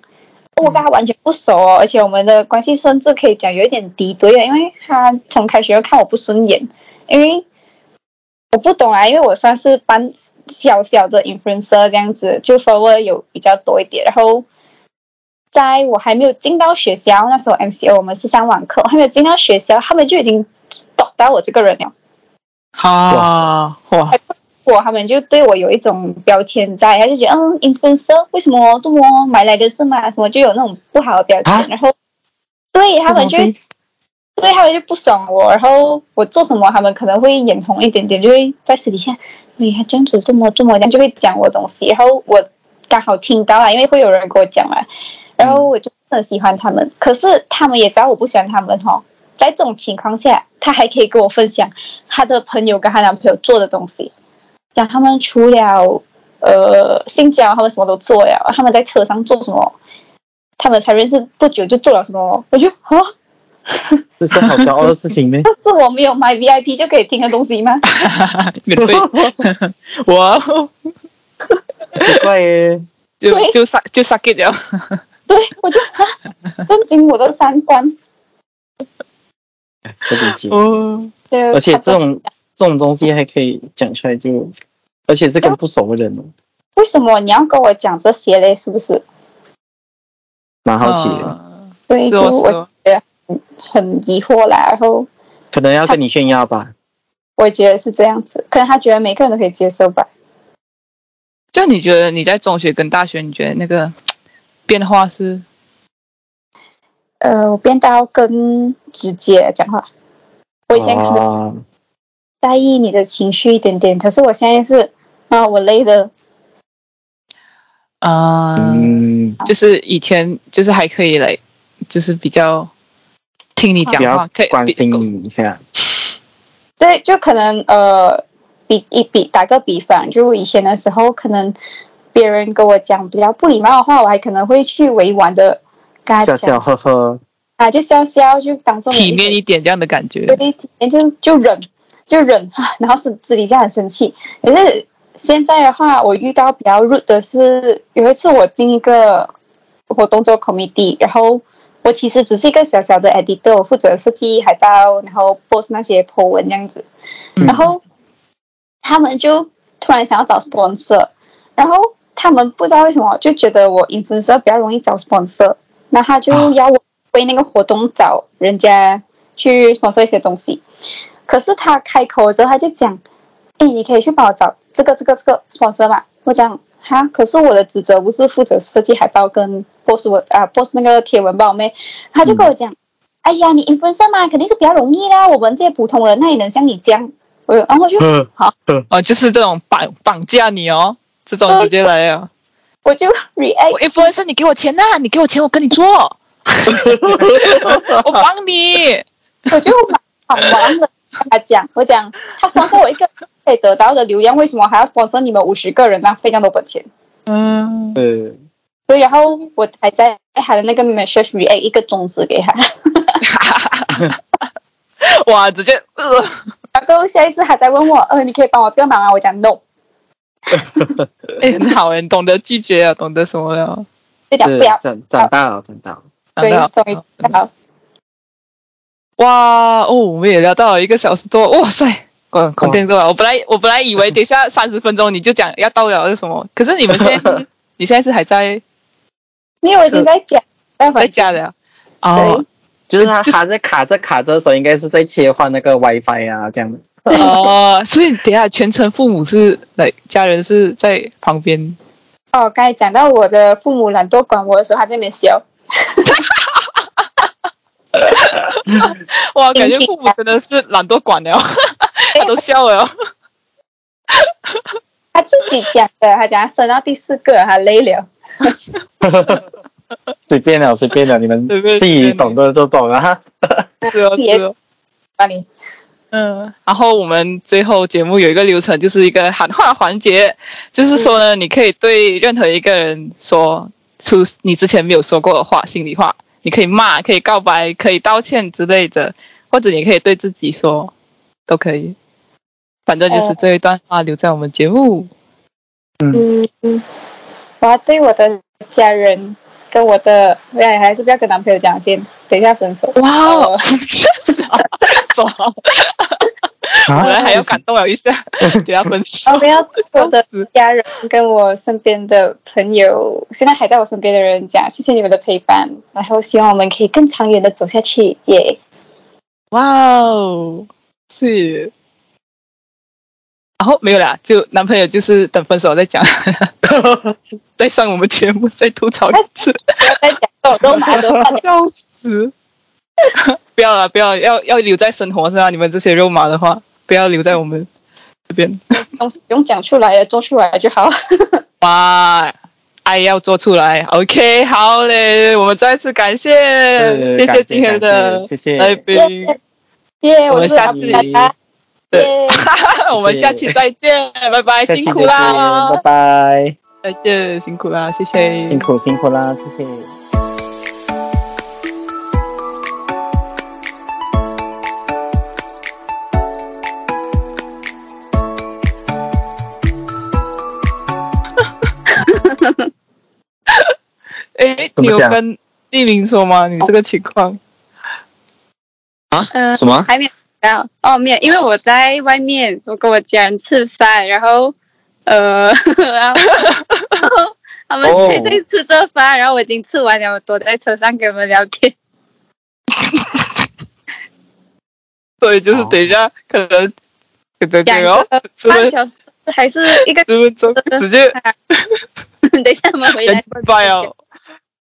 Speaker 1: 我跟她完全不熟哦，而且我们的关系甚至可以讲有一点敌对了，因为她从开学就看我不顺眼，因为我不懂啊，因为我算是班小小的 influencer 这样子，就 follower 有比较多一点，然后。在我还没有进到学校，那时候 MCO 我们是上网课，还没有进到学校，他们就已经懂到我这个人了。
Speaker 2: 啊哇，
Speaker 1: 我他们就对我有一种标签在，他就觉得嗯，influencer 为什么这么买来的是嘛，什么就有那种不好的标签，
Speaker 3: 啊
Speaker 1: 然后对他们就
Speaker 3: 这种东
Speaker 1: 对他们就不爽我，然后我做什么他们可能会眼红一点点，就会在私底下你还这样子这么这么这样就会讲我东西，然后我刚好听到了，因为会有人跟我讲嘛，然后我就很喜欢他们，可是他们也知道我不喜欢他们
Speaker 3: 嗯
Speaker 1: 哦。在这种情况下，他还可以跟我分享他的朋友跟她男朋友做的东西，讲他们除了呃性交，他们什么都做了，他们在车上做什么，他们才认识不久就做了什么，我就啊，
Speaker 3: 这是好骄傲的事情 [laughs] 呗。
Speaker 1: 这是我没有买 VIP 就可以听的东西吗？
Speaker 2: [laughs] 免
Speaker 3: [laughs]
Speaker 2: 费，哇，
Speaker 3: 奇怪耶，
Speaker 2: 就
Speaker 1: 对
Speaker 2: 就杀就杀
Speaker 3: [laughs]
Speaker 2: 给了，
Speaker 1: 对，我就啊，震惊我的三观。
Speaker 3: 不理解。
Speaker 2: 哦，
Speaker 1: 对
Speaker 3: 而且这种这种东西还可以讲出来就，而且是跟不熟的人哦，
Speaker 1: 为什么你要跟我讲这些嘞？是不是？
Speaker 3: 蛮好奇的，
Speaker 2: 啊
Speaker 1: 对，
Speaker 2: 是
Speaker 1: 就
Speaker 2: 哦
Speaker 1: 我
Speaker 2: 是哦
Speaker 1: 很疑惑啦，然后
Speaker 3: 可能要跟你炫耀吧。
Speaker 1: 我觉得是这样子，可能他觉得每个人都可以接受吧。
Speaker 2: 就你觉得你在中学跟大学，你觉得那个变化是
Speaker 1: 呃，我变到更直接讲话，我以前可能
Speaker 3: 啊，
Speaker 1: 在意你的情绪一点点，可是我现在是啊、我累的，
Speaker 2: 啊、
Speaker 3: 嗯，
Speaker 2: 就是以前就是还可以来，就是比较听你
Speaker 3: 比
Speaker 2: 讲
Speaker 3: 较
Speaker 2: 话，可以
Speaker 3: 关
Speaker 2: 比
Speaker 3: 心你一下。
Speaker 1: 对，就可能呃，比一比打个比方，就以前的时候，可能别人跟我讲比较不礼貌的话，我还可能会去委婉的跟他
Speaker 3: 笑
Speaker 1: 讲
Speaker 3: 笑呵呵，
Speaker 1: 啊，就笑笑，就当做
Speaker 2: 体面一点这样的感觉。
Speaker 1: 对，体面就就忍就忍， [laughs] 然后是私底下很生气。可是现在的话，我遇到比较 rude 的是，有一次我进一个活动做 committee，然后我其实只是一个小小的 editor，我负责设计海报，然后 post 那些 po 文这样子。
Speaker 3: 嗯
Speaker 1: 然后他们就突然想要找 sponsor，然后他们不知道为什么就觉得我 influencer 比较容易找 sponsor，那他就
Speaker 3: 啊
Speaker 1: 要我为那个活动找人家去 sponsor 一些东西。可是他开口的时候，他就讲：“哎，你可以去帮我找这个、这个、这个 sponsor 吧。”我讲：“哈，可是我的职责不是负责设计海报跟 post 文啊 post 那个贴文吧，我妹。”他就跟我讲：“哎呀，你 influencer 嘛，肯定是比较容易啦。我们这些普通人，那也能像你这样？”我然后我就
Speaker 3: 呵
Speaker 2: 哦，就是这种绑绑架你哦，这种
Speaker 1: 对
Speaker 2: 直接来哎啊！
Speaker 1: 我就 react
Speaker 2: 我 influencer，你给我钱呐、你给我钱，
Speaker 3: [laughs]
Speaker 2: 我跟你做，我帮你。
Speaker 1: 我就蛮很忙的跟他讲，我讲他 sponsor 我一个人可以得到的流量，为什么还要 sponsor 你们五十个人浪费这样多本钱？
Speaker 2: 嗯，
Speaker 3: 对，
Speaker 1: 所以然后我还在他的那个 message react 一个中指给他，
Speaker 2: 哇，直接呃，
Speaker 1: 然后下一次他再问我，呃，你可以帮我这个忙啊？我讲 no，
Speaker 2: 哎，很好哎，你懂得拒绝啊，懂得什么了？
Speaker 1: 就讲
Speaker 3: 是
Speaker 1: 不要，
Speaker 3: 长长大了，长大了。
Speaker 2: 长
Speaker 1: 对
Speaker 2: 大，
Speaker 1: 终于知道。
Speaker 2: 哦哇哦，我们也聊到了一个小时多，哇塞！
Speaker 1: 哦
Speaker 3: 哦
Speaker 2: 广广电够了，我本来我本来以为等一下三十分钟你就讲要到了是什么，可是你们现在 [laughs] 是你现在是还在
Speaker 1: 没有，我已经在讲，在
Speaker 2: 在家的啊
Speaker 1: 对
Speaker 2: 哦，
Speaker 3: 就是他卡着卡着卡着的时候，应该是在切换那个 WiFi 啊，这样。
Speaker 2: 哦，所以等一下全程父母是来家人是在旁边，
Speaker 1: 哦，刚才讲到我的父母懒惰管我的时候，他在那边笑。
Speaker 2: 哇，感觉父母真的是懒惰管了， [laughs]
Speaker 1: 哎
Speaker 2: 他都笑了。
Speaker 1: 他自己讲的，他讲他生到第四个，他累了。
Speaker 3: [laughs] 随便了，随便了，你们
Speaker 2: 随便
Speaker 3: 自己懂的都懂啊。
Speaker 2: 是哦，
Speaker 1: 也
Speaker 2: 是哦。
Speaker 1: 把你
Speaker 2: 嗯，然后我们最后节目有一个流程，就是一个喊话环节，就是说呢，你可以对任何一个人说出你之前没有说过的话，心里话，你可以骂，可以告白，可以道歉之类的，或者你可以对自己说，都可以。反正就是
Speaker 1: 哦
Speaker 2: 这一段话留在我们节目。
Speaker 1: 嗯，嗯，我要对我的家人跟我的未来还是不要跟男朋友讲先，等一下分手。
Speaker 2: 哇哦 [laughs]
Speaker 1: 哦，
Speaker 2: 爽！
Speaker 3: 啊
Speaker 2: 本来还
Speaker 3: [laughs]
Speaker 2: 要感动了一下，等下分手
Speaker 1: 然。后要对我的
Speaker 2: 笑死
Speaker 1: 家人跟我身边的朋友，现在还在我身边的人讲，谢谢你们的陪伴，然后希望我们可以更长远的走下去，
Speaker 2: [laughs]
Speaker 1: 耶、
Speaker 2: 哇哦，是。然后没有啦，就男朋友就是等分手再讲， [laughs] 再上我们节目再吐槽一次，
Speaker 1: 不要再讲，我都马上都放掉。
Speaker 2: 笑死！不要了，不要，要要留在生活上。你们这些肉麻的话，不要留在我们这边。 [laughs]
Speaker 1: 东西不用讲出来，做出来就好。
Speaker 2: 哇，爱要做出来。OK，好嘞，我们再次感谢，
Speaker 3: 是
Speaker 2: 谢
Speaker 3: 感谢
Speaker 2: 谢今天的
Speaker 3: 感谢谢谢
Speaker 2: 来宾，
Speaker 1: [laughs] 耶、
Speaker 2: 我
Speaker 1: 我
Speaker 2: 们
Speaker 1: 是
Speaker 2: 下
Speaker 1: 老
Speaker 2: 次
Speaker 1: 大家，
Speaker 2: 对 [laughs]
Speaker 1: 耶、
Speaker 2: 我们下期再见，拜拜，
Speaker 3: 下期
Speaker 2: 辛苦
Speaker 3: 再见
Speaker 2: 啦。
Speaker 3: 拜拜，
Speaker 2: 再见，辛苦啦，谢谢，
Speaker 3: 辛苦辛苦啦，谢谢。
Speaker 2: 哎，
Speaker 3: 怎
Speaker 2: 你
Speaker 3: 么
Speaker 2: 有
Speaker 3: 讲
Speaker 2: 跟丽玲说吗？你这个情况
Speaker 3: 啊？
Speaker 2: 呃
Speaker 1: 嗯
Speaker 3: 什么？
Speaker 1: 还没有到哦，没有，因为我在外面，我跟我家人吃饭，然后呃， [laughs] 然后然后他们
Speaker 3: 哦
Speaker 1: 在这里吃着饭，然后我已经吃完了，我躲在车上跟他们聊天。
Speaker 2: 对，就是
Speaker 3: 好
Speaker 2: 等一下可能，对对
Speaker 1: 讲
Speaker 2: 对哦，十
Speaker 1: 半
Speaker 2: 分十
Speaker 1: 小
Speaker 2: [laughs]
Speaker 1: 时还是一个，
Speaker 2: 分钟直接
Speaker 1: 等一下我们回来
Speaker 2: 拜。拜哦，